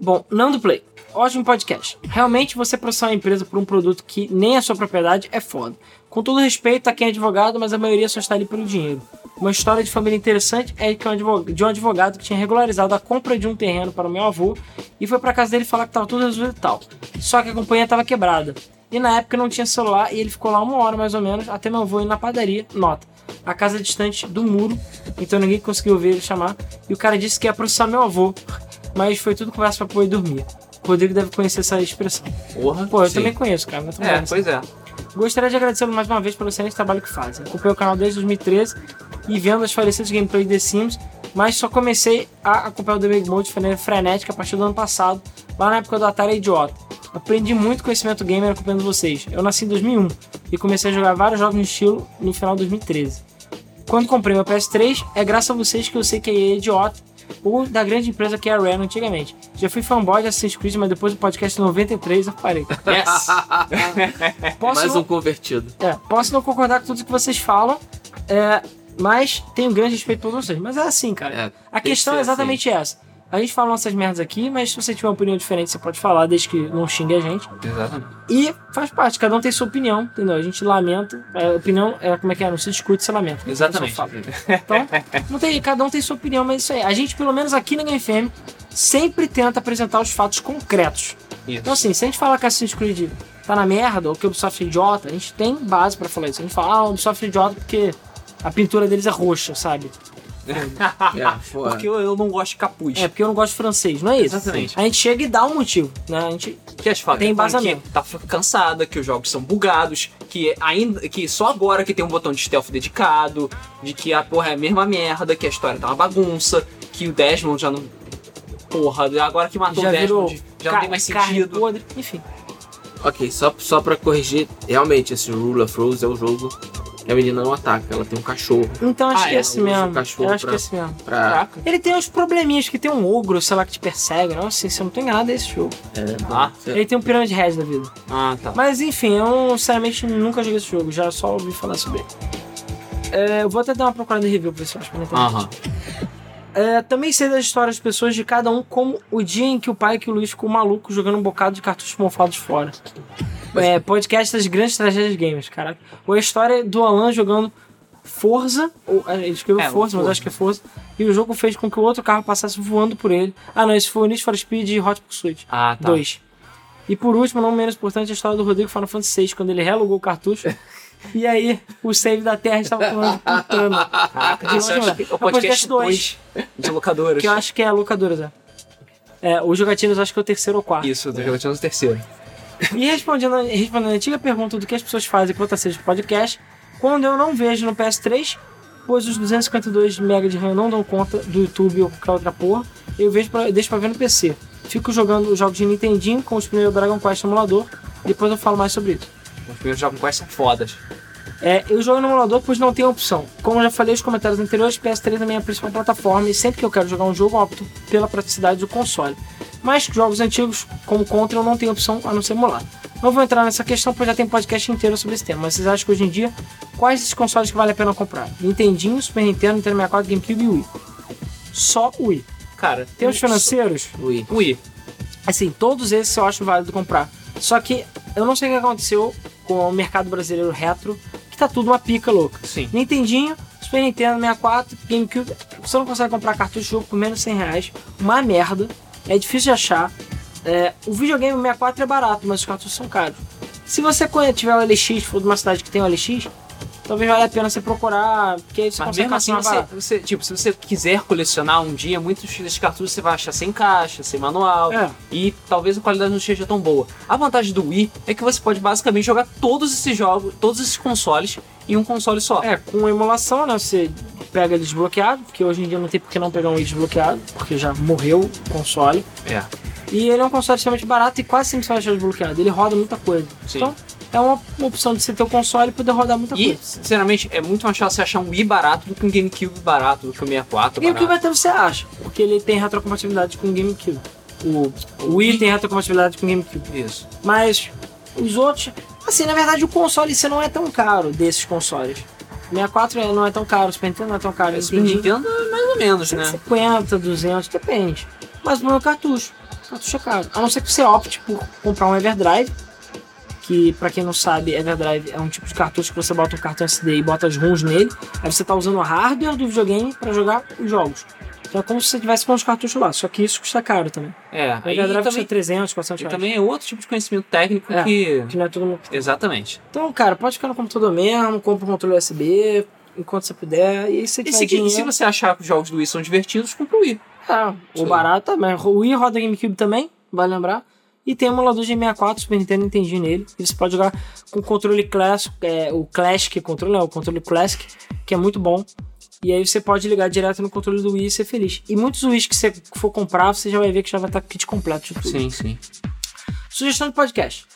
Bom, Nando Play. Ótimo podcast. Realmente, você processar uma empresa por um produto que nem é sua propriedade é foda. Com todo respeito a quem é advogado, mas a maioria só está ali pelo dinheiro. Uma história de família interessante é que um advog- de um advogado que tinha regularizado a compra de um terreno para o meu avô e foi para casa dele falar que estava tudo resolvido e tal. Só que a companhia estava quebrada. E na época não tinha celular e ele ficou lá uma hora mais ou menos até meu avô ir na padaria. Nota. A casa é distante do muro, então ninguém conseguiu ver ele chamar. E o cara disse que ia processar meu avô, mas foi tudo conversa pra poder dormir. O Rodrigo deve conhecer essa expressão. Porra. Pô, eu Sim. também conheço, cara. Mas tô É, falando pois é. Gostaria de agradecê-lo mais uma vez pelo excelente trabalho que fazem. Acompanho o canal desde 2013 e vendo as falecidas gameplay de The Sims, mas só comecei a acompanhar o The Big Mode de maneira frenética a partir do ano passado, lá na época do Atari Idiota. Aprendi muito conhecimento gamer acompanhando vocês. Eu nasci em 2001 e comecei a jogar vários jogos no estilo no final de 2013. Quando comprei meu PS3, é graças a vocês que eu sei que a EA é idiota ou da grande empresa que é a Rare antigamente. Já fui fanboy de Assassin's Creed, mas depois do podcast 93 eu parei. Yes. Posso Mais um convertido. é, posso não concordar com tudo que vocês falam, é, mas tenho grande respeito por vocês. Mas é assim, cara. É, a tem que questão ser assim. é exatamente essa. A gente fala nossas merdas aqui, mas se você tiver uma opinião diferente, você pode falar, desde que não xingue a gente. Exatamente. E faz parte, cada um tem sua opinião, entendeu? A gente lamenta. A opinião é como é que é? Não se discute, se lamenta. Exatamente. Só fala. Então, não tem, cada um tem sua opinião, mas é isso aí. A gente, pelo menos aqui na Game FM, sempre tenta apresentar os fatos concretos. Então, Isso. assim, se a gente falar que Assassin's Creed tá na merda ou que o Ubisoft é idiota, a gente tem base pra falar isso. A gente fala, ah, o Ubisoft é idiota porque a pintura deles é roxa, sabe? Ah, É, pô, Porque eu, eu não gosto de capuz. É, porque eu não gosto de francês, não é isso? Exatamente. A gente chega e dá um motivo, né? A gente Que as fadas Tem falam embasamento. que tá f- cansada, que os jogos são bugados, que ainda que só agora que tem um botão de stealth dedicado, de que a porra é a mesma merda, que a história tá uma bagunça, que o Desmond já não. Porra, agora que matou já o virou Desmond, já ca- não tem mais carne sentido. podre. Enfim, ok, só, só pra corrigir, realmente esse Rule of Rose é o jogo que a menina não ataca, ela tem um cachorro então acho Ah, que é, é esse usa o mesmo. cachorro Eu acho pra- que é esse mesmo. pra. Caraca. Ele tem uns probleminhas, que tem um ogro, sei lá, que te persegue. né? Não sei, se eu não tem nada desse jogo. Ah. É, Ele tem um piranha de Red da vida. Ah, tá. Mas enfim, eu sinceramente nunca joguei esse jogo, já só ouvi falar sobre ele. É, eu vou até dar uma procurada em review pra ver se eu acho que não tem. Aham. É, também sei das histórias das pessoas de cada um, como o dia em que o pai que o Luiz ficou maluco jogando um bocado de cartuchos mofados fora. É, podcast das grandes tragédias games, caraca. Ou a história do Alan jogando Forza, ou, é, ele escreveu É, o Forza, mas Forza. eu acho que é Forza, e o jogo fez com que o outro carro passasse voando por ele. Ah não, esse foi o Need for Speed e Hot Pursuit. Ah, tá. Dois. E por último, não menos importante, a história do Rodrigo Final Fantasy VI, quando ele relogou o cartucho. e aí, o save da Terra estava falando de putano. Caraca, isso Não, eu não, acho que é é o podcast podcast 2 de locadoras. Que eu acho que é a locadora, Zé. É, o Jogatinos acho que é o terceiro ou quarto. Isso, do Gelatinos terceiro. E respondendo, a- respondendo a antiga pergunta do que as pessoas fazem para ser de podcast, quando eu não vejo no PS3, pois os 252 MB de RAM não dão conta do YouTube ou qualquer outra porra, eu vejo pra, deixo pra ver no PC. Fico jogando os jogos de Nintendinho, como os primeiros Dragon Quest no emulador, depois eu falo mais sobre isso. Os primeiros jogos quais são fodas. É, eu jogo no emulador, pois não tem opção. Como eu já falei nos comentários anteriores, PS3 é a minha principal plataforma e sempre que eu quero jogar um jogo, eu opto pela praticidade do console. Mas jogos antigos, como Contra, eu não tenho opção a não ser emular. Não vou entrar nessa questão, pois já tem podcast inteiro sobre esse tema. Mas vocês acham que hoje em dia, quais esses consoles que vale a pena comprar? Nintendinho, Super Nintendo, Nintendo 64, GameCube e Wii. Só Wii. Cara, Tem os financeiros? Ui. Ui, assim, todos esses eu acho válido comprar. Só que eu não sei o que aconteceu com o mercado brasileiro retro, que tá tudo uma pica louca. sim. Nintendinho, Super Nintendo 64, GameCube, você não consegue comprar cartucho de jogo por menos de 100 reais. Uma merda, é difícil de achar. É, o videogame 64 é barato, mas os cartuchos são caros. Se você conhe- tiver o LX, for de uma cidade que tem o LX, talvez valha a pena você procurar, porque aí você Mas consegue mesmo assim, cartucho mais você, barato. você- tipo, se você quiser colecionar um dia muitos desses cartuchos, você vai achar sem caixa, sem manual, É. e talvez a qualidade não seja tão boa. A vantagem do Wii é que você pode basicamente jogar todos esses jogos, todos esses consoles, em um console só. É, com emulação, né? Você pega ele desbloqueado, porque hoje em dia não tem por que não pegar um Wii desbloqueado, porque já morreu o console. É. E ele é um console extremamente barato e quase sempre você vai achar desbloqueado. Ele roda muita coisa. Sim. Então, é uma, uma opção de você ter o console e poder rodar muita E, coisa. sinceramente, é muito mais fácil você achar um Wii barato do que um GameCube barato, do que um 64 barato. GameCube até você acha, porque ele tem retrocompatibilidade com o GameCube. O, o Wii tem retrocompatibilidade com o GameCube. Isso. Mas os outros. Assim, na verdade, o console você não é tão caro desses consoles. 64 não é tão caro, Super Nintendo não é tão caro. O Super Nintendo- Nintendo é mais ou menos, né? 150, 200, depende. Mas não é o cartucho. Cartucho é caro. A não ser que você opte por comprar um Everdrive, que pra quem não sabe, Everdrive é um tipo de cartucho que você bota um cartão SD e bota as ROMs nele. Aí você tá usando o hardware do videogame pra jogar os jogos. Então é como se você tivesse com os cartuchos lá, só que isso custa caro também. É. O Aí Everdrive custa também, 300, 400 e reais. também é outro tipo de conhecimento técnico É. que... Que não é todo mundo Exatamente. Então, cara, pode ficar no computador mesmo, compra um controle USB, enquanto você puder, e aí você E tiver se, dinheiro... se você achar que os jogos do Wii são divertidos, compra o Wii. Ah, Sim. o barato também. O Wii roda GameCube também, vale lembrar. E tem emulador de 64, Super Nintendo, entendi nele. E você pode jogar com controle clássico, é, o Classic controle, não, o controle Classic, que é muito bom. E aí você pode ligar direto no controle do Wii e ser feliz. E muitos Wii's que você for comprar, você já vai ver que já vai estar com kit completo de tudo. sim. Sugestão de podcast.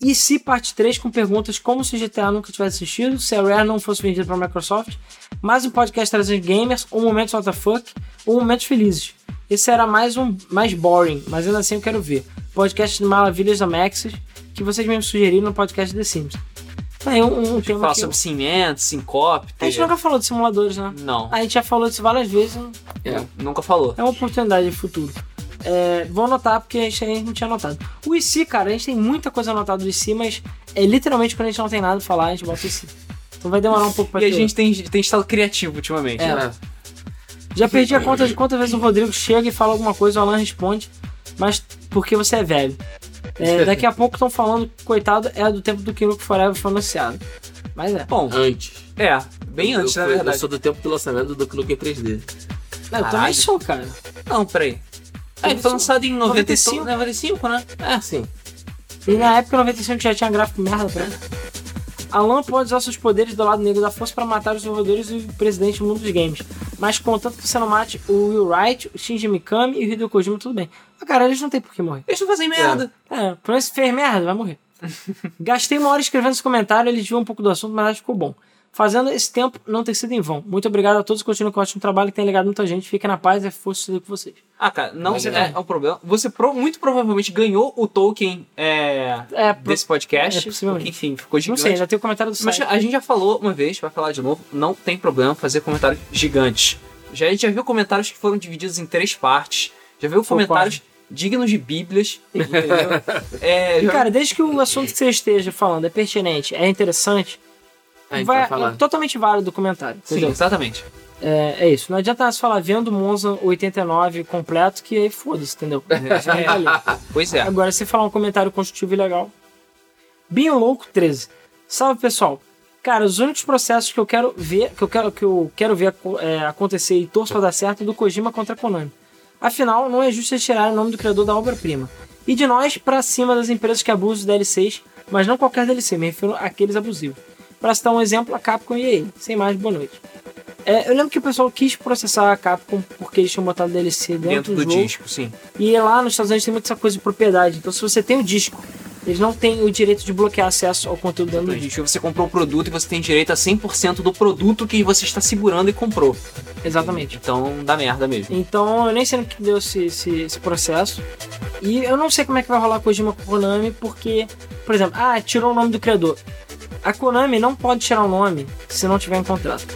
E se parte 3 com perguntas como se GTA nunca tivesse assistido, se a Rare não fosse vendida para Microsoft, mais um podcast trazendo gamers, um ou momentos what the fuck, ou momentos felizes. Esse era mais um mais boring, mas ainda assim eu quero ver. Podcast de Maravilhas da Maxis, que vocês mesmos sugeriram no podcast The Sims. Falei, um, um tema Fala que... sobre cimento, sincope. A gente nunca falou de simuladores, né? Não, A gente já falou disso várias vezes. nunca falou. É uma oportunidade de futuro. É, vou anotar porque a gente, a gente não tinha anotado. O IC, cara, a gente tem muita coisa anotada do IC, mas é literalmente quando a gente não tem nada pra falar, a gente bota o IC. Então vai demorar um pouco pra E a ter gente tem, tem estado criativo ultimamente. né? É. É. Já perdi a conta de quantas vezes o Rodrigo chega e fala alguma coisa, o Alan responde, mas porque você é velho. É, daqui a pouco estão falando, coitado, é do tempo do Kilo que Forever foi anunciado. Mas é. Bom, Antes. é, bem antes, eu, na fui- verdade. Eu sou do tempo do lançamento do Duke Nukem Eu 3D. também Caralho. sou, cara. Não, peraí. É, Ah, ele foi lançado em 95, 95 95. né? É. Ah, sim. E na época 95 já tinha gráfico merda pra ele. Alan pode usar seus poderes do lado negro da força para matar os desenvolvedores e o presidente do mundo dos games. Mas contanto que você não mate o Will Wright, o Shinji Mikami e o Hideo Kojima, tudo bem. Mas, cara, eles não têm por que morrer. Eles não fazem merda. É, por isso fez merda, vai morrer. Gastei uma hora escrevendo esse comentário, ele desviou um pouco do assunto, mas acho que ficou bom. Fazendo esse tempo não ter sido em vão. Muito obrigado a todos que continuam com o ótimo trabalho que tem legado muita gente. Fica na paz, é força com vocês. Ah, cara, não Mas é, é um problema. Você pro- muito provavelmente ganhou o token é, É, pro- desse podcast. é, possivelmente. porque, enfim, ficou não gigante. sei, já tem o comentário do Mas site. a gente já falou uma vez, vai falar de novo, não tem problema fazer comentários gigantes. Já, a gente já viu comentários que foram divididos em três partes. Já viu comentários dignos de bíblias. entendeu? é, E, já- cara, desde que o assunto que você esteja falando é pertinente, é interessante, A gente vai, vai falar. é totalmente válido o comentário. sim, entendeu? exatamente. É, é isso. Não adianta você falar vendo Monza 89 completo, que aí foda-se, entendeu? É, Você não vai ler. Pois é. Agora, se falar um comentário construtivo e legal. Bem louco 13. Salve, pessoal. Cara, os únicos processos que eu quero ver, que eu quero, que eu quero ver aco- é, acontecer e torço pra dar certo é do Kojima contra a Konami. Afinal, não é justo eles tirarem o nome do criador da obra-prima. E de nós pra cima das empresas que abusam dos DLCs, mas não qualquer DLC, me refiro àqueles abusivos. Pra citar um exemplo, a Capcom e a EA. Sem mais, boa noite. É, eu lembro que o pessoal quis processar a Capcom porque eles tinham botado DLC dentro, Dentro do jogo. disco, sim. E lá nos Estados Unidos tem muita essa coisa de propriedade. Então, se você tem o disco, eles não têm o direito de bloquear acesso ao conteúdo dentro do Exatamente. disco. Porque você comprou o produto e você tem direito a 100% do produto que você está segurando e comprou. Exatamente. Então dá merda mesmo. Então, eu nem sei no que deu esse, esse, esse processo. E eu não sei como é que vai rolar a Kojima com a Konami, porque, por exemplo, ah, tirou o nome do criador. A Konami não pode tirar o nome se não tiver em contrato.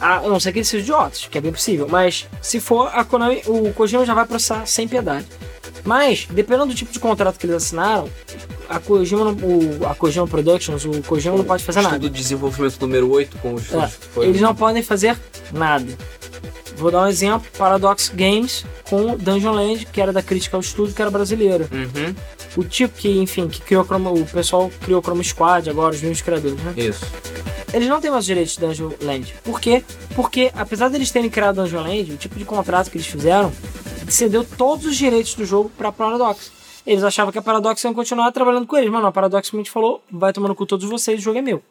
A a não ser que eles sejam idiotas, que é bem possível. Mas se for, a Konami, o Kojima já vai processar sem piedade. Mas, dependendo do tipo de contrato que eles assinaram, a Kojima, não- o, a Kojima Productions, o Kojima não pode fazer Estudo nada. de desenvolvimento número 8 com os. É, foi- Eles não podem fazer nada. Vou dar um exemplo: Paradox Games com Dungeon Land, que era da crítica ao estúdio, que era brasileira. Uhum, O tipo que, enfim, que criou Chroma, o pessoal criou Chroma Squad, agora os mesmos criadores, né? Isso. Eles não têm mais direitos de Dungeon Land. Por quê? Porque, apesar deles terem criado Dungeon Land, o tipo de contrato que eles fizeram cedeu todos os direitos do jogo pra Paradox. Eles achavam que a Paradox ia continuar trabalhando com eles, mas não, a Paradox simplesmente falou: vai tomando com todos vocês, o jogo é meu.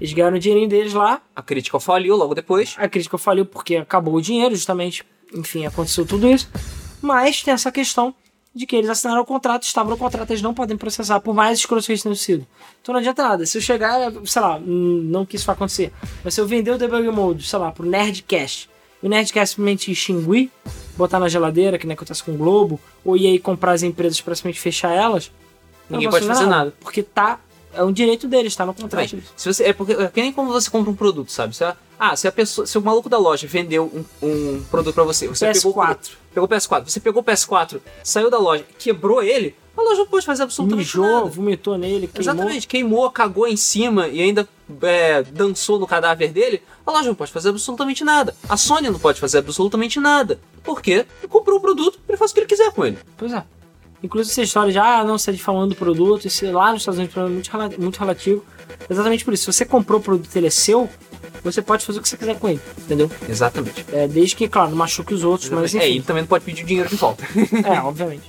Eles ganharam o dinheirinho deles lá, A crítica faliu logo depois. a crítica eu falei porque acabou o dinheiro, justamente, enfim, aconteceu tudo isso. Mas tem essa questão de que eles assinaram o contrato, estavam no contrato, eles não podem processar, por mais escroto que eles tenham sido. Então não adianta nada. Se eu chegar, sei lá, hum, não que isso vai acontecer, mas se eu vender o Debug Mode, sei lá, pro Nerdcast, e o Nerdcast simplesmente extinguir, botar na geladeira, que nem acontece com o Globo, ou ir aí comprar as empresas pra simplesmente fechar elas, eu Ninguém não posso pode fazer nada. Porque tá. É um direito deles, tá no Também. contrato. Se você, é porque é que nem quando você compra um produto, sabe? Se a- ah, se a pessoa, se o maluco da loja vendeu um, um produto pra você, você pegou o produto, PS4. pegou o PS4, você pegou o PS4, saiu da loja, quebrou ele, a loja não pode fazer absolutamente Mijou, nada. vomitou nele, queimou. Exatamente, queimou, cagou em cima e ainda é, dançou no cadáver dele, a loja não pode fazer absolutamente nada. A Sony não pode fazer absolutamente nada. Por quê? Ele comprou o produto, ele faz o que ele quiser com ele. Pois é. Inclusive essa história de, ah, não, você está difamando o produto, isso lá nos Estados Unidos é muito, rela- muito relativo. Exatamente por isso. Se você comprou o produto e ele é seu, você pode fazer o que você quiser com ele, entendeu? Exatamente. É, desde que, claro, não machuque os outros, mas é, enfim. ele também não pode pedir o dinheiro de volta. É, obviamente.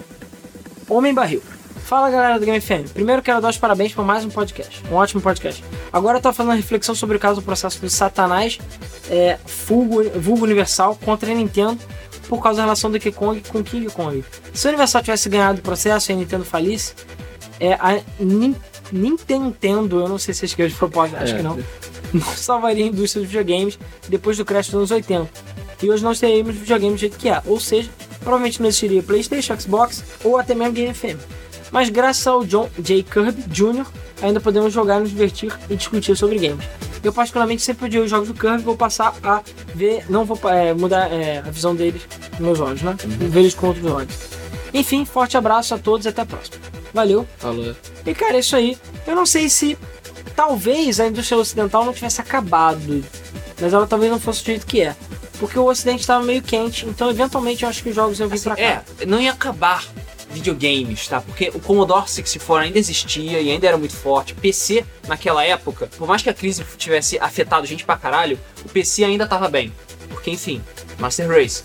Homem Barril. Fala galera do Game FM. Primeiro quero dar os parabéns por mais um podcast. Um ótimo podcast. Agora eu tô fazendo uma reflexão sobre o caso do processo do Satanás, é, vulgo, vulgo Universal, contra a Nintendo por causa da relação do Donkey Kong com King Kong. Se o Universal tivesse ganhado o processo e a Nintendo falisse, é, a Nin- Nintendo, eu não sei se eu escrevo de propósito, acho É. que não, não salvaria a indústria dos videogames depois do crash dos anos 80. E hoje nós teríamos videogames do jeito que é. Ou seja, provavelmente não existiria PlayStation, Xbox ou até mesmo Game FM. Mas graças ao John J. Kirby Jr., ainda podemos jogar, nos divertir e discutir sobre games. Eu particularmente sempre odiei os jogos do Kirby, vou passar a ver, não vou é, mudar é, a visão deles nos meus olhos, né? Ver eles com outros olhos. Enfim, forte abraço a todos e até a próxima. Valeu! Falou. E cara, é isso aí. Eu não sei se talvez a indústria ocidental não tivesse acabado, mas ela talvez não fosse do jeito que é. Porque o ocidente estava meio quente, então eventualmente eu acho que os jogos iam vir pra cá. É, não ia acabar videogames, tá? Porque o Commodore 64 ainda existia e ainda era muito forte. PC, naquela época, por mais que a crise tivesse afetado gente pra caralho, o PC ainda tava bem. Porque, enfim, Master Race.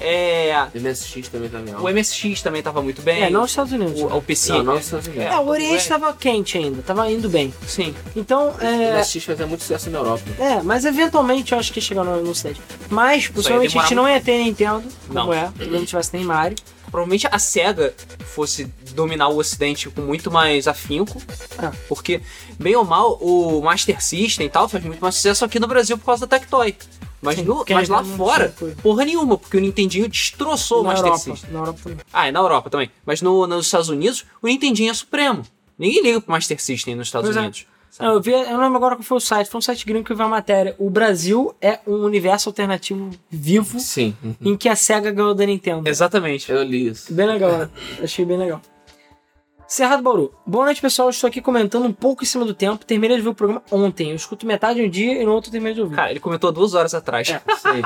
É, O MSX também tá meio o MSX também tava muito bem. É, não os Estados Unidos. o, o PC. Não, não né? os Estados É, Unidos. o Oriente estava quente ainda, tava indo bem. Sim. Então, O é, MSX fazia muito sucesso na Europa. é, mas eventualmente eu acho que ia chegar no, no Ocidente. Mas, possivelmente a demora gente não ia ter Nintendo, como Não. é, talvez não tivesse nem Mario. Provavelmente a SEGA fosse dominar o ocidente com muito mais afinco. Ah. Porque, bem ou mal, o Master System e tal faz muito mais sucesso aqui no Brasil por causa da Tectoy. Mas, Sim, no, porque mas lá não tinha fora, coisa. porra nenhuma, porque o Nintendinho destroçou o na Master Europa, System. na Europa também. Ah, é na Europa também. Mas no- nos Estados Unidos, o Nintendinho é supremo. Ninguém liga pro Master System nos Estados Pois é. Unidos. Não, eu, vi, eu não lembro agora qual foi o site, foi um site gringo que eu vi a matéria. O Brasil é um universo alternativo vivo Sim. Uhum. em que a SEGA ganhou da Nintendo. Exatamente. Eu li isso. Bem legal, né? Achei bem legal. Cerrado Bauru. Boa noite, pessoal. Eu Estou aqui comentando um pouco em cima do tempo. Terminei de ver o programa ontem. Eu escuto metade um dia e no outro terminei de ouvir. Cara, ele comentou há duas horas atrás. É. Sei.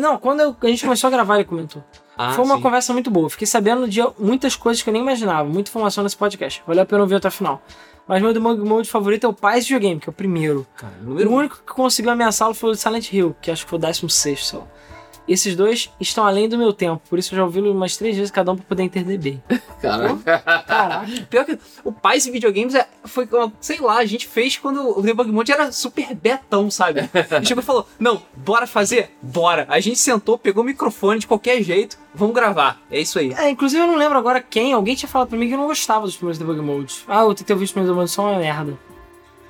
Não, quando eu- a gente começou a gravar, ele comentou. Ah, Foi uma sim. conversa muito boa. Fiquei sabendo no dia muitas coisas que eu nem imaginava. Muita informação nesse podcast. Valeu a pena ouvir até o final. Mas meu Dog Mode favorito é o Paz Videogame, que é o primeiro. Cara, O número um. único que conseguiu ameaçá-lo foi o de Silent Hill, que acho que foi o 16, sei lá. Esses dois estão além do meu tempo, por isso eu já ouvi-lo umas três vezes cada um pra poder entender bem. Caraca. Caraca. Pior que o Paz e videogames é- foi, uma- sei lá, a gente fez quando o Debug Mode era super betão, sabe? E chegou e falou, não, bora fazer? Bora. A gente sentou, pegou o microfone de qualquer jeito, vamos gravar. É isso aí. É, inclusive eu não lembro agora quem, alguém tinha falado pra mim que eu não gostava dos primeiros debug modes. Ah, eu tentei ouvir os primeiros debug modes, são uma merda.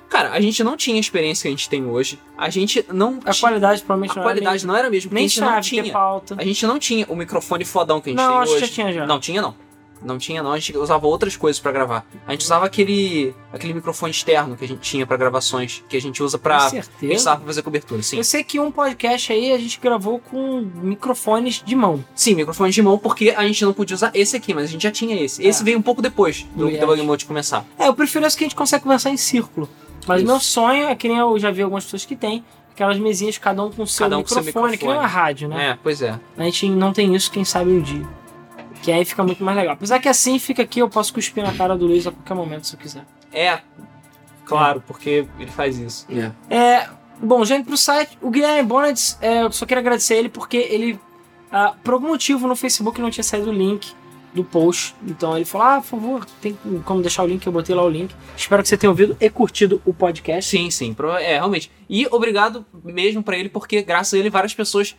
Cara, a gente não tinha a experiência que a gente tem hoje. A gente não A ti- qualidade provavelmente a não qualidade era não era a mesma, mesmo. porque nem a gente não chave, tinha. ter pauta. A gente não tinha o microfone fodão que a gente Não, tem acho que hoje. já tinha já. Não, tinha não. Não tinha não, a gente usava outras coisas pra gravar. A gente usava aquele aquele microfone externo que a gente tinha pra gravações, que a gente usa pra assim. Com a gente é certeza. usava pra fazer cobertura, sim. Eu sei que um podcast aí a gente gravou com microfones de mão. Sim, microfone de mão, porque a gente não podia usar esse aqui, mas a gente já tinha esse. É. Esse veio um pouco depois do Aliás. Debug Mode começar. É, eu prefiro isso que a gente consegue conversar em círculo. Mas Isso. meu sonho é que nem eu já vi algumas pessoas que tem, aquelas mesinhas, cada um com o seu, Cada um com seu microfone, que nem microfone. uma rádio, né? É, pois é. A gente não tem isso, quem sabe um dia. Que aí fica muito mais legal. Apesar que assim fica aqui, eu posso cuspir na cara do Luiz a qualquer momento se eu quiser. É, claro, porque ele faz isso. É. É, bom, já indo pro site, o Guilherme Bonnet, é, eu só quero agradecer ele porque ele, ah, por algum motivo, no Facebook não tinha saído o link do post. Então ele falou: ah, por favor, tem como deixar o link? Eu botei lá o link. Espero que você tenha ouvido e curtido o podcast. Sim, sim, prova- é, realmente. E obrigado mesmo pra ele, porque graças a ele várias pessoas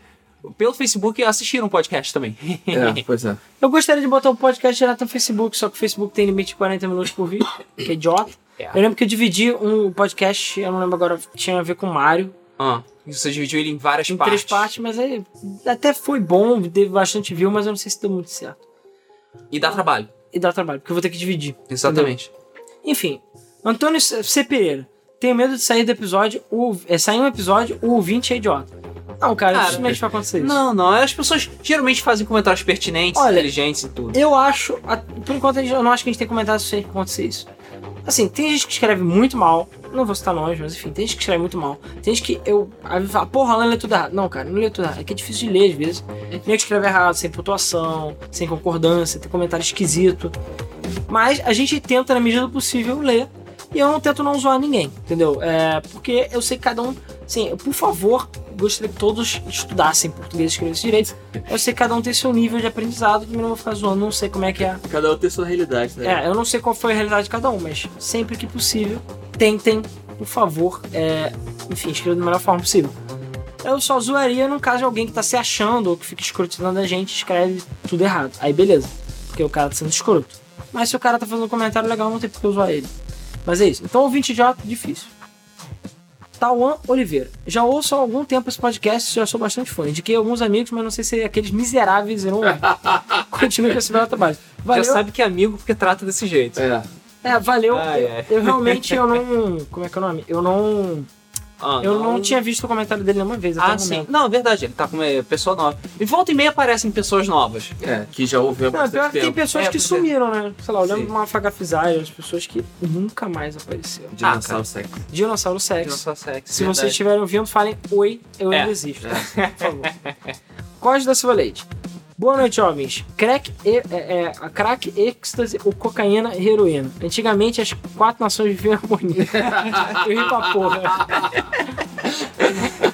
pelo Facebook assistiram o podcast também. É, pois é. Eu gostaria de botar o podcast direto no Facebook, só que o Facebook tem limite de 40 minutos por vídeo, que é idiota. É. Eu lembro que eu dividi um podcast, eu não lembro agora, tinha a ver com o Mário. Ah, e você dividiu ele em várias Em partes. três partes, mas aí até foi bom, teve bastante view, mas eu não sei se deu muito certo. E dá trabalho. E dá trabalho, porque eu vou ter que dividir. Exatamente. Enfim, Antônio C. C. Pereira. Tenho medo de sair do episódio, o, é, sair um episódio, o ouvinte é idiota. Não, cara, Cara, dificilmente vai acontecer isso. Não, não, as pessoas geralmente fazem comentários pertinentes, Olha, inteligentes e tudo. Eu acho, a- por enquanto, a gente- eu não acho que a gente tem comentado se acontecer isso. Assim, tem gente que escreve muito mal, não vou citar nomes, mas enfim, tem gente que escreve muito mal. Tem gente que eu. Aí fala, porra, Alan lê tudo errado. Não, cara, não lê tudo errado. É que é difícil de ler às vezes. Nem que escreve errado, sem pontuação, sem concordância, tem comentário esquisito. Mas a gente tenta, na medida do possível, ler. E eu não tento não zoar ninguém, entendeu? É, porque eu sei que cada um. Sim, por favor, gostaria que todos estudassem português e escrevessem direito. Eu sei que cada um tem seu nível de aprendizado, também não vou ficar zoando, não sei como é que é. Cada um tem sua realidade, né? É, eu não sei qual foi a realidade de cada um, mas sempre que possível, tentem, por favor, é, enfim, escrever da melhor forma possível. Eu só zoaria no caso de alguém que tá se achando ou que fica escrutinando a gente escreve tudo errado. Aí beleza, porque o cara tá sendo escroto. Mas se o cara tá fazendo um comentário legal, não tem por que eu zoar ele. Mas é isso. Então, ouvinte idiota, difícil. Tauan Oliveira. Já ouço há algum tempo esse podcast, já sou bastante fã. Indiquei alguns amigos, mas não sei se aqueles miseráveis irão. Continue com esse belo trabalho. Valeu. Já sabe que é amigo porque trata desse jeito. É. É, valeu. Ai, eu, ai. eu realmente eu não. Como é que é o nome? Eu não. Ah, Eu não tinha visto o comentário dele nenhuma vez até Ah, o sim. momento. Não, verdade, ele tá com uma pessoa nova. E volta e meia aparecem pessoas novas. É, que já ouviu há Não, pior bastante que tem tempo. pessoas É, que porque- sumiram, né? Sei lá, olhando Sim. uma fagafizagem, as pessoas que nunca mais apareceram. Dinossauro sexo. Dinossauro Sex. Dinossauro Sex. Se verdade. vocês estiverem ouvindo, falem oi, eu É. ainda existo. Por favor. Código da Silva Leite. Boa noite, homens. Crack, e, é, é, a crack, êxtase ou cocaína e heroína. Antigamente as quatro nações viviam em harmonia. eu ri pra porra.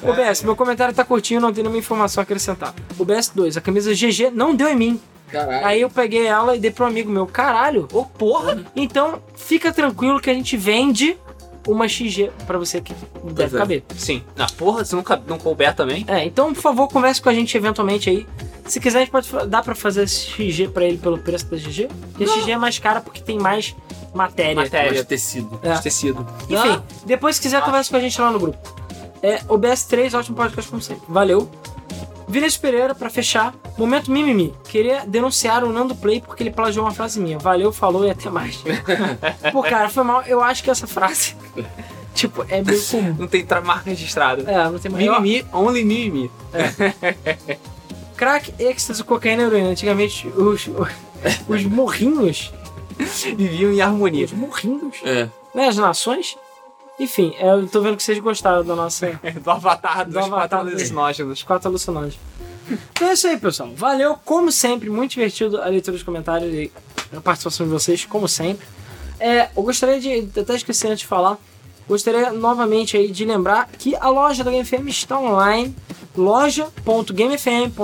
O BS, meu comentário tá curtinho, não tem nenhuma informação a acrescentar. O BS2, a camisa GG não deu em mim. Caralho. Aí eu peguei ela e dei pro amigo meu. Caralho, Ô, porra! então fica tranquilo que a gente vende uma XG pra você que deve é. caber. Sim. Na porra, se não, cab- não couber também. É, então, por favor, converse com a gente eventualmente aí. Se quiser, a gente pode fa- dá pra fazer esse XG pra ele pelo preço da GG. Porque XG é mais cara porque tem mais matéria. Matéria. Mas tecido. É. Tecido. Enfim, depois se quiser, Ah. converse com a gente lá no grupo. É, o BS3, ótimo podcast como sempre. Valeu. Vinícius Pereira, pra fechar, momento mimimi. Queria denunciar o Nando Play porque ele plagiou uma frase minha. Valeu, falou e até mais. Pô, cara, foi mal. Eu acho que essa frase, tipo, é meio comum. Não tem tra- marca registrada. É, não tem mais. Mimimi, only mimimi. Crack, êxtase, cocaína e heroína. Antigamente, os, os morrinhos, Viviam em harmonia. os morrinhos, É. né? As nações. Enfim, é, eu tô vendo que vocês gostaram da nossa É, Do avatar dos Do avatar quatro dos- alucinógenos. quatro alucinantes. Então é isso aí, pessoal. Valeu, como sempre, muito divertido a leitura dos comentários e a participação de vocês, como sempre. É, eu gostaria de, até esqueci antes de falar, gostaria novamente aí de lembrar que a loja da GameFM está online, loja.gamefm.br,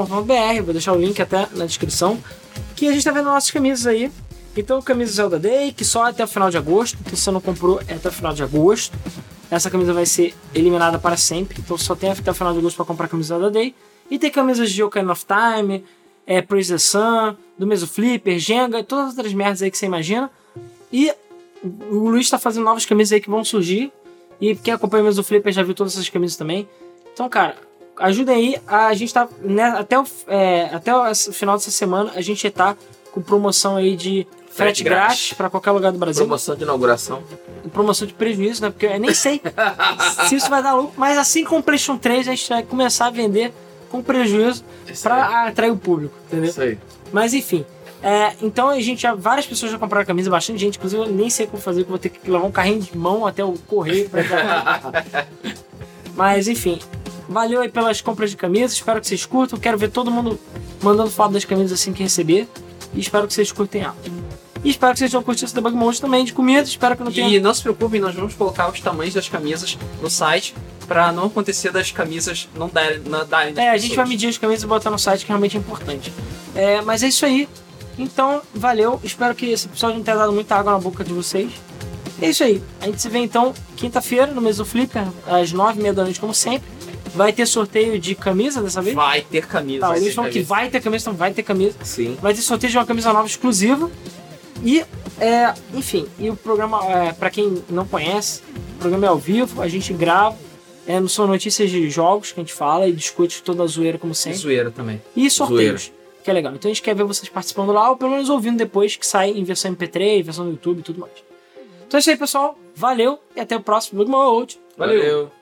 vou deixar o link até na descrição, que a gente está vendo nossas camisas aí. Então, camisa Zelda Day, que só é até o final de agosto, então se você não comprou, é até o final de agosto. Essa camisa vai ser eliminada para sempre, então só tem até o final de agosto para comprar a camisa da Day. E tem camisas de Ocarina of Time, é, Praise the Sun, do mesmo Flipper, Jenga, e todas as outras merdas aí que você imagina. E o Luiz está fazendo novas camisas aí que vão surgir. E quem acompanha o mesmo Flipper já viu todas essas camisas também. Então, cara, ajudem aí. A gente tá. né, até, o, é, até o esse final dessa semana a gente tá com promoção aí de frete Frete grátis para qualquer lugar do Brasil Promoção de inauguração. promoção de prejuízo, né? Porque eu nem sei se isso vai dar lucro, mas assim como o PlayStation 3, a gente vai começar a vender com prejuízo Isso aí. pra atrair o público, entendeu? Isso aí. Mas enfim. é, então a gente já. Várias pessoas já compraram a camisa, bastante gente, inclusive eu nem sei como fazer, que eu vou ter que levar um carrinho de mão até o correio pra dar. Mas enfim. Valeu aí pelas compras de camisas, espero que vocês curtam. Quero ver todo mundo mandando foto das camisas assim que receber. E espero que vocês curtem ela. E espero que vocês tenham curtido esse debug mode também de comida. Espero que não tenha. E não se preocupem, nós vamos colocar os tamanhos das camisas no site pra não acontecer das camisas não darem. Não darem nas É, a gente vai pessoas. medir as camisas e botar no site, que realmente é importante. É, mas é isso aí. Então, valeu. Espero que esse episódio não tenha dado muita água na boca de vocês. É isso aí. A gente se vê então quinta-feira no mesmo Flipper, às nove e meia da noite, como sempre. Vai ter sorteio de camisa dessa vez? Vai ter camisa. Tá, vai eles ter falam que camisa. vai ter camisa, então vai ter camisa. Sim. Vai ter sorteio de uma camisa nova exclusiva. E, é, enfim, e o programa, é, para quem não conhece, o programa é ao vivo, a gente grava. É, não são notícias de jogos que a gente fala e discute toda a zoeira, como Tem sempre é zoeira também. e sorteios. Que é legal. Então a gente quer ver vocês participando lá, ou pelo menos ouvindo depois que sai em versão MP3, versão do YouTube e tudo mais. Então é isso aí, pessoal. Valeu e até o próximo Bug Mode. Valeu. Valeu.